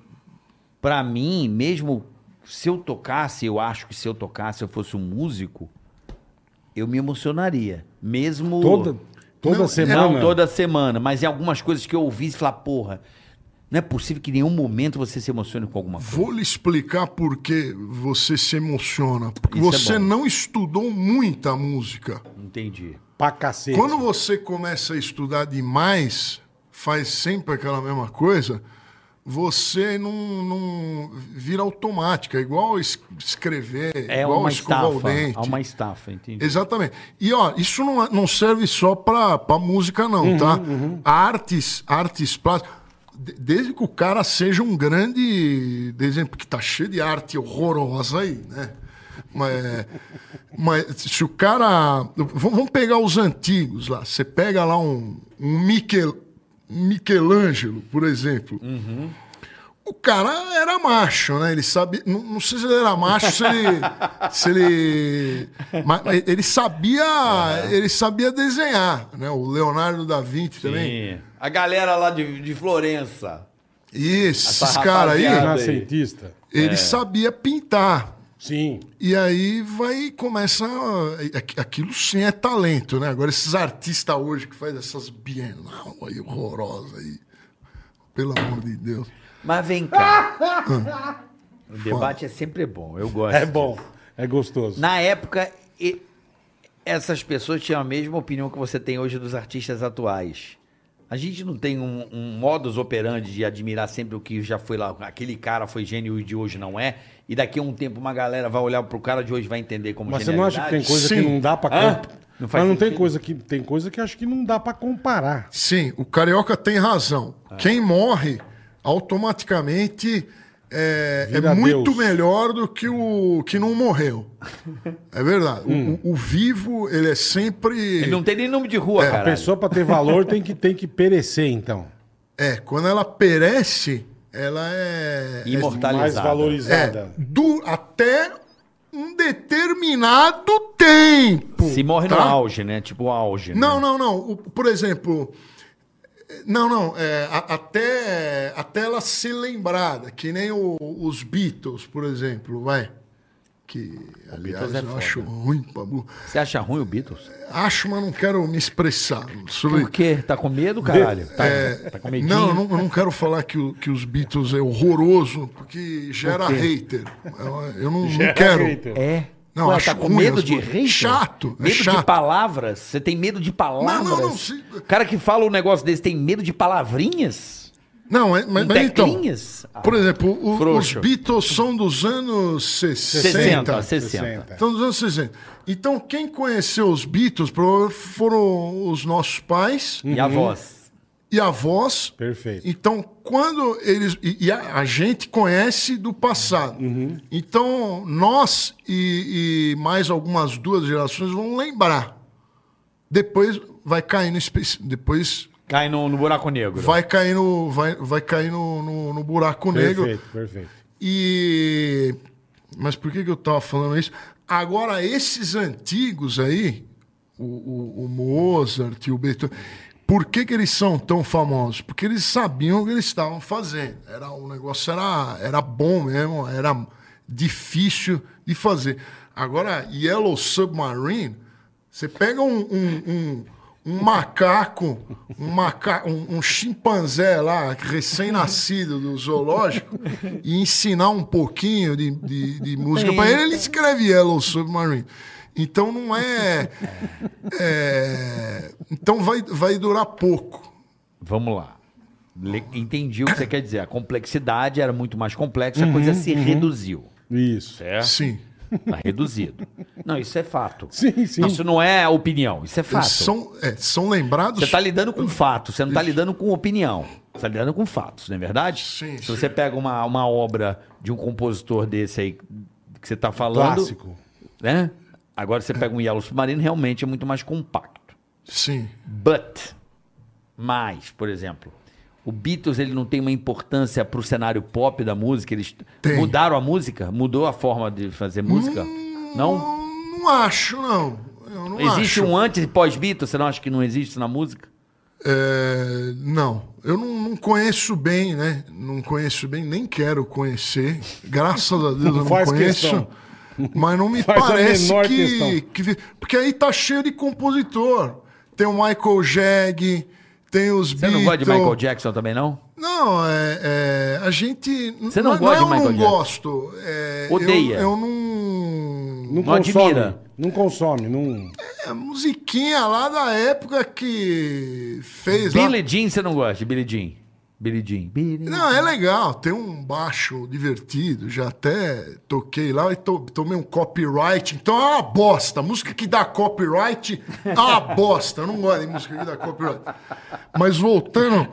pra mim, mesmo se eu tocasse, eu acho que se eu tocasse, eu fosse um músico, eu me emocionaria. Mesmo. toda, toda Não, é- semana. Não toda semana, mas em algumas coisas que eu ouvi e falar, porra, não é possível que em nenhum momento você se emocione com alguma coisa. Vou lhe explicar por que você se emociona. Porque Isso é você bom. não estudou muita música. Entendi. Pra cacete. Quando você começa a estudar demais, faz sempre aquela mesma coisa, você não, não vira automática, igual es- escrever, É igual uma escovar o estafa. dente. É uma estafa, entendi. Exatamente. E ó, isso não, é- não serve só pra, pra música, não, tá? Artes, artes plásticas. de- Desde que o cara seja um grande. de Exemplo, que tá cheio de arte horrorosa aí, né? Mas, mas se o cara. v- Vamos pegar os antigos lá. Você pega lá um, um Michel, Michelangelo, por exemplo. O cara era macho, né? Ele sabia. Não, não sei se ele era macho, se ele. se ele. Mas ele sabia. Ele sabia desenhar, né? O Leonardo da Vinci também. É. Sim. A galera lá de, de Florença. E esses Essa caras é aí, rapaziada. É. Renascentista. ele sabia pintar. Sim. E aí vai começa aqu- aquilo sim é talento, né? Agora esses artistas hoje que faz essas bienal aí horrorosas aí. Pelo amor de Deus. Mas vem cá. (laughs) o debate é sempre bom, eu gosto. É bom. É gostoso. Na época, e- essas pessoas tinham a mesma opinião que você tem hoje dos artistas atuais. A gente não tem um, um modus operandi de admirar sempre o que já foi lá. Aquele cara foi gênio e o de hoje não é. E daqui a um tempo uma galera vai olhar pro cara de hoje e vai entender como Mas você não acha que tem coisa que Sim. não dá pra Hã? comparar? Não faz Mas não tem sentido. coisa que tem coisa que acho que não dá pra comparar. Sim, o carioca tem razão. É. Quem morre automaticamente é, Vira é muito Deus. melhor do que o que não morreu. (laughs) É verdade. O- O, o vivo, ele é sempre. Hum. Ele não tem nem nome de rua, É, A cara. pessoa pra ter valor tem que, tem que perecer, então. É, quando ela perece, ela é. é Mais Imortalizada. É, valorizada. do, até um determinado tempo. Se morre no tá? auge, né? Tipo o auge. né? Não, não, não. O- por exemplo, não, não. é, a- até, até ela ser lembrada, que nem o- os Beatles, por exemplo, vai. que, aliás, Beatles é eu foda. acho ruim, Pablo. Você acha ruim o Beatles? Acho, mas não quero me expressar sobre... Por quê? Tá com medo, caralho? Tá, tá com medinho? é. Não, eu não, eu não quero falar que, o- que os Beatles é horroroso, porque gera hater. Eu, eu não, não Gera quero. hater. É. Não, Ué, acho tá com ruim medo as de coisas. hater? Chato, é Medo de chato. palavras? Você tem medo de palavras? Não, não, não, se- O cara que fala um negócio desse tem medo de palavrinhas? Não, é- mas, Em mas então. teclinhas? Ah, Por exemplo, o- os Frouxo. Beatles são dos anos 60, 60. 60. São dos anos 60. Então, quem conheceu os Beatles provavelmente foram os nossos pais E a voz? e avós. Perfeito. Então, quando eles. E, e a, a gente conhece do passado. Uhum. Então, nós e, e mais algumas duas gerações vão lembrar. Depois vai cair no. espe- Depois Cai no, no buraco negro. vai cair no, vai, vai cair no, no- no buraco negro. Perfeito, perfeito. E. Mas por que, que eu tava falando isso? Agora, esses antigos aí, o, o- o Mozart e o Beethoven, por que, que eles são tão famosos? Porque eles sabiam o que eles estavam fazendo. Era, o negócio era, era bom mesmo, era difícil de fazer. Agora, Yellow Submarine, você pega um, um- um- um macaco, um, maca, um, um chimpanzé lá, recém-nascido do zoológico, e ensinar um pouquinho de, de- de música para ele, ele escreve Yellow Submarine. Então não é. é, então vai, vai durar pouco. Vamos lá. Le- Entendi o (coughs) que você quer dizer. A complexidade era muito mais complexa, a Uhum, coisa se reduziu. Isso. Certo? Sim. Tá reduzido. Não, isso é fato. Sim, sim. Isso não é opinião, isso é fato. Eles são, é, são lembrados. Você tá- está lidando com fato, você não está lidando com opinião. Você está lidando com fatos, não é verdade? Sim, Se sim. você pega uma, uma obra de um compositor desse aí que você está falando. Clássico. Né? Agora você pega um Yellow Submarino, realmente é muito mais compacto. Sim. But, mas, por exemplo, o Beatles ele não tem uma importância pro cenário pop da música. Eles Tem. mudaram a música? Mudou a forma de fazer música? Hum, não? Não, não acho, não. Eu não Existe acho. um antes e pós-Beatles? Você não acha que não existe na música? É, não, eu não, não conheço bem, né? Não conheço bem, nem quero conhecer. Graças a Deus eu não Faz conheço. questão. Mas não (laughs) me Faz a parece menor que, questão. que vi- Porque aí tá cheio de compositor. Tem o Michael Jag, tem os Você não gosta de Beatles. Michael Jackson também, não? Não, é, é, a gente. Você não é- gosta de é eu Michael não Jackson? gosto. é, Odeia. Eu, eu não. Não, Não consome. admira. Não consome. Não... É a musiquinha lá da época que fez. lá- Billie Jean você não gosta? Billie Jean. Billie Jean. Billie- Não, é legal, tem um baixo divertido, já até toquei lá e to- tomei um copyright, então é uma bosta. Música que dá copyright é uma bosta. Eu não gosto de música que dá copyright. Mas voltando,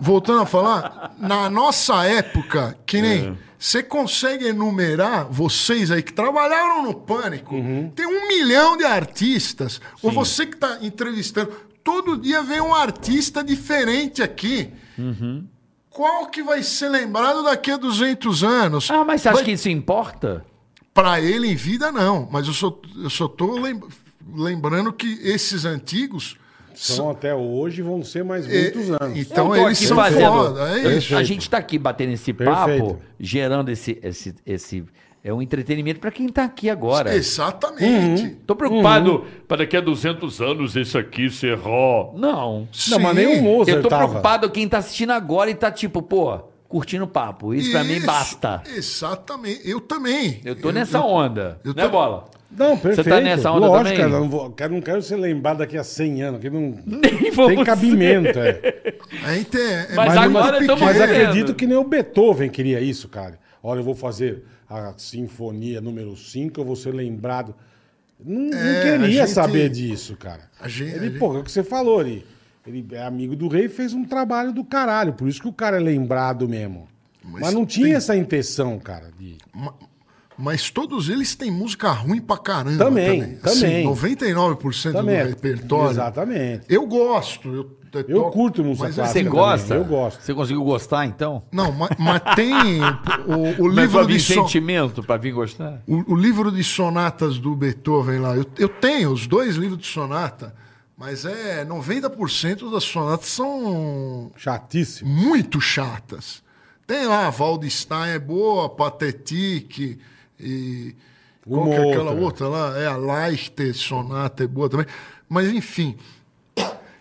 voltando a falar, na nossa época, que nem você consegue enumerar, vocês aí que trabalharam no pânico, tem um milhão de artistas, ou você que está entrevistando, todo dia vem um artista diferente aqui. Qual que vai ser lembrado daqui a 200 anos? Ah, mas você acha Vai- que isso importa? Pra ele em vida, não. Mas eu só, eu só tô lem- lembrando que esses antigos... São Então, até hoje vão ser mais muitos anos. Então Eu tô eles aqui são fazendo- foda, é isso. A gente tá aqui batendo esse papo, Perfeito. gerando esse, esse, esse. É um entretenimento pra quem tá aqui agora. Exatamente. Tô preocupado para daqui a 200 anos isso aqui ser ró. Não. Não, mas Sim. nem o Mozart Eu tô Uhum. tava. preocupado quem tá assistindo agora e tá tipo, pô, curtindo o papo. Isso, pra mim basta. Exatamente. Eu também. Eu tô nessa onda. eu né, tô- bola? Não, perfeito. tá nessa onda Lógico, também? cara, eu não, vou, cara, não quero ser lembrado daqui a 100 anos, que não Nem tem cabimento. É. A gente é, é Mas mais agora então muito tamo Mas pequeno. vendo. acredito que nem o Beethoven queria isso, cara. Olha, eu vou fazer a sinfonia número 5, eu vou ser lembrado. Não, não É, queria a gente- saber disso, cara. A gente- ele, a gente- pô, é o que você falou, ele, ele é amigo do rei e fez um trabalho do caralho. Por isso que o cara é lembrado mesmo. Mas, Mas não tinha tem- essa intenção, cara. De... Ma- Mas todos eles têm música ruim pra caramba. Também, Também, também. Assim, 99% Também. do repertório. Tá Exatamente. Eu gosto. Eu, Eu toco, curto música mas assim, Você clássica. também, gosta? eu gosto. Você conseguiu gostar, então? Não, ma- mas, tem o, o Mas pra livro vir de son- sentimento, pra vir gostar? o, o livro de sonatas do Beethoven lá. Eu, eu tenho os dois livros de sonata, mas é 90% das sonatas são Chatíssimo. muito chatas. Tem lá, a Waldstein é boa, Patetic, E Uma qual que é aquela outra. outra lá? É a Leicester Sonata, é boa também. Mas, enfim.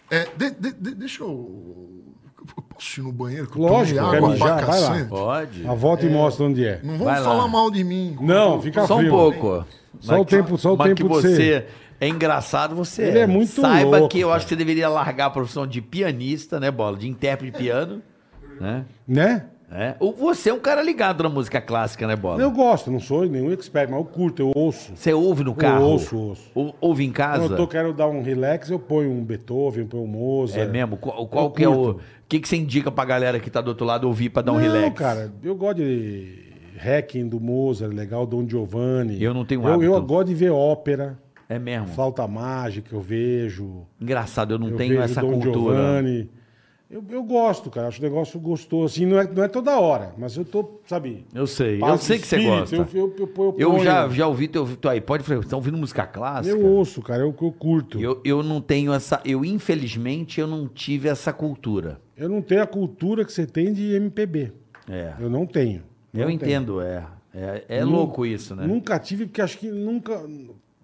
É, de- de- de- deixa eu. eu Posso ir no banheiro? Que eu Lógico, tomei quer água pra mijar? Vai lá. cacete. Pode. A volta e mostra onde é. Não vão Vai lá. falar mal de mim. Não, fica Só um frio. pouco. Só o tempo- só o mas tempo que de você ser. é engraçado, você Ele é muito Saiba louco, que eu acho que você deveria largar a profissão de pianista, né, Bola? De intérprete de (laughs) piano, né? Né? É. O- Você é um cara ligado na música clássica, né, Bola? Eu gosto, não sou nenhum expert, mas eu curto, eu ouço. Você ouve no carro? ouço, ouço. Ou- ouve em casa? Quando eu tô, quero dar um relax, eu ponho um Beethoven, eu ponho um Mozart. É mesmo? Qual, qual Eu que é o... O curto. que, que você indica pra galera que tá do outro lado ouvir pra dar um não, relax? cara, eu gosto de Hacking do Mozart, legal, Dom Giovanni. Eu não tenho eu, eu hábito. gosto de ver ópera, É mesmo? flauta mágica, eu vejo. Engraçado, eu não eu tenho vejo essa Dom cultura. Giovanni. Eu, eu gosto, cara, acho o negócio gostoso. Assim, não é, não é toda hora, mas eu tô, sabe... Eu sei, eu paz de sei que você espírito, gosta. Eu, eu, eu, eu Eu ponho. já, já ouvi teu, teu iPod e falei, estão tá ouvindo música clássica? Eu ouço, cara, eu, eu curto. Eu, eu não tenho essa. Eu, infelizmente, eu não tive essa cultura. Eu não tenho a cultura que você tem de MPB. É. Eu não tenho. Eu, Não tenho. entendo, é. É, é Nun- louco isso, né? Nunca tive, porque acho que nunca.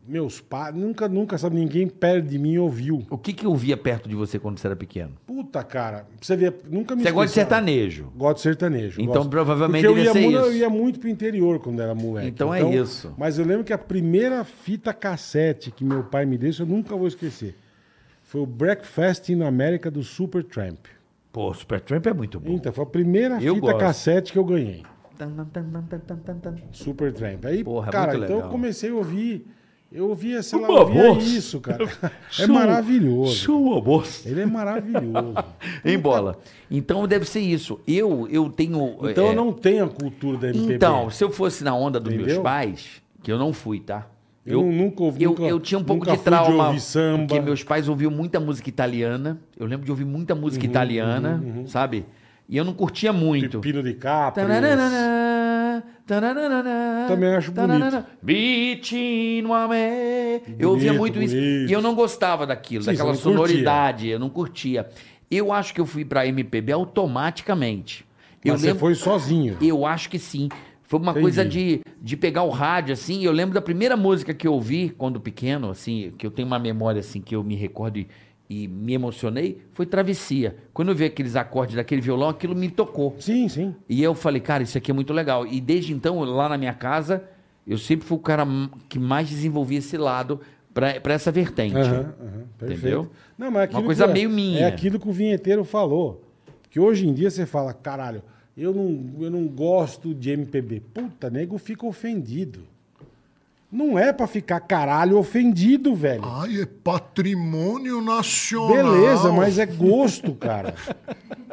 Meus pais, nunca, nunca, sabe? Ninguém perto de mim ouviu. O que, que eu via perto de você quando você era pequeno? Puta, cara. pra Você vê, nunca me Você gosta de esqueçaram. sertanejo. Gosto de sertanejo. Então, gosto. provavelmente, Porque eu devia ia, ser muito, isso. eu ia muito pro interior quando era moleque. Então é isso. Mas eu lembro que a primeira fita cassete que meu pai me deu, isso eu nunca vou esquecer. Foi o Breakfast in America do Supertramp. Pô, Supertramp é muito bom. Então, foi a primeira Eu fita gosto. cassete que eu ganhei. Tan, tan, tan, tan, tan, tan, tan. Supertramp. Aí, Porra, é cara, muito então legal. eu comecei a ouvir. Eu ouvia, sei lá, Uma eu ouvia voz. isso, cara. É Sou- maravilhoso. Sou almoço. Ele é (laughs) maravilhoso. Em bola. Então deve ser isso. Eu, eu tenho. Então é, eu não tenho a cultura da MPB. Então, se eu fosse na onda dos meus Entendeu? pais, que eu não fui, tá? Eu não- nunca ouvi- eu, nunca- eu tinha um pouco nunca de fui de trauma. ouvir samba. Porque meus pais ouviam muita música italiana. Eu lembro de ouvir muita música Uhum, italiana, sabe? E eu não curtia muito. Pepino de Capri. Tananana, tananana, Também acho tananana. Bitino a me. Bonito, Eu ouvia muito isso. bonito. E eu não gostava daquilo, Sim, daquela você não curtia. sonoridade. Eu não curtia. Eu acho que eu fui pra MPB automaticamente. Mas eu você lembro- foi sozinho. eu acho que sim. Foi uma Entendi. coisa de, de pegar o rádio, assim. Eu lembro da primeira música que eu ouvi quando pequeno, assim, que eu tenho uma memória, assim, que eu me recordo e, e me emocionei, foi Travessia. Quando eu vi aqueles acordes daquele violão, aquilo me tocou. Sim, sim. E eu falei, cara, isso aqui é muito legal. E desde então, lá na minha casa, eu sempre fui o cara m- que mais desenvolvia esse lado pra pra essa vertente. Aham, aham, perfeito. Entendeu? Não, mas é aquilo Uma coisa que- meio minha. É aquilo que o vinheteiro falou. Que hoje em dia você fala, caralho, eu não, eu não gosto de MPB. Puta, nego fica ofendido. Não é pra ficar caralho ofendido, velho. Ai, é patrimônio nacional. Oh, Beleza, mas é gosto, (laughs) cara.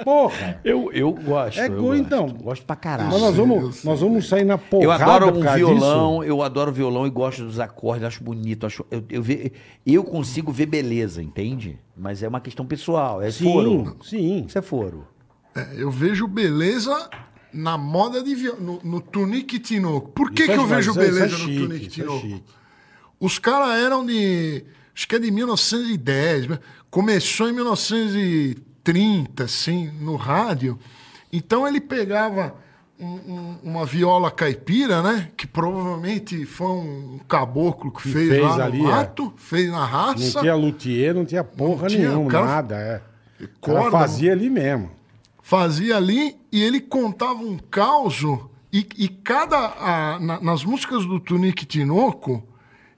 Porra. Eu, eu gosto. É eu gol, gosto. então. Gosto pra Ah, caralho. Mas nós eu vamos, sei. nós vamos sair na porrada Eu adoro por um causa violão, eu adoro violão e gosto dos acordes, acho bonito, acho, eu, eu, ve- eu consigo ver beleza, entende? Mas é uma questão pessoal, é disso? foro. Sim, sim. Isso é foro. É, eu vejo beleza na moda de viol... no, no Tunique Tinoco. Por que, Isso é- que eu vejo isso é- isso é beleza chique, no Tunique isso é Tinoco? chique. Os caras eram de. Acho que é de 1910. né? Começou em 1930, assim, no rádio. Então ele pegava um- um- uma viola caipira, né? Que provavelmente foi um caboclo que fez, fez lá ali, é. no mato, fez na raça. Não tinha luthier, não tinha porra Não tinha, nenhuma, o cara- nada. É. O cara Corda, fazia ali mesmo. fazia ali e ele contava um caos e, e cada a- na- nas músicas do Tunique Tinoco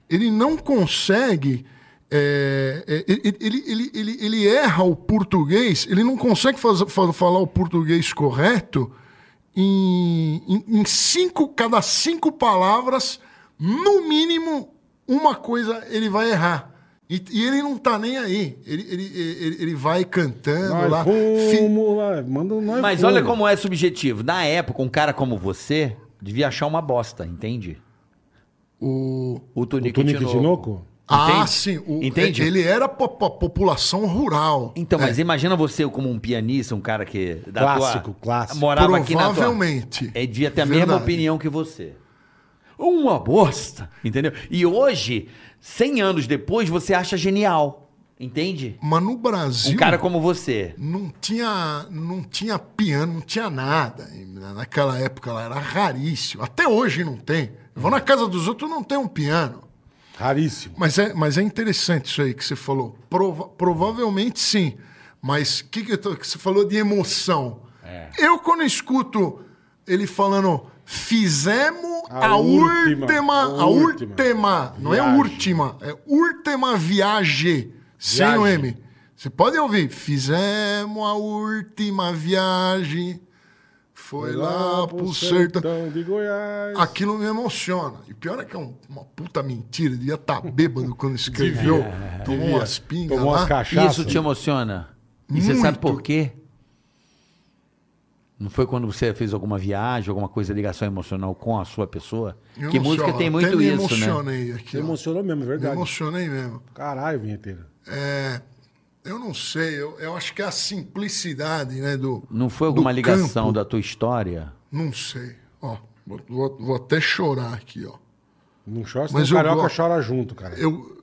ele não consegue é, é, ele, ele, ele, ele, ele erra o português ele não consegue faz- fa- falar o português correto em, em- em cinco cada cinco palavras no mínimo uma coisa ele vai errar e, e ele não tá nem aí. Ele, ele, ele, ele vai cantando Nós lá. Fi- fumo lá, manda nós Mas fumo. olha como é subjetivo. Na época, um cara como você devia achar uma bosta, entende? O... O O Tonico Tunico Tinoco? Ah, Entende? sim. O... Entende? Ele era po- po- população rural. Então, É, mas imagina você como um pianista, um cara que... da Clássico, clássico. Morava aqui na tua... Provavelmente. É devia ter a Verdade. mesma opinião que você. Uma bosta, entendeu? E hoje, 100 anos depois, você acha genial. Entende? Mas no Um Brasil cara como você. não tinha não tinha piano, não tinha nada. E na- Naquela época lá era raríssimo. Até hoje não tem. Eu vou na casa dos outros não tem um piano. Raríssimo. Mas é, mas é interessante isso aí que você falou. Prova- provavelmente sim. Mas o que, que, eu tô- que você falou de emoção? Eu, quando escuto ele falando fizemos A a, última, última, a última. a última, não é Viagem. última, é última viagem, sem o Viagem. M. Você pode ouvir, fizemos a última viagem, foi lá pro sertão. de Goiás. Aquilo me emociona. E pior é que é um- uma puta mentira. Devia estar bêbado quando escreveu. é, Tomou Devia. umas pingas Tomou umas lá. cachaça. Isso te emociona? E você Muito. sabe por quê? Não foi quando você fez alguma viagem, alguma coisa, ligação emocional com a sua pessoa? Me que emociona. música tem muito Até me isso, né? emocionei aqui. Te ó. emocionou mesmo, é Me verdade. emocionei mesmo. Caralho, vinheteiro. É, eu não sei. Eu, eu acho que é a simplicidade né, do Não foi do alguma ligação campo. da tua história? Não sei. Ó, vou, vou- vou até chorar aqui, ó. Não chora, senão Mas o eu carioca gosto. chora junto, cara. Eu,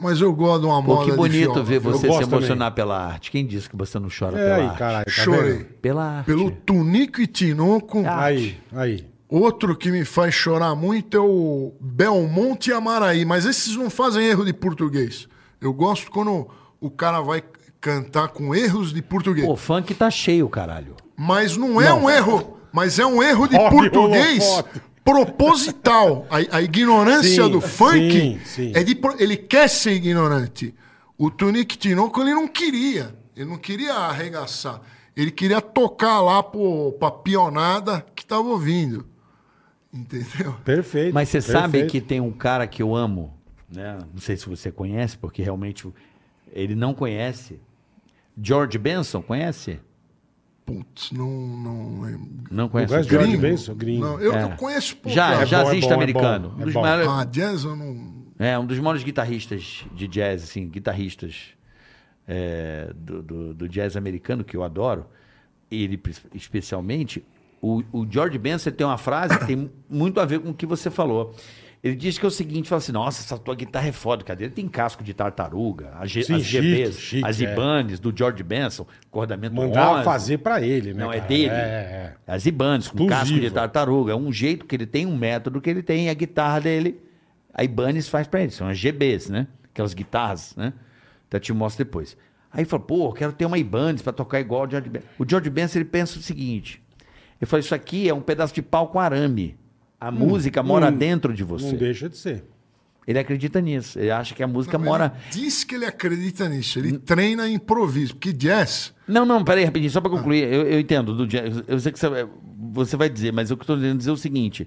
mas eu gosto de uma Pô, moda que de bonito viola. ver você se gosto também. emocionar pela arte. Quem disse que você não chora É pela aí, arte? caralho. Tá Chorei. vendo? Pela arte. Pelo Tunico e Tinoco. Aí, aí. Outro que me faz chorar muito é o Belmonte e Amaraí, mas esses não fazem erro de português. Eu gosto quando o cara vai cantar com erros de português. Pô, funk tá cheio, caralho. Mas não é um erro, mas é um erro de Rock português holofote. proposital. A, a ignorância Sim, do funk sim, sim. é de pro- ele quer ser ignorante. O Tunique Tinoco ele não queria, ele não queria arregaçar. Ele queria tocar lá pro, pra pionada que tava ouvindo. Entendeu? Perfeito. Mas você sabe perfeito. que tem um cara que eu amo, né? Não sei se você conhece, porque realmente ele não conhece. George Benson, conhece? Putz, não, não lembro. Não conhece. conhece o George George Benson? Gringo. Não, eu, É. eu conheço pouco. Já, É jazzista bom, é bom, é americano. bom, um é dos bom. maiores- Ah, jazz eu não. É, um dos maiores guitarristas de jazz, assim, guitarristas é, do, do- do jazz americano, que eu adoro, ele pres- especialmente, o, o George Benson tem uma frase que tem muito a ver com o que você falou. Ele diz que é o seguinte, fala assim, nossa, essa tua guitarra é foda, cadê? Ele tem casco de tartaruga, as, G- Sim, as chique, GBs, chique, as é. Ibanez do George Benson, cordamento Mandava 11. fazer pra ele, né? Não, é cara? dele. É, é. As Ibanez, com Exclusivo. casco de tartaruga. É um jeito que ele tem, um método que ele tem. A guitarra dele, a Ibanez faz pra ele. São as GBs, né? Aquelas guitarras, né? Até te mostro depois. Aí ele falou, pô, eu quero ter uma Ibanez pra tocar igual o George Benson. O George Benson, ele pensa o seguinte. Ele falou, isso aqui é um pedaço de pau com arame. A música mora hum, dentro de Não você. deixa de ser. Ele acredita nisso. Ele acha que a música mora... Ele diz que ele acredita nisso. Ele treina improviso. Porque jazz. Não, não, peraí, rapidinho, só pra concluir. Eu, eu entendo, do dia- eu sei que você, você vai dizer, mas o que eu tô querendo dizer é o seguinte.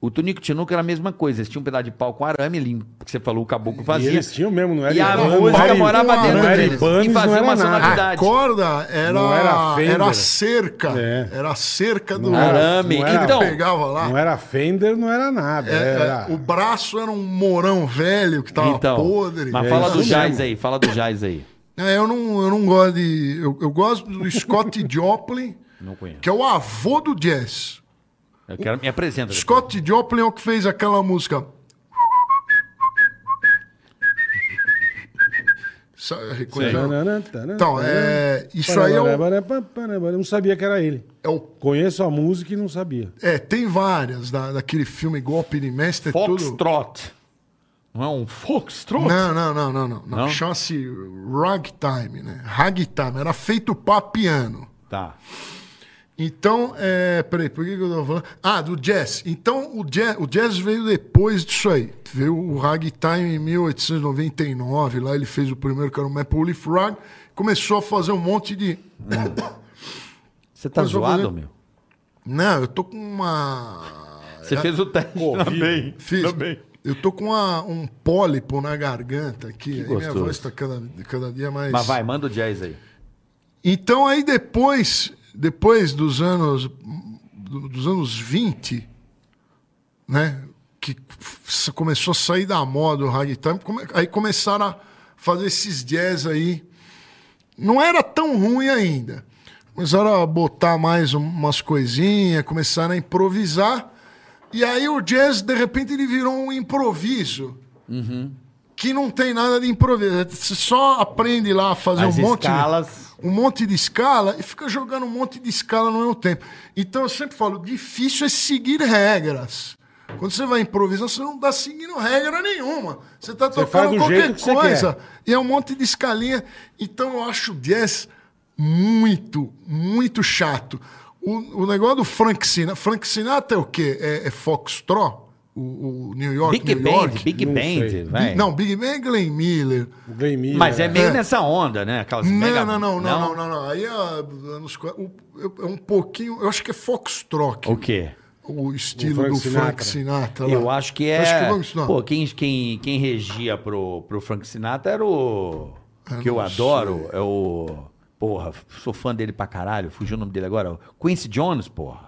O Tunico Tinuca era a mesma coisa. Eles tinham um pedaço de pau com arame limpo, que você falou, o caboclo E fazia. eles tinham mesmo, não era? E a Ibanez, música não era- morava dentro Não era deles. Ibanez, E fazia não era uma nada. sonoridade. A É Verdade. corda Não era era, Fender. era a cerca. É. Era a cerca do Não era- Arame. não que ele era- Então, pegava Ah, lá. Não era Fender, não era nada. É, é, Era... o braço era um morão velho que tava Então, podre. mas É fala isso do jazz mesmo. aí, fala do jazz aí. É, eu, não, eu não gosto de. Eu, eu gosto do Scott Joplin, Não conheço. que é o avô do jazz. Eu quero, me apresenta. depois. Scott Joplin é o que fez aquela música. Sa- é reconheceu? Então, é, isso aí é o- eu não sabia que era ele. É o- Conheço a música e não sabia. é, tem várias da, daquele filme Golpe de Mestre. é tudo... Foxtrot. Não é um Foxtrot? Não, não, não, não, não. Não? não. Chama-se ragtime, né? Ragtime. Era feito pra piano. Tá. Então, é, peraí, por que, que eu tô falando? Ah, do jazz. Então, o jazz, o jazz veio depois disso aí. Veio o ragtime em 1899, lá ele fez o primeiro, que era o Maple Leaf Rag. Começou a fazer um monte de... Você tá Mas eu vou zoado, fazer- meu? Não, né, eu tô com uma... Você fez o teste também. Fiz. Também. Eu tô com uma- um pólipo na garganta aqui. aí minha gostoso. voz tá cada, cada dia mais... Mas vai, manda o jazz aí. Então aí depois, depois dos anos do- dos anos 20, né, que f- começou a sair da moda o ragtime, come- aí começaram a fazer esses jazz aí. Não era tão ruim ainda. Começaram a botar mais um- umas coisinhas, começaram a Uhum. improvisar. E aí o jazz, de repente, ele virou um improviso. que não tem nada de improviso. Você só aprende lá a fazer As um monte escalas. um monte de escala e fica jogando um monte de escala no mesmo tempo. Então eu sempre falo, difícil é seguir regras. Quando você vai improvisar, você não tá seguindo regra nenhuma. Você tá faz do tocando jeito qualquer que você coisa. quer. E é um monte de escalinha. Então eu acho o jazz muito, muito chato. O, o negócio do Frank Sinatra. Frank Sinatra é o quê? É, é Foxtrot? O, o New York, Big New Band, York? Big Não Band, sei. vai. Não, Big Bang é Glenn Miller. O Glenn Miller. Mas é meio É. nessa onda, né? Aquelas mega- Não, não, não, não, não, não, não. Aí é anos qua- o- eu- é um pouquinho. Eu acho que é Foxtrot. O quê? O estilo O Frank do Sinatra. Frank Sinatra. lá. Eu acho que é. Acho que vamos, não. Pô, quem, quem, quem regia pro, pro Frank Sinatra era o. Eu que eu não adoro, é o. Porra, sou fã dele pra caralho, fugiu o nome dele agora. o Quincy Jones, porra.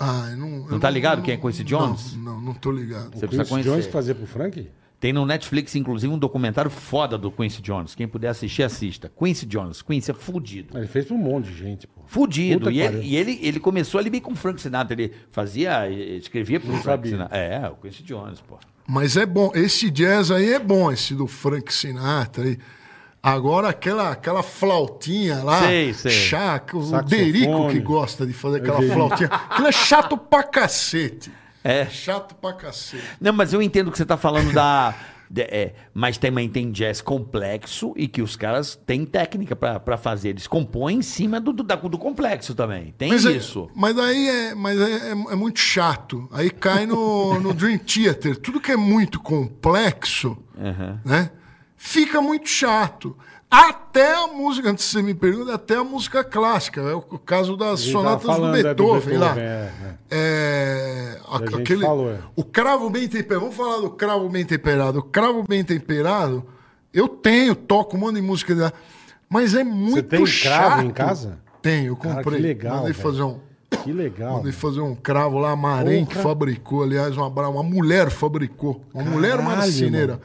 Ah, eu não, eu tá ligado quem é Quincy Jones? Não, não, não tô ligado. Você O precisa Quincy conhecer. Jones fazer pro Frank? Tem no Netflix, inclusive, um documentário foda do Quincy Jones. Quem puder assistir, assista. Quincy Jones. Quincy é fudido. Ah, Ele fez pra um monte de gente, pô. Fudido. Puta E, que ele, pariu. e ele, ele começou ali bem com o Frank Sinatra. Ele fazia, escrevia pro Frank sabia. Sinatra. É, o Quincy Jones, pô. Mas é bom. Esse jazz aí é bom, esse do Frank Sinatra aí. Agora aquela, aquela flautinha lá, Sei, sei. chaca, o Saxofone. Derico que gosta de fazer aquela Derico. flautinha. Aquilo é chato pra cacete. É. Chato pra cacete. Não, mas eu entendo que você tá falando da... de- é, mas também tem jazz complexo e que os caras têm técnica pra pra fazer. Eles compõem em cima do, do, da- do complexo também. Tem Mas, é- isso. mas aí é, mas é, é- é muito chato. Aí (laughs) cai no, no Dream Theater. Tudo que é muito complexo, né? Fica muito chato. Até a música, antes que você me pergunte, até a música clássica. É o, o caso das Ele sonatas tava do falando, é, Beethoven, lá. é, é. É, a- Que a gente aquele, falou, é. O cravo bem temperado. Vamos falar do cravo bem temperado. O cravo bem temperado, eu tenho, toco um monte de música. da- Mas é muito tem chato. cravo em casa? Tenho, eu comprei. Cara, que legal, Mandei velho. fazer um. Que legal. Mandei fazer um cravo lá, Marém, que Porra. fabricou, aliás, uma, bra- uma mulher fabricou. Uma mulher Caralho, marceneira.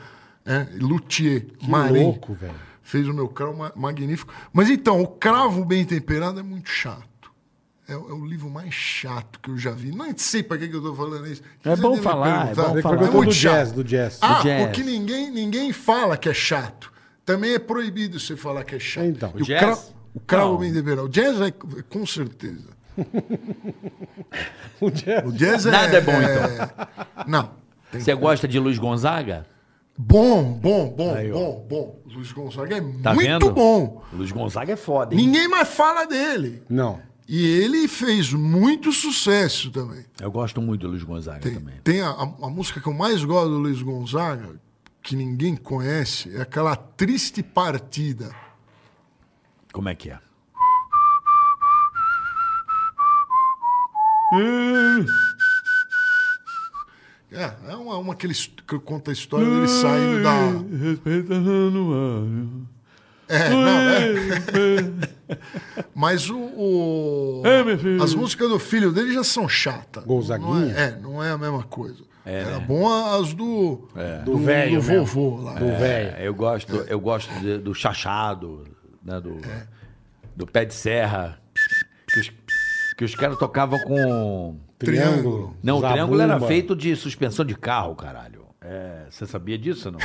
É, luthier, Que Marém. louco, velho. Fez o meu cravo ma- magnífico. Mas então, o cravo bem temperado é muito chato. É, o- é o livro mais chato que eu já vi. Não sei pra que, que eu tô falando isso. É Você bom deve me falar, é perguntar. bom Ele falar. perguntou muito do jazz, né? chato. do jazz. Ah, jazz. porque ninguém, ninguém fala que é chato. Também é proibido você falar que é chato. Então, E o, jazz? cra- o cravo Não. bem temperado. O jazz é, com certeza. O jazz. O jazz Nada é bom, então. Não. Tem- Você é- gosta de Luiz Gonzaga? Bom, bom, bom, Aí, ó. bom, bom. Luiz Gonzaga é Tá muito vendo? bom. Luiz Gonzaga é foda, hein? Ninguém mais fala dele. Não. E ele fez muito sucesso também. Eu gosto muito do Luiz Gonzaga Tem, também. tem a, a- a música que eu mais gosto do Luiz Gonzaga, que ninguém conhece, é aquela Triste Partida. Como é que é? É, é uma, uma que, ele, que conta a história dele saindo da, É, não, é. (laughs) Mas o. o- as músicas do filho dele já são chatas. Gonzaguinha? Não é, é, não é a mesma coisa. É, Era né? bom as do. Do velho Do mesmo. vovô lá. Do velho. É, eu gosto, eu gosto de- do chachado, né, do, É. do pé de serra, que os, que os caras tocavam com... Triângulo. Não, o triângulo era Zabumba. feito de suspensão de carro, caralho. É, você sabia disso (laughs) ou não?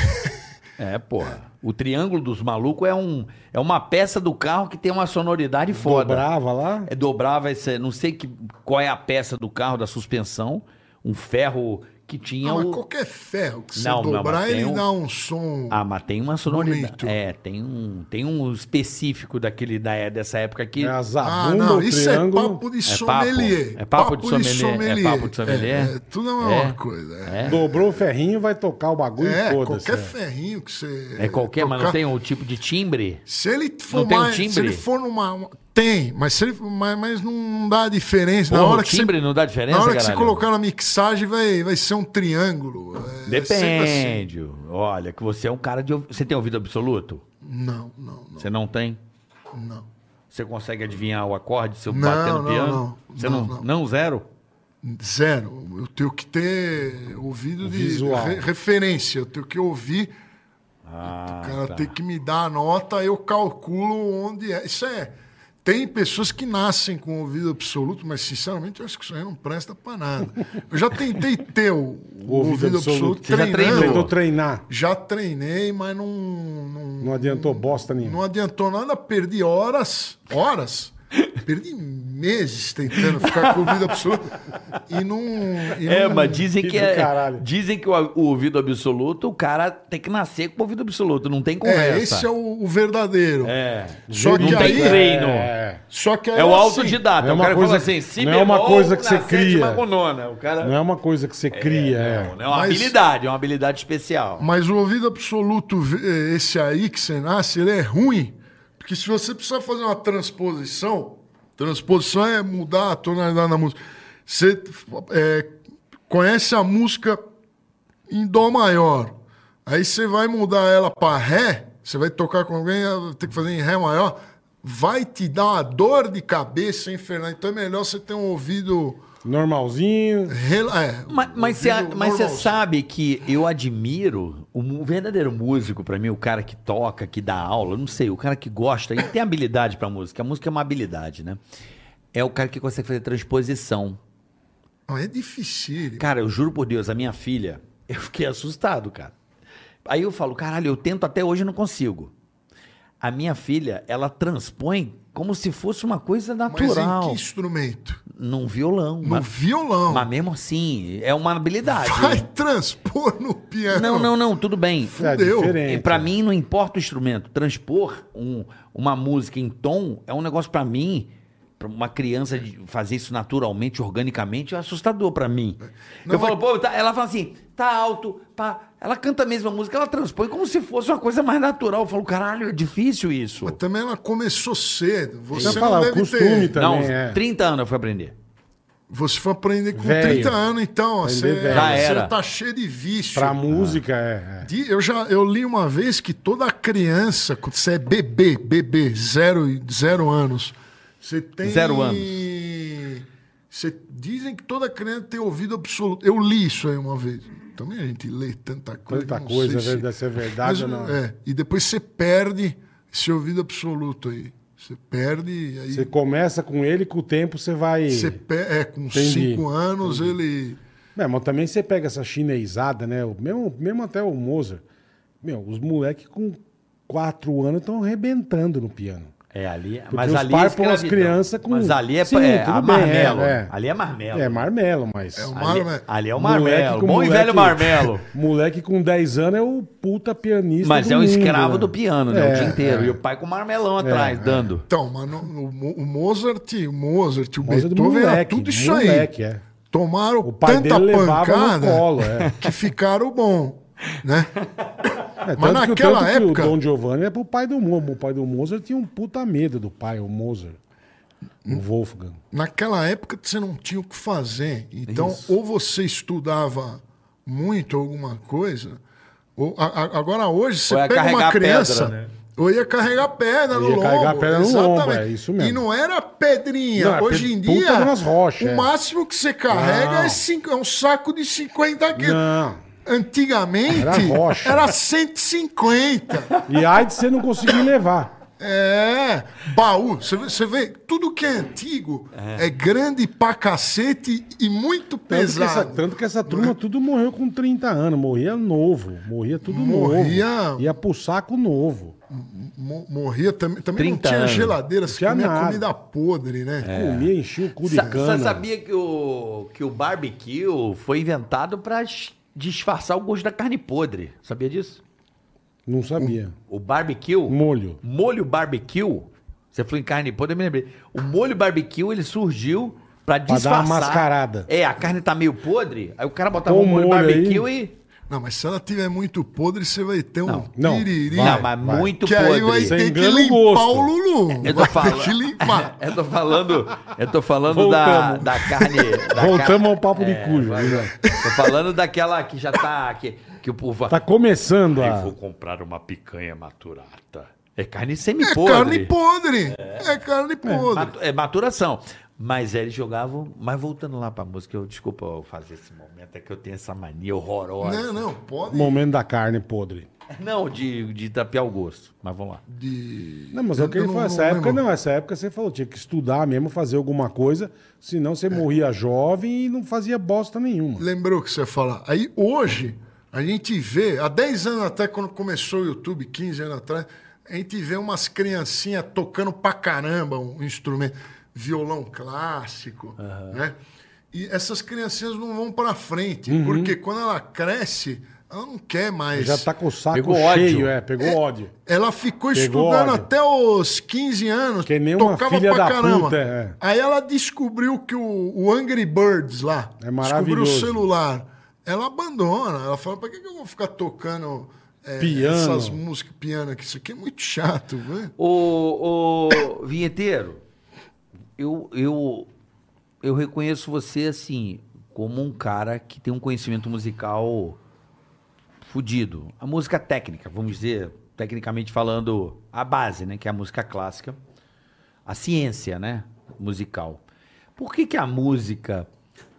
é, porra. O triângulo dos malucos é, um, é uma peça do carro que tem uma sonoridade foda. Dobrava lá. É, dobrava esse, não sei que, qual é a peça do carro da suspensão, um ferro que tinha Ah, mas o... qualquer ferro que você Não, não, dobrar, mas tem ele um- dá um som. Ah, mas tem uma sonoridade. Bonito. É, tem um, tem um específico daquele da é, dessa época que É a Ah, zabumba, não, o isso triângulo. é papo de um papo. sommelier. É papo de sommelier, é papo de sommelier. É, é, tudo é uma mesma É. coisa. É, Dobrou o ferrinho, vai tocar o bagulho É, e foda-se. qualquer é. ferrinho que você. é qualquer, mas tocar- não tem o tipo de timbre. Se ele for Não tem um mais, se timbre? ele for numa uma- tem, mas se ele, mas, mas não dá diferença na Porra, hora o que você, timbre não dá diferença, na hora que você caralho? colocar na mixagem vai vai ser um triângulo. É, é sempre assim. Depende. Olha, que você é um cara de. ouvi- Você tem ouvido absoluto? Não, não, não, Você não tem? não. Você consegue adivinhar o acorde se eu Não, bater no não, piano? não. Você não, Não, não. zero? Zero. Eu tenho que ter ouvido de Visual. re- referência, eu tenho que ouvir, Ah, o cara tá. tem que me dar a nota, eu calculo onde é. Isso é Tem pessoas que nascem com ouvido absoluto, mas sinceramente eu acho que isso aí não presta pra nada. Eu já tentei (laughs) ter o, o ouvido, absoluto, Você já treinando. treinou? Tentou treinar. Já treinei, mas não, não, Não adiantou bosta nenhuma. não adiantou nada, perdi horas, horas. Perdi meses tentando ficar com o ouvido absoluto e não. e É, não- mas dizem que que, do é- caralho. dizem que o, o ouvido absoluto, o cara tem que nascer com o ouvido absoluto, não tem conversa. É, esse é o, o verdadeiro. É. Só Não que tem aí- treino. É. Só que aí É o assim, autodidata. é o uma cara coisa- fala assim, si não é uma bemol coisa que na você sétima cria. com nona. né?" O cara... Não é uma coisa que você cria, é. Não, não, é uma Mas- habilidade, é uma habilidade especial. Mas o ouvido absoluto, eh, esse aí que você nasce, ele é ruim. Porque se você precisar fazer uma transposição, transposição é mudar a tonalidade da música. Você eh, conhece a música em dó maior. Aí você vai mudar ela para ré, você vai tocar com alguém, ah, tem que fazer em ré maior, vai te dar uma dor de cabeça infernal. Então é melhor você ter um ouvido Normalzinho. rela- é, Mas, mas você, ouvido mas você normalzinho. sabe que eu admiro o, mu- o verdadeiro músico, pra mim, o cara que toca, que dá aula, não sei, o cara que gosta e tem habilidade pra música. A música é uma habilidade, né? É o cara que consegue fazer transposição. Não, é difícil. Cara, eu juro por Deus, a minha filha, (laughs) eu fiquei assustado, cara. Aí eu falo, caralho, eu tento até hoje e não consigo. A minha filha, ela transpõe como se fosse uma coisa Mas em natural. que instrumento? Num violão. No mas, violão. mas mesmo assim, é uma habilidade. Vai transpor no piano. Não, não, não, tudo bem. É Fudeu. diferente. E Pra mim não importa o instrumento. Transpor um- uma música em tom é um negócio pra mim. Pra uma criança de fazer isso naturalmente, organicamente, é assustador pra mim. eu falo, pô, tá- ela fala assim, tá alto, pá. Ela canta a mesma música, ela transpõe como se fosse uma coisa mais natural. Eu falo, caralho, é difícil isso. Mas também ela começou cedo. Você Já não fala, o deve costume ter. também não, é. 30 anos eu fui aprender. Você foi aprender com Velho. 30 anos, então. ó, Você, Aprender velho. Já era. você tá cheio de vício. Pra música, é. é. De- Eu já eu li uma vez que toda criança, quando você é bebê, bebê, zero, e- zero anos, você tem. Zero anos. Você, dizem que toda criança tem ouvido absoluto. Eu li isso aí uma vez. Também a gente lê tanta coisa. Tanta não coisa, sei se- verdade, se é verdade ou Mas, não. é, e depois você perde esse ouvido absoluto aí. Você perde. Aí Você começa com ele, com o tempo você vai. você pe- é, com Entendi. cinco anos ele. É, mas também você pega essa chinesada, né? O Mesmo, mesmo até o Mozart. Meu, os moleques com quatro anos estão arrebentando no piano. É, ali. os mas ali pais é põem as escravidão. crianças com- Mas ali é, Sim, é, tudo a bem, marmelo. é, é. Ali é marmelo. É marmelo, mas. É uma- ali, Marmelo. ali é o Moleque marmelo. com Bom e moleque- velho (laughs) marmelo. Moleque com 10 anos é o puta pianista. Mas do é um mundo, escravo né? do piano, né? É, o dia inteiro. E o pai com marmelão atrás, dando. Então, mas no- o, Mo- o Mozart, o Mozart, o Mozart do Beethoven, era moleque, tudo isso moleque, aí. é. Tomaram O pai tanta dele levava pancada no colo, é. que ficaram bom, (laughs) né? É, Mas tanto que o- naquela tanto época- Que o Dom Giovanni é pro pai do Mozart. O pai do Mozart tinha um puta medo do pai, o Mozart. Hum? O Wolfgang. Naquela época você não tinha o que fazer. Então, ou você estudava muito alguma coisa, ou a- a- agora hoje você Ou ia pega carregar uma criança. pedra, né? Ou ia carregar pedra no Ia lombo. carregar pedra no exatamente. lombo, é isso mesmo. E não era pedrinha. Não, era Hoje em pe- puta dia, de umas rochas, o é. máximo que você carrega Não. é, cinco- é um saco de 50 quilos. Não. Antigamente, Era rocha. era 150. E aí de você não conseguir levar. É, baú. Você vê, você vê, tudo que é antigo é, grande pra cacete e muito Tanto que, essa, pesado. tanto que essa turma tudo morreu com 30 anos. Morria novo. Morria tudo Morria- novo. Ia pro saco novo. Mo- Morria também. Também não 30 tinha anos. geladeira, você Tinha comia nada. comida podre, né? Comia, enchia o cu de É. Você cana. sabia que o, que o barbecue foi inventado pra es- disfarçar o gosto da carne podre? Sabia disso? Não sabia. O barbecue, Molho. molho barbecue, você foi em carne podre, eu me lembrei. O molho barbecue, ele surgiu pra dar uma disfarçar. mascarada. É, a carne tá meio podre, aí o cara botava Põe um o molho, molho aí. barbecue e... Não, mas se ela tiver muito podre, você vai ter um Não, não, piriri. vai, não, mas vai. muito que podre. É, aí vai Você ter que engana o limpar gosto. o Lulu. Eu tô vai ter que falando. É (laughs) limpar. Eu tô falando. Eu tô falando da, Voltamos. da carne. (laughs) Da Voltamos car- ao papo de cujo. vai, vai. Tô falando daquela que já tá. Que, que o povo. Tá começando a. comprar uma picanha maturata. É carne É semi-podre. carne podre. É, carne podre. Matu- É maturação. Mas eles jogavam. Mas voltando lá pra música, eu desculpa eu fazer esse momento, é que eu tenho essa mania horrorosa. Né? Não, não, pode. Momento da carne podre. Não, de, de tapear o gosto. Mas vamos lá. Hum. De... Não, mas é o que ele não- falou. não Essa época lembro. não, essa época você falou, tinha que estudar mesmo, fazer alguma coisa, senão você morria jovem e não fazia bosta nenhuma. Lembrou o que você ia falar. Aí hoje, a gente vê, há 10 anos atrás, quando começou o YouTube, 15 anos atrás, a gente vê umas criancinhas tocando pra caramba um instrumento, violão clássico, né? E essas criancinhas não vão pra frente, porque quando ela cresce, ela não quer mais. Uhum. Já tá com o saco Pegou ódio. Né, cheio, é, pegou ódio. Ela ficou Pegou estudando ódio. até os 15 anos. Que nem uma filha da puta, é. Aí ela descobriu que o, o Angry Birds lá. É maravilhoso. Descobriu o celular. Ela abandona. Ela fala, pra que que eu vou ficar tocando é, Piano. essas músicas piano aqui? Isso aqui é muito chato, velho. Ô, ô vinheteiro, eu, eu, eu reconheço você, assim, como um cara que tem um conhecimento musical fudido. A música técnica, vamos dizer, tecnicamente falando, a base, né? Que é a música clássica. A ciência, né? Musical. Por que que a música,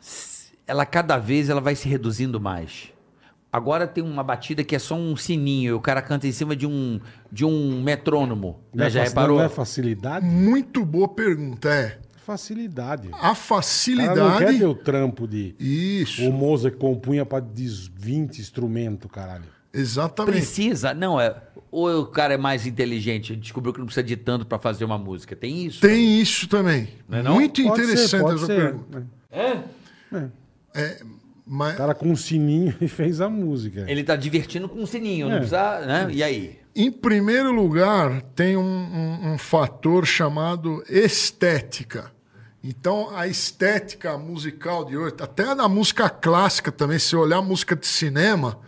s- ela cada vez ela vai se reduzindo mais? Agora tem uma batida que é só um sininho, e o cara canta em cima de um, de um metrônomo. Não é né? Já faci- reparou? Não é facilidade? Muito boa pergunta, é. Facilidade. A O cara não quer facilidade... ter o trampo de... Isso, O Mozart compunha pra 10, 20 instrumentos, caralho. exatamente. Precisa? Não, é. Ou o cara é mais inteligente, descobriu que não precisa de tanto pra fazer uma música. Tem isso? Tem isso também. é não? Muito Pode ser, interessante pode essa ser. pergunta. O Mas, cara com um sininho (laughs) e fez a música. Ele tá divertindo com um sininho, não É. precisa, né? E aí? Em primeiro lugar, tem um, um- um fator chamado estética. Então, a estética musical de hoje, até na música clássica também, se olhar a música de cinema,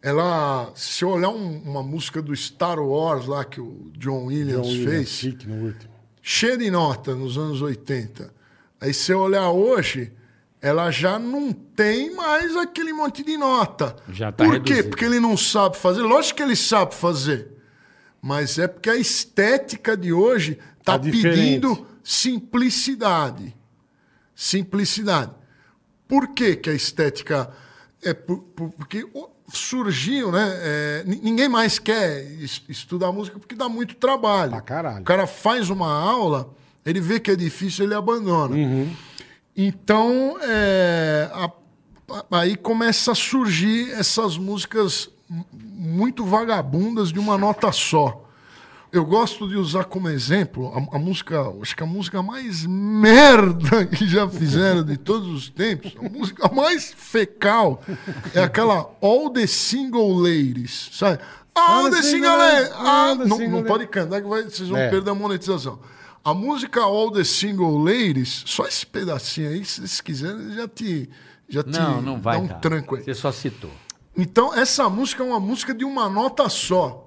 ela, se olhar um- uma música do Star Wars lá que o John Williams Williams, fez, chique no último. cheia de nota nos anos 80. Aí você olhar hoje, ela já não tem mais aquele monte de nota. Já tá Por quê? reduzido. Porque ele não sabe fazer. Lógico que ele sabe fazer. Mas é porque a estética de hoje está Tá diferente. pedindo simplicidade. Simplicidade. Por que, que a estética. É por- por- porque o- surgiu, né? é, ni- ninguém mais quer es- estudar música porque dá muito trabalho. Pra caralho. O cara faz uma aula, ele vê que é difícil, ele abandona. Uhum. Então, é, a- a- aí começa a surgir essas músicas mu- muito vagabundas de uma nota só. Eu gosto de usar como exemplo a, a música, acho que a música mais merda (laughs) que já fizeram de todos os tempos, a música mais fecal, é aquela All the Single Ladies, sabe? All, the, Single Ladies! Ah, All the não, Single não Ladies. pode cantar que vai- vocês vão É. perder a monetização. A música All the Single Ladies, só esse pedacinho aí, se vocês quiserem, já te, já te Não, não vai. dá um dar. tranco aí. Você só citou. Então, essa música é uma música de uma nota só.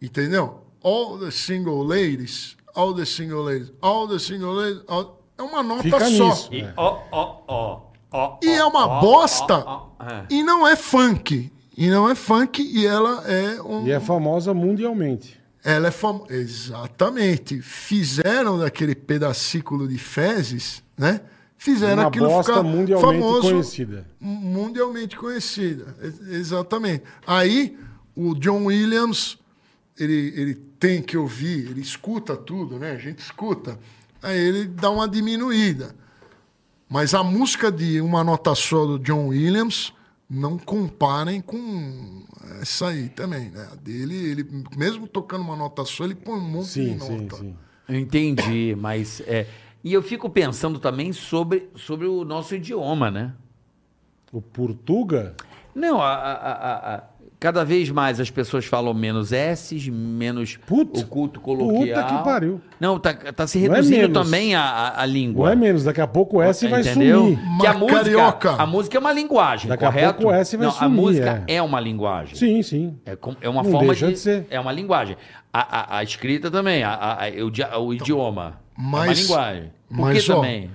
Entendeu? All the single ladies, all the single ladies, all the single ladies. all- É uma nota Fica só. nisso. E É. ó, ó, ó, ó. E é uma ó, bosta ó, ó. É. e não é funk. E não é funk e ela é um. E é famosa mundialmente. Ela é famosa. Exatamente. Fizeram daquele pedacículo de fezes, né? Fizeram Uma aquilo bosta ficar mundialmente famoso, conhecida. Mundialmente conhecida. ex- Exatamente. Aí o John Williams, ele, ele tem que ouvir, ele escuta tudo, né? A gente escuta. Aí ele dá uma diminuída. Mas a música de uma nota só do John Williams, não comparem com essa aí também, né? A dele, ele, mesmo tocando uma nota só, ele põe um monte Sim, de sim, nota. sim. Entendi, mas é. E eu fico pensando também sobre, sobre o nosso idioma, né? O Portuga, Não, a, a- a- a- cada vez mais as pessoas falam menos S, menos Puta, o culto coloquial. puta que pariu. Não, tá, tá se Não é reduzindo menos. também a, a, a não língua. é menos, daqui a pouco o S vai Entendeu? sumir. Que a Mas música, carioca. a música é uma linguagem, Daqui a correto? pouco o S vai não, a sumir, música é. é. uma linguagem. Sim, sim. É, com- é uma Não forma deixa de, de ser. É uma linguagem. A, a- a escrita também, a- a- a- o, dia- o idioma. é uma mas- linguagem. Por mas, que ó, também?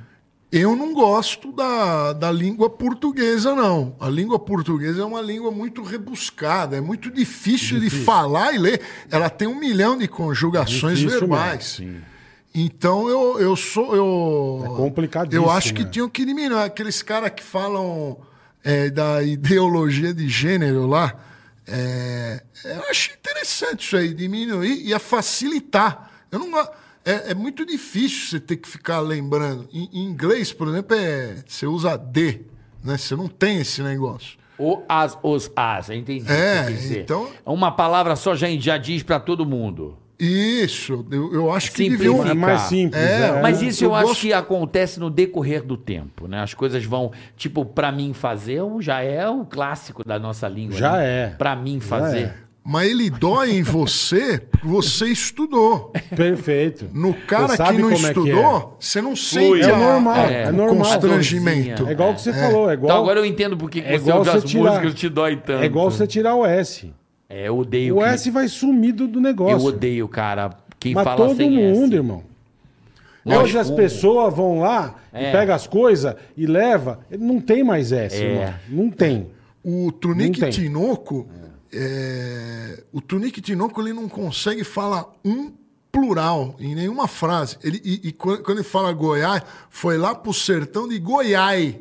Eu não gosto da, da língua portuguesa, não. A língua portuguesa é uma língua muito rebuscada, é muito difícil, de falar e ler. Ela tem um milhão de conjugações Difícil verbais. mesmo, sim. Então eu, eu sou. Eu, É complicadíssimo, Eu acho que né? tinham que eliminar aqueles caras que falam é, da ideologia de gênero lá. é, eu acho interessante isso aí, diminuir e a facilitar. Eu não, go- é, é muito difícil você ter que ficar lembrando. Em, em inglês, por exemplo, é, você usa D, né? Você não tem esse negócio. O as, os as, eu entendi. o que É, quer dizer. então- Uma palavra só já, já diz pra todo mundo. Isso, eu, eu acho que um Simplifica. deviam. É mais simples. É, né? Mas isso eu, eu acho gosto- que acontece no decorrer do tempo, né? As coisas vão, tipo, pra mim fazer um- já é um clássico da nossa língua. Já né? é. Pra mim Já fazer. é. Mas ele dói em você porque você estudou. Perfeito. No Você cara que sabe não como é que estudou, você não sente É a- normal, é o normal. constrangimento. É, igual o que você falou, é igual, Então agora eu entendo por que que É você igual ouve você as tirar- músicas te dói tanto. é igual você tirar o S. É, eu odeio. O quem- S vai sumido do negócio. Eu odeio, cara. Quem Mas fala todo sem mundo, S. irmão. Nós Hoje as como? pessoas vão lá É. e pegam as coisas e leva. Não tem mais S, É. irmão. Não tem. O Não Tunique tem. Tinoco, é, o Tunique Tinoco ele não consegue falar um plural em nenhuma frase. Ele, e, e quando quando ele fala Goiás, foi lá pro sertão de Goiás.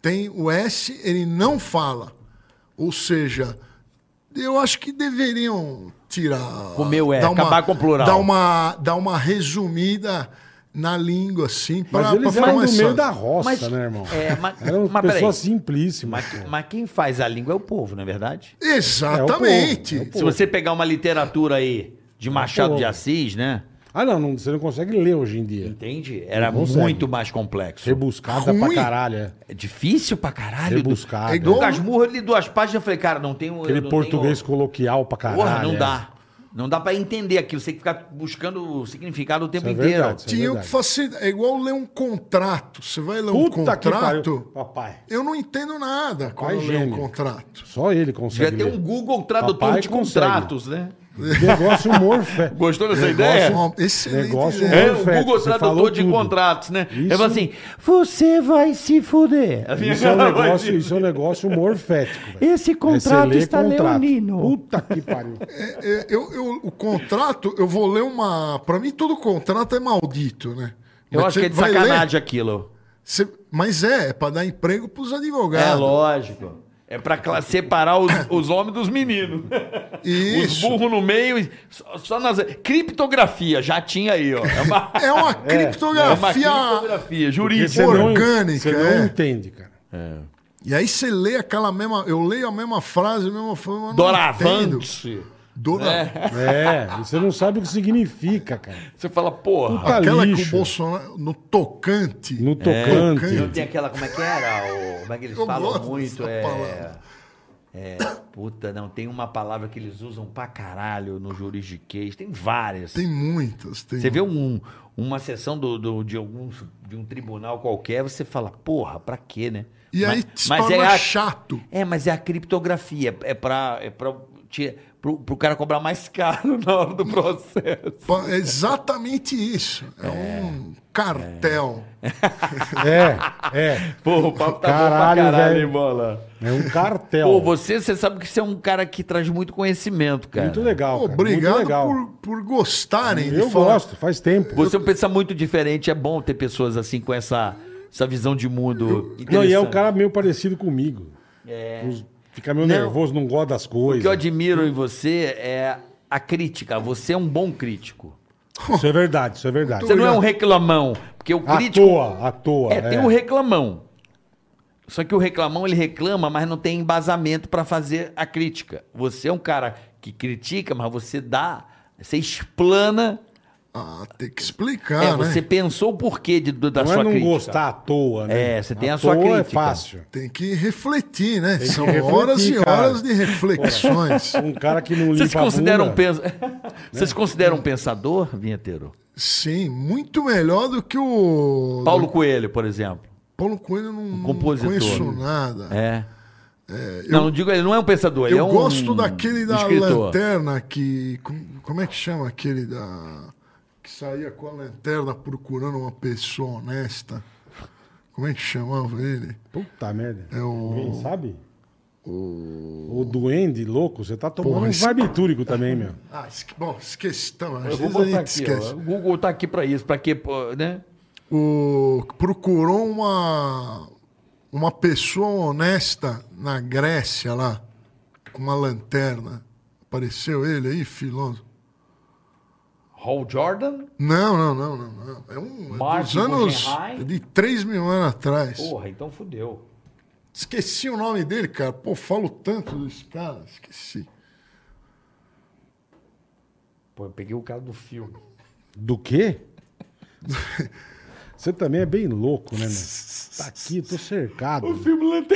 Tem o S, ele não fala. Ou seja, eu acho que deveriam tirar. O meu é, acabar com o plural. Dar uma, dar uma resumida na língua, assim, Mas pra- eles pra eram do essa- meio da roça, Mas- né, irmão? é, mas- eram mas peraí. pessoas simplíssimas. Mas, mas quem faz a língua é o povo, não é verdade? Exatamente. É o povo, é o povo. Se você pegar uma literatura aí de Machado povo. de Assis, né? Ah, não, não, você não consegue ler hoje em dia. Entende? Era Não consegue. muito mais complexo. Rebuscada pra Ruim. caralho. é. É difícil pra caralho. Rebuscada. é. É Do... igual- O Casmurro, ele duas páginas, eu falei, cara, não tem um. né? Aquele português coloquial pra caralho. Porra, não é. dá. Não dá pra entender aquilo. Você tem que ficar buscando o significado o tempo é inteiro. verdade. Tinha verdade. que facilitar. É igual ler um contrato. Você vai ler um Puta que pariu. contrato. Papai. Eu não entendo nada quando eu leio um gênio. contrato. Só ele Devia consegue ter ler. um Google tradutor Papai de consegue. contratos, né? Negócio (laughs) morfé. Gostou dessa Negócio, é ideia? uma excelente Negócio ideia. É, o Perfeito, Google você falou Tradutor de tudo. contratos, né? Isso- Eu falo assim, você vai se fuder. Assim, Isso (laughs) é um negócio, isso é um negócio morfético. velho. Esse É, você contrato lê está contrato. leonino. Puta que (laughs) pariu. É, eu, eu- o contrato, eu vou ler uma. Pra mim, todo contrato é maldito, né? Eu Mas acho que você é de vai ler, sacanagem aquilo. você- mas é, é pra dar emprego pros advogados. É lógico. É pra cla- separar os, os homens dos meninos. Os Isso. burros no meio. e Só, só nas... Criptografia, já tinha aí, ó. (laughs) É uma, É uma é uma criptografia. criptografia Porque jurídica. você não- orgânica, Você não é. entende, cara. E aí você lê aquela mesma. Eu leio a mesma frase, a mesma forma. eu não entendo. Doravante. Dora, É, você não sabe o que significa, cara. Você fala, porra. Puta- Aquela que o Tá lixo. Bolsonaro. No tocante. No tocante. tocante. Não tem aquela, como é que era? O, como é que eles (laughs) Eu falam gosto muito? dessa É, palavra. é. Puta, não. Tem uma palavra que eles usam pra caralho no juridiquês. Tem várias. Tem muitas. Tem Você vê um- uma sessão do, do- de, algum, de um tribunal qualquer, você fala, porra, pra quê, né? E Ma- aí se torna chato. É, mas é a criptografia. É pra. É pra te- pro, pro cara cobrar mais (laughs) caro na hora do processo. Pa- É exatamente isso. É, um cartel. É, é. Pô, o papo tá Caralho, bom pra caralho, velho. hein, bola? É um cartel. Então. Pô, você, você sabe que você é um cara que traz muito conhecimento, cara. É, Muito legal, cara. Obrigado Muito legal. Por, por gostarem Eu de falar. gosto, faz tempo. Você pensa muito diferente, é bom ter pessoas assim com essa, essa visão de mundo. Não, e é um interessante. cara meio parecido comigo. É. Fica meio Não. nervoso, não gosta das O que eu coisas. admiro em você é a crítica. Você é um bom crítico. Isso é verdade, isso é verdade. Você não é um reclamão. Porque o À crítico. toa, à toa. É, tem o reclamão. Só que o reclamão, ele reclama, mas não tem embasamento pra fazer a crítica. Você é um cara que critica, mas você dá. Você explana. Ah, tem que explicar, é, né? você pensou o porquê de- do- da Não sua é não crítica. gostar à toa, né? É, você tem À a sua toa é crítica. fácil. Tem que refletir, né? que São refletir, horas e cara. horas de reflexões. Um cara (laughs) que não Você se limpa a considera um (laughs) bunda. pens... Você se considera um pensador, Vinheteiro? Sim, muito melhor do que o Paulo Coelho, por exemplo. Paulo Coelho. eu Não, não compositor. conheço né? nada. É. não, não digo, ele não é um pensador, ele Eu é um gosto daquele da escritor. lanterna que. com- Como é que chama aquele da. Que saía com a lanterna procurando uma pessoa honesta. Como é que chamava ele? Puta merda. É o- Alguém sabe? O duende louco, você tá tomando Porra, um esse- barbitúrico também, meu. Ah, esque... bom, esquece. Tá, às Eu vou vezes botar a gente aqui, ó. esquece. O Google tá aqui pra isso, pra quê, pô, né? O... Procurou uma... uma pessoa honesta na Grécia lá, com uma lanterna. Apareceu ele aí, filósofo? Hall Jordan? Não, não, não, não. não. É um é Mark dos anos Guggenheim? de 3 mil anos atrás. Porra, então fudeu. Esqueci o nome dele, cara. Pô, falo tanto desse cara. Esqueci. Pô, eu peguei o cara do filme. Do (laughs) quê? Você também é bem louco, né, meu? Tá aqui, eu tô cercado. Filme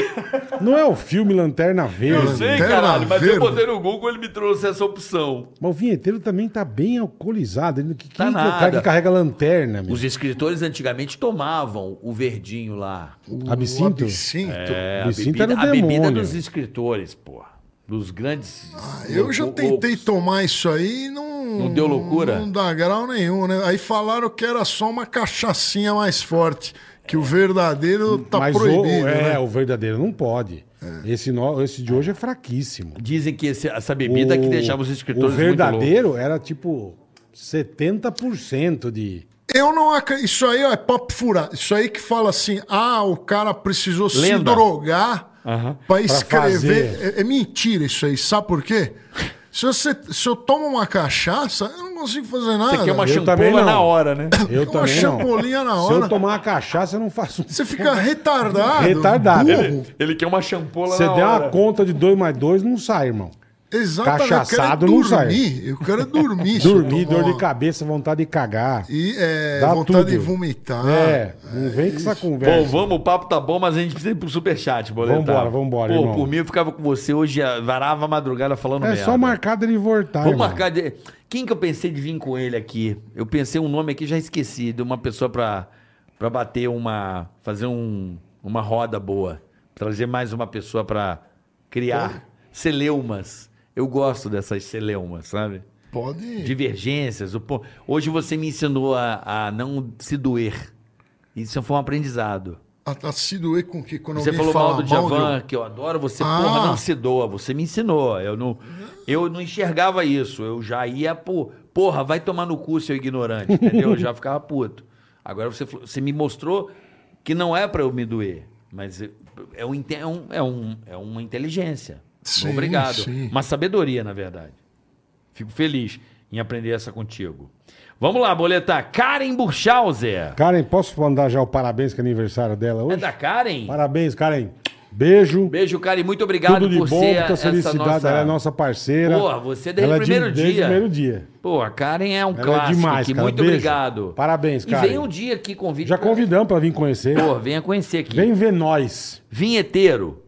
Não é o filme Lanterna Verde. Eu sei, Lanterna caralho, mas eu Verde. botei no Google ele me trouxe essa opção. Mas o vinheteiro também tá bem alcoolizado. Ele, que, Tá quem que é o cara nada. que carrega lanterna, meu? Os escritores antigamente tomavam o verdinho lá. O Absinto? absinto. É, a Absinto bebida, é era o a bebida demônio. dos escritores, porra. Dos grandes. Ah, Eu já o- o- tentei tomar isso aí e não. Não deu loucura? Não dá grau nenhum, né? Aí falaram que era só uma cachaçinha mais forte. Que o verdadeiro tá Mas proibido. o, é, né? o verdadeiro não pode. Esse, no- esse de hoje é fraquíssimo. Dizem que esse- essa bebida é que deixava os escritores O muito loucos. verdadeiro era tipo 70% de. Eu não acredito. Isso aí ó, é papo furado. Isso aí que fala assim: ah, o cara precisou se Lenda. drogar pra escrever. fazer. É, é mentira isso aí. Sabe por quê? Se, você, se eu tomo uma cachaça, eu não consigo fazer nada. Você quer uma eu também champola não. um na hora, né? Eu Uma também não. champolinha um na Se eu hora. Um tomar uma cachaça, eu não faço. Você fica retardado. Retardado. é. burro. Ele quer uma champola Você na der hora. uma conta de 2 mais 2, não sai, irmão. Exatamente. Cachaçado eu não quero sai. é dormir. Eu quero (laughs) é dormir. se eu Dormir, tomar dor de uma- cabeça, vontade de cagar. E é, Dá vontade tudo. de vomitar. é, ah, não vem com essa Bom, conversa. vamos, o papo tá bom, mas a gente precisa ir pro superchat, boletar. Vambora, vambora, Pô, irmão. por mim eu ficava com você hoje, ah, varava a madrugada falando é merda. só marcar dele voltar. Vou irmão. marcar. de- Quem que eu pensei de vir com ele aqui? Eu pensei um nome aqui, já esqueci, de uma pessoa pra, pra bater uma. fazer um, uma roda boa. Trazer mais uma pessoa pra criar celeumas. Eu gosto dessas celeumas, sabe? Pode. Divergências. o po- Hoje você me ensinou a, a não se doer. Isso foi um aprendizado. A, a se doer com que? Quando Você alguém falou fala mal do mal de- Djavan, que eu adoro, você, Ah. porra, não se doa, você me ensinou. Eu não, eu não enxergava isso, eu já ia, pô, porra, vai tomar no cu, seu ignorante, entendeu? Eu já ficava puto. Agora você, falou- você me mostrou que não é pra eu me doer, mas é- é, um, inte- é, um, é, um- é uma inteligência. Sim, Obrigado. sim. Uma sabedoria, na verdade. Fico feliz em aprender essa contigo. Vamos lá, boletar. Karen Burchauser. Karen, posso mandar já o parabéns que é aniversário dela É hoje? da Karen? Parabéns, Karen. Beijo. Beijo, cara, e muito obrigado Tudo de por bom, ser muita felicidade. nossa... Ela é nossa parceira. Porra, você desde o Ela é de- primeiro Desde dia. o primeiro dia. Pô, a Karen é um Ela é clássico demais, aqui. cara. Muito Beijo. obrigado. Parabéns, E Karen. vem um dia aqui, convite. Já convidamos pra vir conhecer. Pô, venha conhecer aqui. Vem ver nós. Vinheteiro.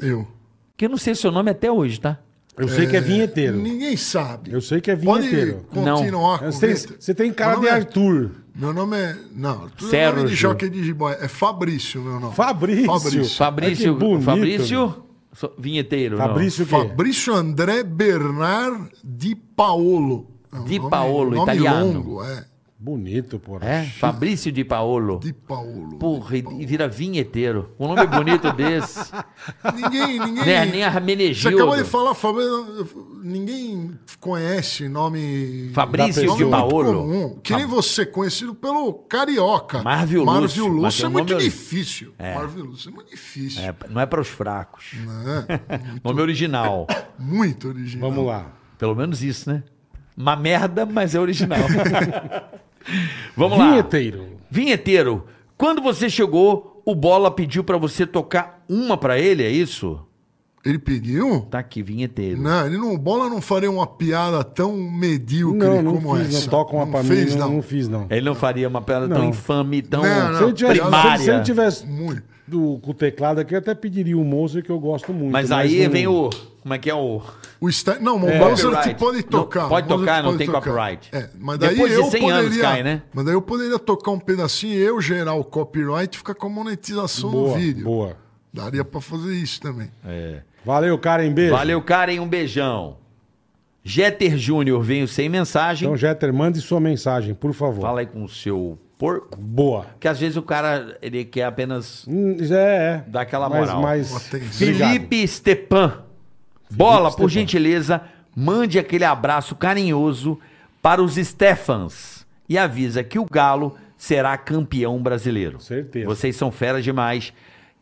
Eu. Que eu não sei seu nome até hoje, tá? Eu sei que é vinheteiro. Ninguém sabe. Eu sei que é Pode vinheteiro. continuar com Você tem, isso. você tem cara Meu de nome é- Arthur. Meu nome é. Não, tudo é Sérgio. nome de jockey de jiboia. É Fabrício, meu nome. Fabrício. Fabrício. Fabrício. Ai, que bonito, Fabrício. So- Vinheteiro. não. Fabrício o quê? Fabrício André Bernard Di Paolo. É um Di Paolo, italiano. longo, é. Bonito, porra. É? Fabrício Di Paolo. Di Paolo. Porra, e e vira vinheteiro. Um nome bonito (laughs) desse. (laughs) Ninguém, ninguém. Né, nem a Você Hermenegildo. acaba de falar, Fabrício. Ninguém conhece nome. Fabrício Da Di pessoa. Paolo. comum. Que nem Tá. você, conhecido pelo Carioca. Marvio Lúcio. Marvio Lúcio Mas é tem um muito nome- difícil. Marvio Lúcio é muito difícil. É, não é para os fracos. é. (laughs) né? Nome original. muito original. Vamos lá. Pelo menos isso, né? Uma merda, mas é (laughs) original. Vamos lá. Vinheteiro. Vinheteiro, quando você chegou, o Bola pediu pra você tocar uma pra ele, é isso? Ele pediu? Tá aqui, vinheteiro. Não, ele não, bola não faria uma piada tão medíocre Não, não como fiz, essa. não. Toca uma pra mim, fez, não, não. não fiz, não. Ele não faria uma piada tão Não. infame, tão Não, não. Se ele tivesse, primária. se ele tivesse Muito. do, com o teclado aqui, eu até pediria o Mozart, que eu gosto muito. Mas aí não- vem o... Como é que é o... O Stein, não, o É. Copyright. Mozart pode Não, tocar. pode Mozart tocar, não tem copyright. É, mas daí Depois de eu 100 poderia, anos cai, né? Mas daí eu poderia tocar um pedacinho e eu gerar o copyright e ficar com a monetização Boa, no Um vídeo. boa. Daria pra fazer isso também. Valeu, Karen. Beijo. Valeu, Karen, um beijão. Jeter Júnior veio sem mensagem. Então, Jeter, mande sua mensagem, por favor. Fala aí com o seu porco. Boa. Que às vezes o cara, ele quer apenas Hum, É, é. dar aquela Mas- moral. mas- Atenção. Obrigado. Felipe Stepan. Bola, Stepan. por gentileza, mande aquele abraço carinhoso para os Stefans e avisa que o Galo será campeão brasileiro. Certeza. Vocês são feras demais.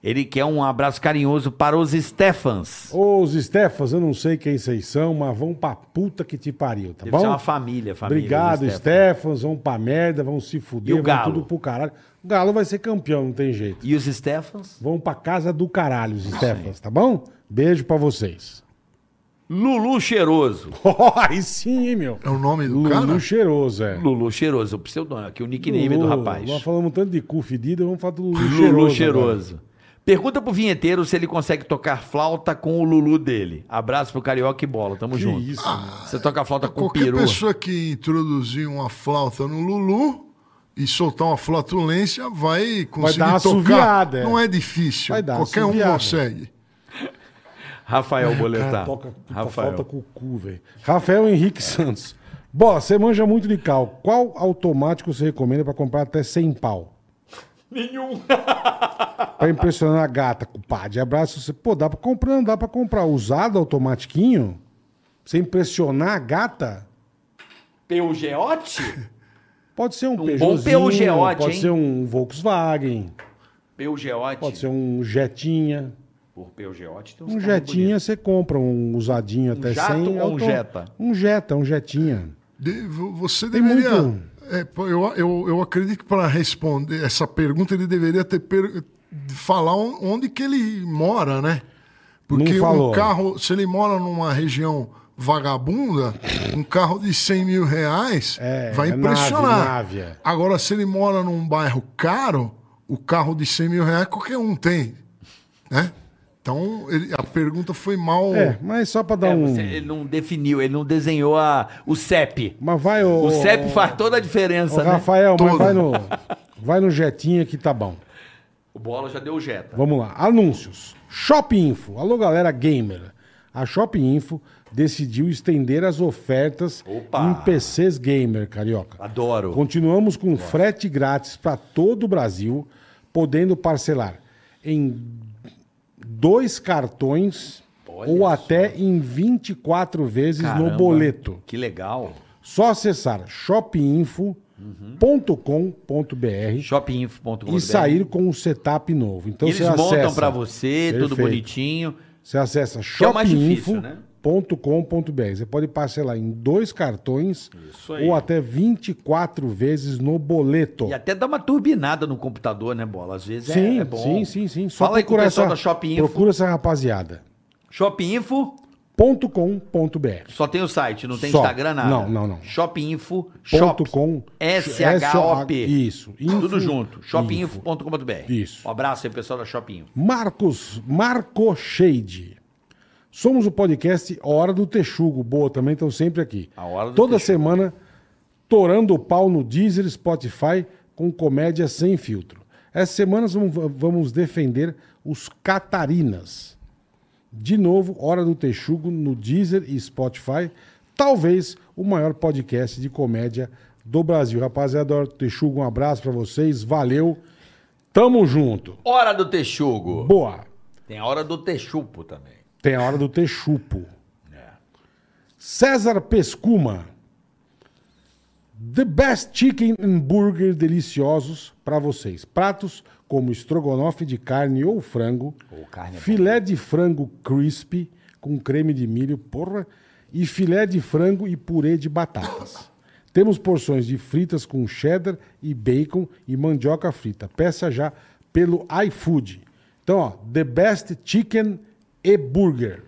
Ele quer um abraço carinhoso para os Stefans. Os Stefas, eu não sei quem vocês são, mas vão pra puta que te pariu, tá Deve bom? ser uma família, família. Obrigado, dos Stefans. Vão pra merda, vão se E o fuder, vão Galo? tudo pro caralho. O Galo vai ser campeão, não tem jeito. E os Stefans? Vão pra casa do caralho, os Stefans, tá bom? Beijo pra vocês. (laughs) Lulu Cheiroso. Aí sim, hein, meu. É o nome do cara? Lulu cheiroso, é. Lulu Cheiroso, o pseudônimo, aqui o nickname do Lulu, rapaz. Nós falamos tanto de cu fedido, vamos falar do Lulu, Lulu agora. cheiroso. Pergunta pro vinheteiro se ele consegue tocar flauta com o Lulu dele. Abraço pro Carioca e bola, tamo Que junto. isso, É Você toca flauta com Qualquer peru. pessoa que introduzir uma flauta no Lulu e soltar uma flatulência vai conseguir dar uma tocar. assoviada, é. Não é difícil. Vai dar Qualquer assoviada. um consegue. Rafael Cara, Boletar. toca puta Ah, Rafael. falta com o cu, velho. Rafael Henrique Santos. Bola, você manja muito de cal. Qual automático você recomenda pra comprar até 100 pau? Nenhum. Pra impressionar a gata, cupade. Abraço. Você... Pô, dá pra comprar, não dá pra comprar. Usado automatiquinho? Você impressionar a gata? Peugeote? Pode ser um, um bom Peugeotzinho, Peugeot, pode hein? ser um Volkswagen, Peugeote. pode ser um Jetinha. Por Peugeote tem uns Um carros Jetinha bonitos. você compra, um usadinho até jato 100. ou um Jetta? Um Jetta, um Jetinha. De- vo- você Tem deveria. muito- É, pô, eu, eu, eu acredito que para responder essa pergunta ele deveria ter per- falar on- onde que ele mora, né? Porque Não falou. um carro, se ele mora numa região vagabunda, um carro de 100 mil reais É, vai é impressionar. nave, nave, é. Agora, se ele mora num bairro caro, o carro de 100 mil reais qualquer um tem, né? Então, ele- a pergunta foi mal. É, mas só pra dar É, um. você- ele não definiu, ele não desenhou a, o CEP. Mas vai o. O CEP faz toda a diferença, Ô, né? Rafael, mas Todo. vai no. Vai no Jetinha que tá bom. O Bola já deu o Jetta. Vamos lá, anúncios. Shop Info. Alô, galera gamer. A Shop Info decidiu estender as ofertas Opa! em PCs gamer, carioca. Adoro. Continuamos com frete grátis para todo o Brasil, podendo parcelar em dois cartões Olha ou só. até em 24 vezes Caramba, no boleto. Que legal. Só acessar Uhum. shopinfo.com.br Shopinfo.com.br. e sair com um setup novo. Então Eles você acessa, montam pra você, tudo Perfeito. bonitinho. Você acessa é o mais difícil, né? shopinfo.com.br. Você pode parcelar em dois cartões Isso aí. ou até 24 vezes no boleto. E até dá uma turbinada no computador, né, Bola? Às vezes é- sim, é, bom. sim, sim, sim. Só Fala aí com o procurar pessoal essa, da Shop Info. Procura essa rapaziada. Shop Info .com.br só tem o site, não tem Só. Instagram, nada. Não, não, não. Shop Info, Ponto Shop, com- S-H-O-P. Isso. Info- tudo junto. Info. Shopinfo.com.br. Isso. Um abraço aí, pessoal da Shop Info. Marcos, Marco Shade. Somos o podcast Hora do Texugo. Boa, também estão sempre aqui. A Hora do Toda Texugo. semana, torando o pau no Deezer, Spotify, com comédia sem filtro. Essa semana vamos, vamos defender os Catarinas. De novo, Hora do Texugo no Deezer e Spotify. Talvez o maior podcast de comédia do Brasil. Rapaziada, Hora do Texugo, um abraço pra vocês. Valeu. Tamo junto. Hora do Texugo. Boa. Tem a Hora do Texupo também. Tem a hora do texupo. É. César Pescuma. The best chicken and burger deliciosos para vocês. Pratos como estrogonofe de carne ou frango, Ou carne é filé de frango crispy com creme de milho, porra, e filé de frango e purê de batatas. Temos porções de fritas com cheddar e bacon e mandioca frita. Peça já pelo iFood. Então, ó, the best chicken e burger.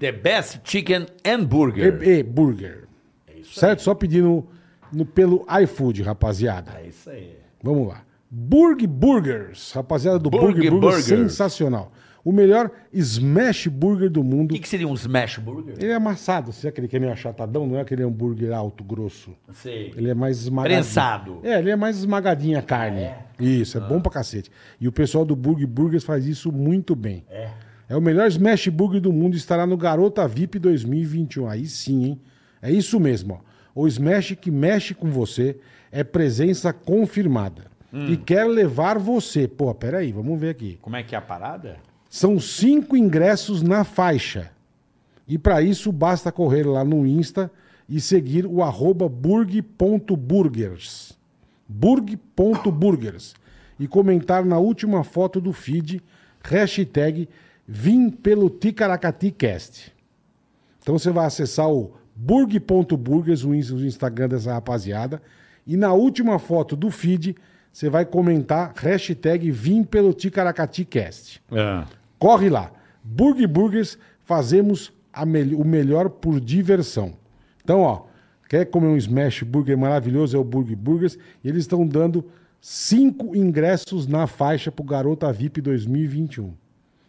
The Best Chicken and Burger. É E, e burger. certo? Só pedindo no, pelo iFood, rapaziada. É isso aí. Vamos lá. Burg Burgers, rapaziada do Burg Burg Burger, Burgers. sensacional. O melhor smash burger do O mundo. que, que seria um Smash Burger? Ele é amassado, você é aquele que é meio achatadão, não é aquele hambúrguer alto, grosso. Não sei. Ele é mais esmagadinho. Prensado. É, ele é mais esmagadinho a carne. Isso, é bom pra cacete. E o pessoal do Burg Burgers faz isso muito bem. É. o melhor smash burger do mundo e estará no Garota VIP 2021. Aí sim, hein? É isso mesmo, ó. O smash que mexe com você é presença confirmada. E quer levar você. Pô, peraí, vamos ver aqui. Como é que é a parada? São cinco ingressos na faixa. E para isso basta correr lá no Insta e seguir o arroba burg.burgers. Burg.burgers. E comentar na última foto do feed, hashtag Vim pelo TicaracatiCast. Então você vai acessar o burg.burgers, o ins- o Instagram dessa rapaziada, e na última foto do feed, você vai comentar hashtag Vim pelo TicaracatiCast. Corre lá. Burg Burgers, fazemos a mel- o melhor por diversão. Então, ó, quer comer um smash burger maravilhoso? É o Burg Burgers. E eles estão dando cinco ingressos na faixa pro Garota VIP 2021.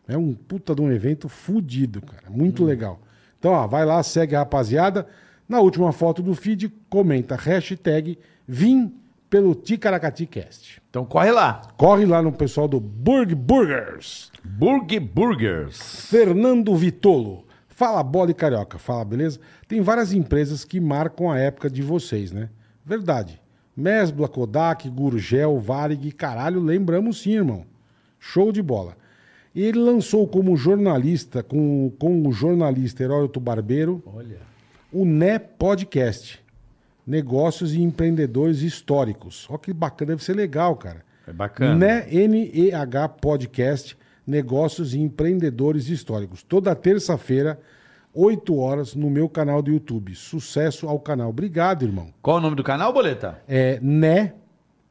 É um puta de um evento fudido, cara. Muito legal. Então, ó, vai lá, segue a rapaziada. Na última foto do feed, comenta hashtag Vim pelo TicaracatiCast. Então corre lá. Corre lá no pessoal do Burg Burgers. Burg Burgers. Fernando Vitolo. Fala bola e carioca, fala beleza? Tem várias empresas que marcam a época de vocês, né? Verdade. Mesbla, Kodak, Gurgel, Varig, caralho, lembramos sim, irmão. Show de bola. Ele lançou como jornalista, com, com o jornalista Heródoto Barbeiro, o Né Podcast. Negócios e empreendedores históricos. Ó que bacana, deve ser legal, cara. É bacana. Né NEH Podcast, Negócios e Empreendedores Históricos. Toda terça-feira, 8 horas, no meu canal do YouTube. Sucesso ao canal. Obrigado, irmão. Qual o nome do canal, Boleta? É NE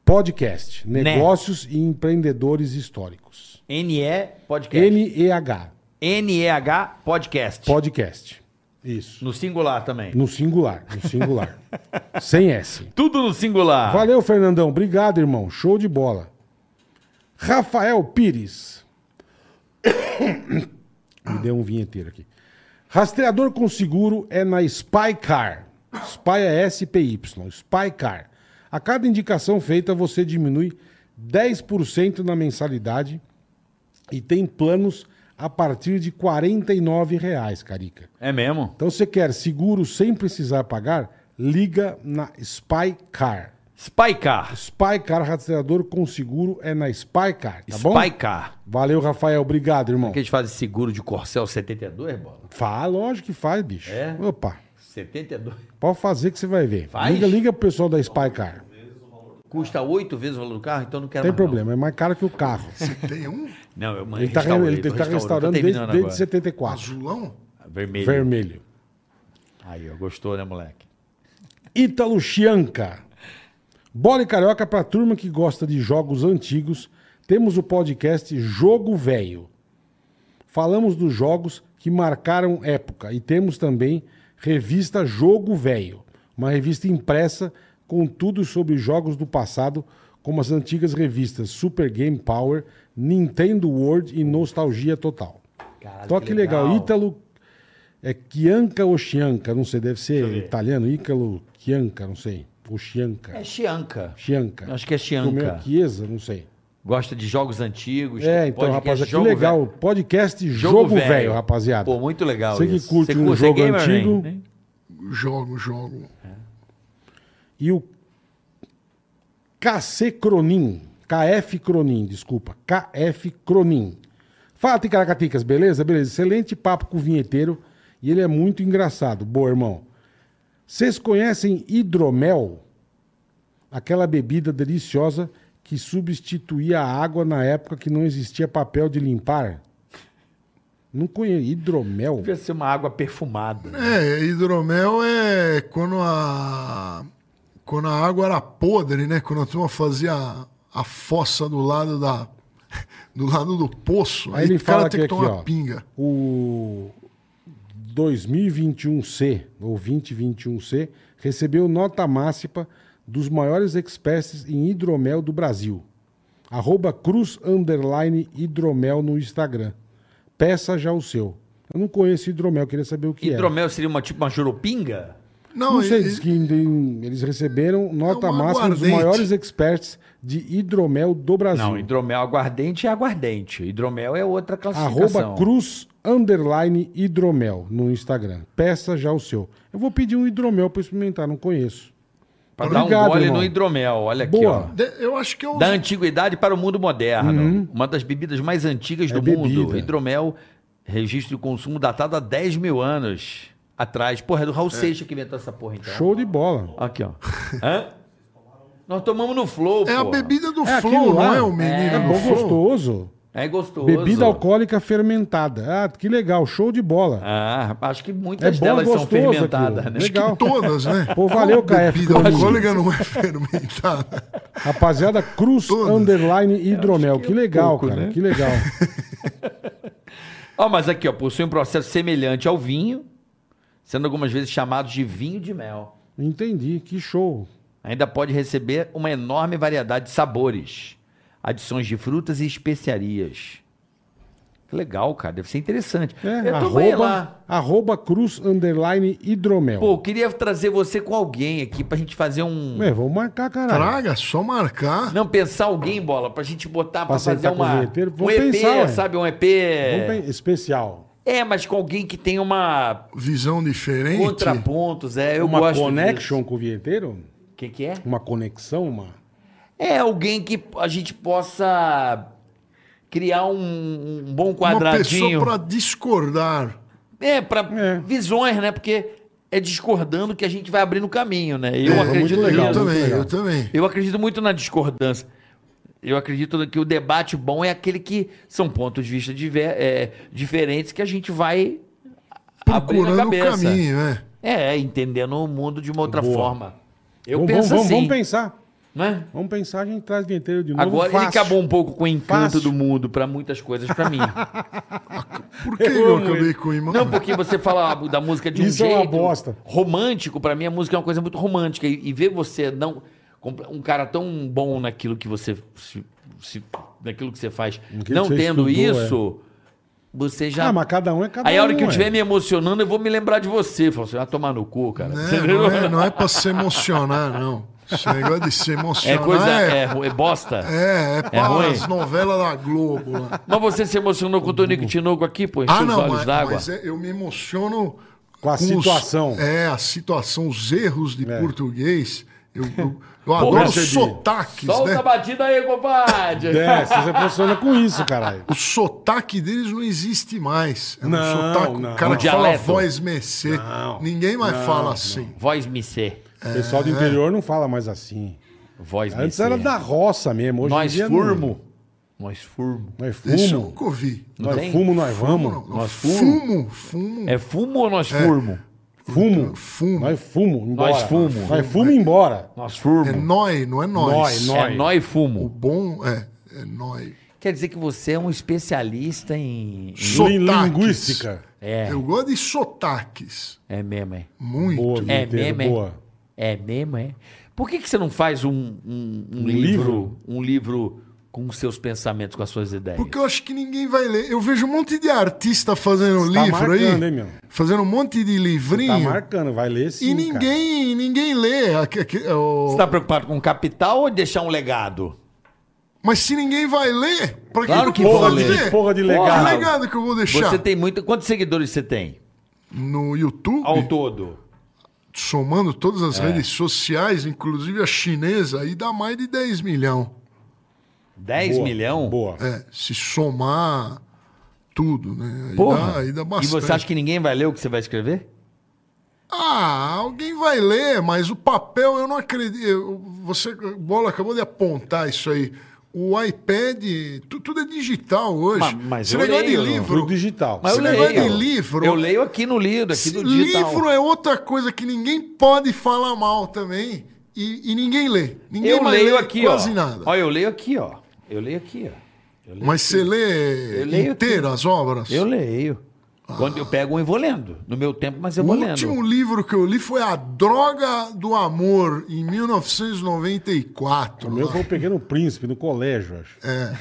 Podcast, Negócios e Empreendedores Históricos. NE Podcast. NEH NEH Podcast. Podcast. Isso. No singular também. No singular, no singular. Sem S. Tudo no singular. Valeu, Fernandão. Obrigado, irmão. Show de bola. Rafael Pires. (coughs) Me deu um vinheteiro aqui. Rastreador com seguro é na Spycar. Spy é S-P-Y. Spycar. A cada indicação feita, você diminui 10% na mensalidade e tem planos a partir de R$ 49 reais, Carica. É mesmo? Então, se você quer seguro sem precisar pagar, liga na Spycar. Spycar. Spycar rastreador com seguro é na Spycar, tá bom? Spycar. Valeu, Rafael. Obrigado, irmão. Que eles fazem seguro de Corcel 72, Bola? Fala, lógico que faz, bicho. É? Opa, 72. pode fazer que você vai ver. Faz? Liga, liga pro pessoal da Spycar. Custa oito vezes o valor do carro, então não quero Tem mais, problema, é mais caro que o carro. Tem um Não, não eu mãe, Ele tá, restaurei, ele tô tá restaurando tô desde, terminando desde agora. 74. azulão? Vermelho. Vermelho. Aí, ó, gostou, né, moleque? Ítalo Chianca. Bola e Carioca, pra turma que gosta de jogos antigos, temos o podcast Jogo Velho. Falamos dos jogos que marcaram época e temos também revista Jogo Velho, uma revista impressa com tudo sobre jogos do passado, como as antigas revistas Super Game Power, Nintendo World e Nostalgia Total. Caralho, Então, que que legal. legal. Ítalo é Chianca ou Chianca, não sei, deve ser italiano. Ítalo Chianca, não sei. Ou Chianca. É Chianca. Chianca. Acho que é Chianca. Comeu Chiesa, não sei. Gosta de jogos antigos. É, então, podcast, rapaziada, que jogo legal. velho. Podcast Jogo Jogo, velho. Velho, rapaziada. Pô, muito legal Você que isso. curte um curte- jogo é gamer, antigo. hein? Jogo, jogo. E o KC Cronin. KF Cronin, desculpa. KF Cronin. Fala, Ticaracaticas, beleza? Beleza. Excelente papo com o vinheteiro. E ele é muito engraçado. Boa, irmão. Vocês conhecem hidromel? Aquela bebida deliciosa que substituía a água na época que não existia papel de limpar? Não conheço. Hidromel? Devia ser é uma água perfumada. né? É, hidromel é quando a quando a água era podre, né? Quando a turma fazia a, a fossa do lado da do lado do poço, Aí aí, ele o cara fala tem que que aqui, tomar ó. pinga. o 2021C, ou 2021C, recebeu nota máxima dos maiores experts em hidromel do Brasil. Arroba cruz underline hidromel no Instagram. Peça já o seu. Eu não conheço hidromel, queria saber o que é. Hidromel seria uma tipo uma juropinga? Não, Não sei, e- diz que em- eles receberam nota É um máxima dos aguardente. maiores experts de hidromel do Brasil. Não, hidromel aguardente é aguardente. Hidromel é outra classificação. Arroba cruz underline hidromel no Instagram. Peça já o seu. Eu vou pedir um hidromel para experimentar, não conheço. Pra dar Obrigado, um gole irmão. no hidromel, olha aqui, Boa. Uhum. ó. De- Eu acho que é eu. Da antiguidade para o mundo moderno. Uma das bebidas mais antigas É do mundo. bebida. Hidromel, registro de consumo datado há 10 mil anos atrás. Porra, é do Raul Seixas que inventou essa porra, então. Show de bola. Aqui, (laughs) ó. Hã? Nós tomamos no Flow, É a porra. bebida do É aquilo Flow, não lá. é o menino É do bom, Flow? gostoso. É gostoso. Bebida alcoólica fermentada. Ah, que legal, show de bola. Ah, acho que muitas É bom, delas são gostoso fermentadas, aquilo. né? Legal. Todas, né? Pô, valeu, Qual KF, Bebida por hoje. alcoólica não é (laughs) fermentada. Rapaziada, Cruz Todas. Underline Hidromel. Que, legal, pouco, cara. né? Que legal. Ó, mas aqui, ó, possui um processo semelhante ao vinho, sendo algumas vezes chamado de vinho de mel. Entendi, que show. Ainda pode receber uma enorme variedade de sabores, adições de frutas e especiarias. Que legal, cara. Deve ser interessante. É, eu tô bem arroba, lá. arroba Cruz Underline Hidromel. Pô, eu queria trazer você com alguém aqui pra gente fazer um. Ué, vamos marcar, caralho. Traga, só marcar. Não, pensar alguém, bola, pra gente botar pra, Pra fazer sentar tá com uma. os vinheteiros, um vamos EP, pensar, ué. sabe? Um EP. Vamos pen- Especial. É, mas com alguém que tem uma Visão diferente. Contrapontos, é, eu uma gosto. connection com o vinheteiro? O que, que é? Uma conexão, uma. É alguém que a gente possa criar um, um bom Uma pessoa quadradinho. pra discordar. É, pra É. visões, né? Porque é discordando que a gente vai abrindo o caminho, né? Eu É, acredito muito legal, eu nisso. muito também, legal. eu também. Eu acredito muito na discordância. Eu acredito que o debate bom é aquele que são pontos de vista diver- é, diferentes que a gente vai Tá abrindo a Procurando o cabeça. caminho, né? É, entendendo o mundo de uma outra Boa. forma. Eu vamos, penso vamos, assim. vamos pensar. né? Vamos pensar, a gente traz vinheteiro de novo. Agora ele fácil. acabou um pouco com o encanto Fácil. do mundo pra muitas coisas pra (laughs) mim. Por que Eu eu, amo acabei ele. com o irmão? Não porque você fala da música de um Isso é jeito uma bosta. romântico, pra mim a música é uma coisa muito romântica e, e ver você não um cara tão bom naquilo que você se- se- naquilo que você faz, que não você tendo estudou, é. isso, você já Ah, mas cada um é cada um. Aí a hora que eu é. estiver me emocionando, eu vou me lembrar de você. Falar assim, vai tomar no cu, cara. Né? Você não, entendeu? é, não é pra se emocionar, não. Esse negócio de se é emocionar coisa, é, é, é bosta. é, é para ruim. as novelas da Globo. Lá. Mas você se emocionou com o Tonico Uhum. Tinoco aqui, pô, encheu Ah, os não, olhos mas, d'água. mas é- eu me emociono Com a os- situação. É. é, a situação, os erros de português. Eu, eu, eu (laughs) Porra, adoro Cedi. os sotaques, Solta né? a batida aí, (laughs) compadre. É, você se posiciona com isso, (laughs) caralho. O sotaque deles não existe mais. É um Não, sotaque, não. o cara O que fala dialeto. voz mercê. Ninguém mais fala assim. Voz me ser. É. O pessoal do interior não fala mais assim. Voz me Antes ser. era da roça mesmo. Hoje é. Nós em dia furmo. Nós furmo. Não, nós Isso eu fumo. nunca ouvi. Não nós tem? fumo, nós vamos. Não, Nós fumo, fumo. É fumo ou nós furmo? Fumo. Fumo. É, Nós fumo. Embora. Nós fumo. Nós fumo embora. Nós É furmo. nói, não é nós. Nói, nói. É nós O fumo. bom é, é nói. Quer dizer que você é um especialista em... em- Sotaques. Em linguística. É, Eu gosto de sotaques. é mesmo, é. Muito. Boa, É vinheteiro, mesmo, é? boa. Tá É mesmo, é. Por que, que você não faz um, um, um livro, livro? um livro com os seus pensamentos, com as suas ideias? Porque eu acho que ninguém vai ler. Eu vejo um monte de artista fazendo Tá livro marcando, aí. hein, meu? Fazendo um monte de Tá livrinho. marcando, vai ler sim, e cara. tá- ninguém, ninguém lê. Aqui- aqui- é Você o- está preocupado com capital ou deixar um legado? Mas se ninguém vai ler, pra Claro eu que vou vão Porra ler. de, porra de legal. Que legado que eu vou deixar Você tem muito. Quantos seguidores você tem? no YouTube, Ao todo? somando todas É. as redes sociais, inclusive a chinesa, aí dá mais de 10 milhões. 10 Boa, milhão? Boa. É, se somar tudo, né? Aí, Porra. Dá, aí dá E bastante. você acha que ninguém vai ler o que você vai escrever? Ah, alguém vai ler, mas o papel eu não acredito. eu- Você, Bola, acabou de apontar isso aí. O iPad, tu- tudo é digital hoje. Mas- mas Esse eu negócio leio, de livro. Pro digital. Mas Esse eu negócio leio. de livro- Eu leio aqui no livro, aqui no digital. Livro é outra coisa que ninguém pode falar mal também. E, e ninguém lê. Ninguém eu mais leio lê aqui, quase ó. nada. Ó, eu leio aqui, ó. Eu leio aqui, ó. Eu leio, Mas você lê Eu leio inteiras as obras? eu leio. Quando eu pego um e vou lendo. No meu tempo, mas eu Ah. O vou último lendo. livro que eu li foi A Droga do Amor, em 1994. O meu lá. foi o Pequeno Príncipe, no colégio, acho. É.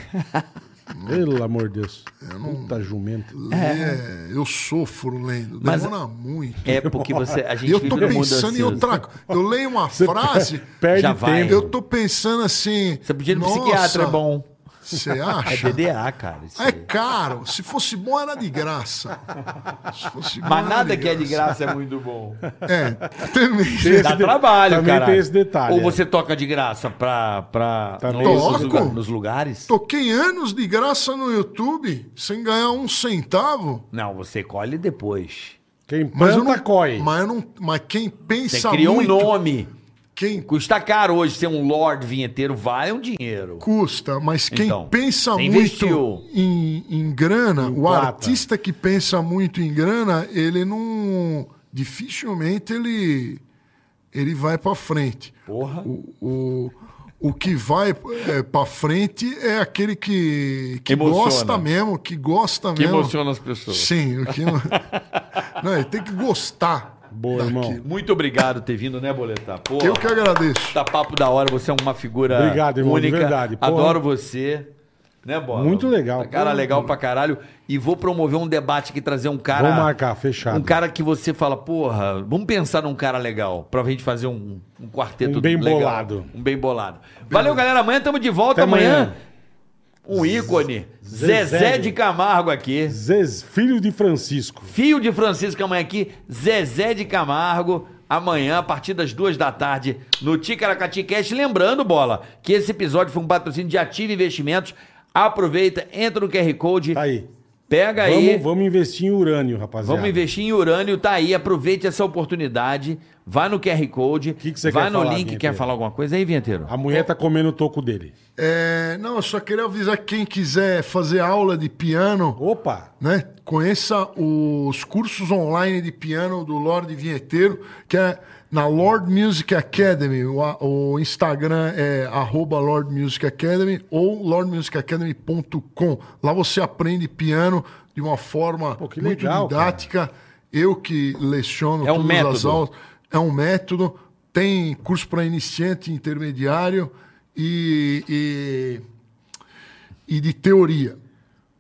Pelo amor de Deus. Puta jumento. É, eu sofro lendo. Mas- Demora muito. É porque você, a gente assim, né? E eu vive tô no mundo pensando em ansioso. outra coisa. Eu leio tá uma frase, (laughs) Perde Já vai. tempo. eu tô pensando assim. Você podia ir no "Nossa, psiquiatra, (laughs) é bom. Você É acha? DDA, cara. isso É aí. caro. Se fosse bom, era de graça. Se fosse bom, Mas era nada que é de graça é muito (laughs) bom. É, também. Tem Dá esse de- trabalho, também cara. tem esse detalhe, Ou é. Tá você toca de graça pra. pra Também. nos, nos Toco. lugar- nos lugares? Toquei anos de graça no YouTube, sem ganhar um centavo. Não, você colhe depois. Quem Mas eu planta, não, corre. mas eu não, mas quem pensa Você criou muito, um nome. quem Custa caro hoje ser um Lord vinheteiro, vai um dinheiro. custa, mas quem Então, pensa você investiu. muito em, em grana, o plata. artista que pensa muito em grana, ele não dificilmente ele ele vai para frente. Porra. O, o, o que vai é, para frente é aquele que, que Emociona. gosta mesmo, que gosta Que mesmo. emociona as pessoas. Sim, o que não, ele tem que gostar. Boa, irmão. Muito obrigado por ter vindo, né, Boletar? Porra. Eu que agradeço. Tá papo da hora, você é uma figura Obrigado, irmão, de única. verdade, porra. Adoro você. Né, Bola? Muito legal. Cara Porra. legal pra caralho. E vou promover um debate aqui, trazer um cara. Vamos marcar, fechado. Um cara que você fala, porra, vamos pensar num cara legal. Pra gente fazer um, um quarteto Um bem legal. bolado. Um bem bolado. Valeu, galera. Amanhã estamos de volta. Até amanhã. amanhã. um ícone. Zezé. Zezé de Camargo aqui. Zez, filho de Francisco. Fio de Francisco amanhã aqui, Zezé de Camargo, amanhã, a partir das duas da tarde, no Ticaracati Cast. Lembrando, bola, que esse episódio foi um patrocínio de Ativa Investimentos. Aproveita, entra no QR Code, Tá aí. pega aí. Vamos, vamos investir em urânio, rapaziada. Vamos investir em urânio, tá aí. Aproveite essa oportunidade. Vai no QR Code. Que que você vai quer no falar, link. Quer vinheteiro? falar alguma coisa aí, Vinheteiro? A mulher tá comendo o toco dele. É, não, eu só queria avisar quem quiser fazer aula de piano, Opa! né? Conheça os cursos online de piano do Lorde Vinheteiro, que é na Lord Music Academy. O, a- o Instagram é arroba Lord Music Academy ou lordmusicacademy.com. Lá você aprende piano de uma forma que muito legal, cara. didática. Eu que leciono É um todas as método. aulas. É um método, tem curso para iniciante, intermediário e, e, e de teoria.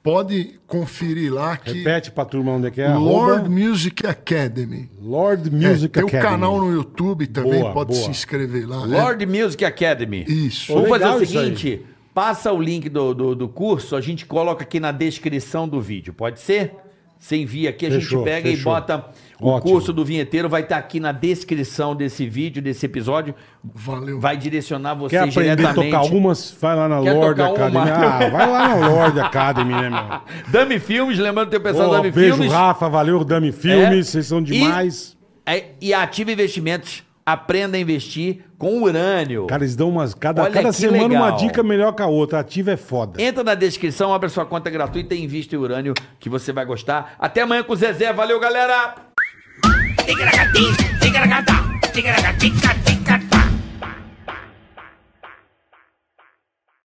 Pode conferir lá que Repete pra turma onde é que é. Lord arroba Music Academy. Lord É, Music tem o Academy. canal no YouTube também, Boa, pode boa. se inscrever lá. É Lord Music Academy. Isso. Vamos fazer Legal o isso aí. seguinte: passa o link do, do, do curso, a gente coloca aqui na descrição do vídeo, pode ser? Você envia aqui, a Fechou, gente pega fechou. e bota o Ótimo. curso do vinheteiro, vai estar aqui na descrição desse vídeo, desse episódio. Valeu. Vai direcionar Quer vocês aprender a diretamente. tocar algumas? Vai lá na Quer Lord tocar Academy. uma? Ah, vai lá na Lord Academy, né, meu? Dami Filmes, lembrando que tem o pessoal Ô, da Dami beijo, Filmes. É. Rafa. Valeu, Dami Filmes. Vocês são E- demais. É, e ativa investimentos, aprenda a investir com urânio. Cara, eles dão umas. Cada, Olha cada que semana uma legal. dica melhor que a outra. A Ativa é foda. Entra na descrição, abre sua conta gratuita e invista em urânio, que você vai gostar. Até amanhã com o Zezé. Valeu, galera! Ticaracati, ticaracata, ticaracati, cata.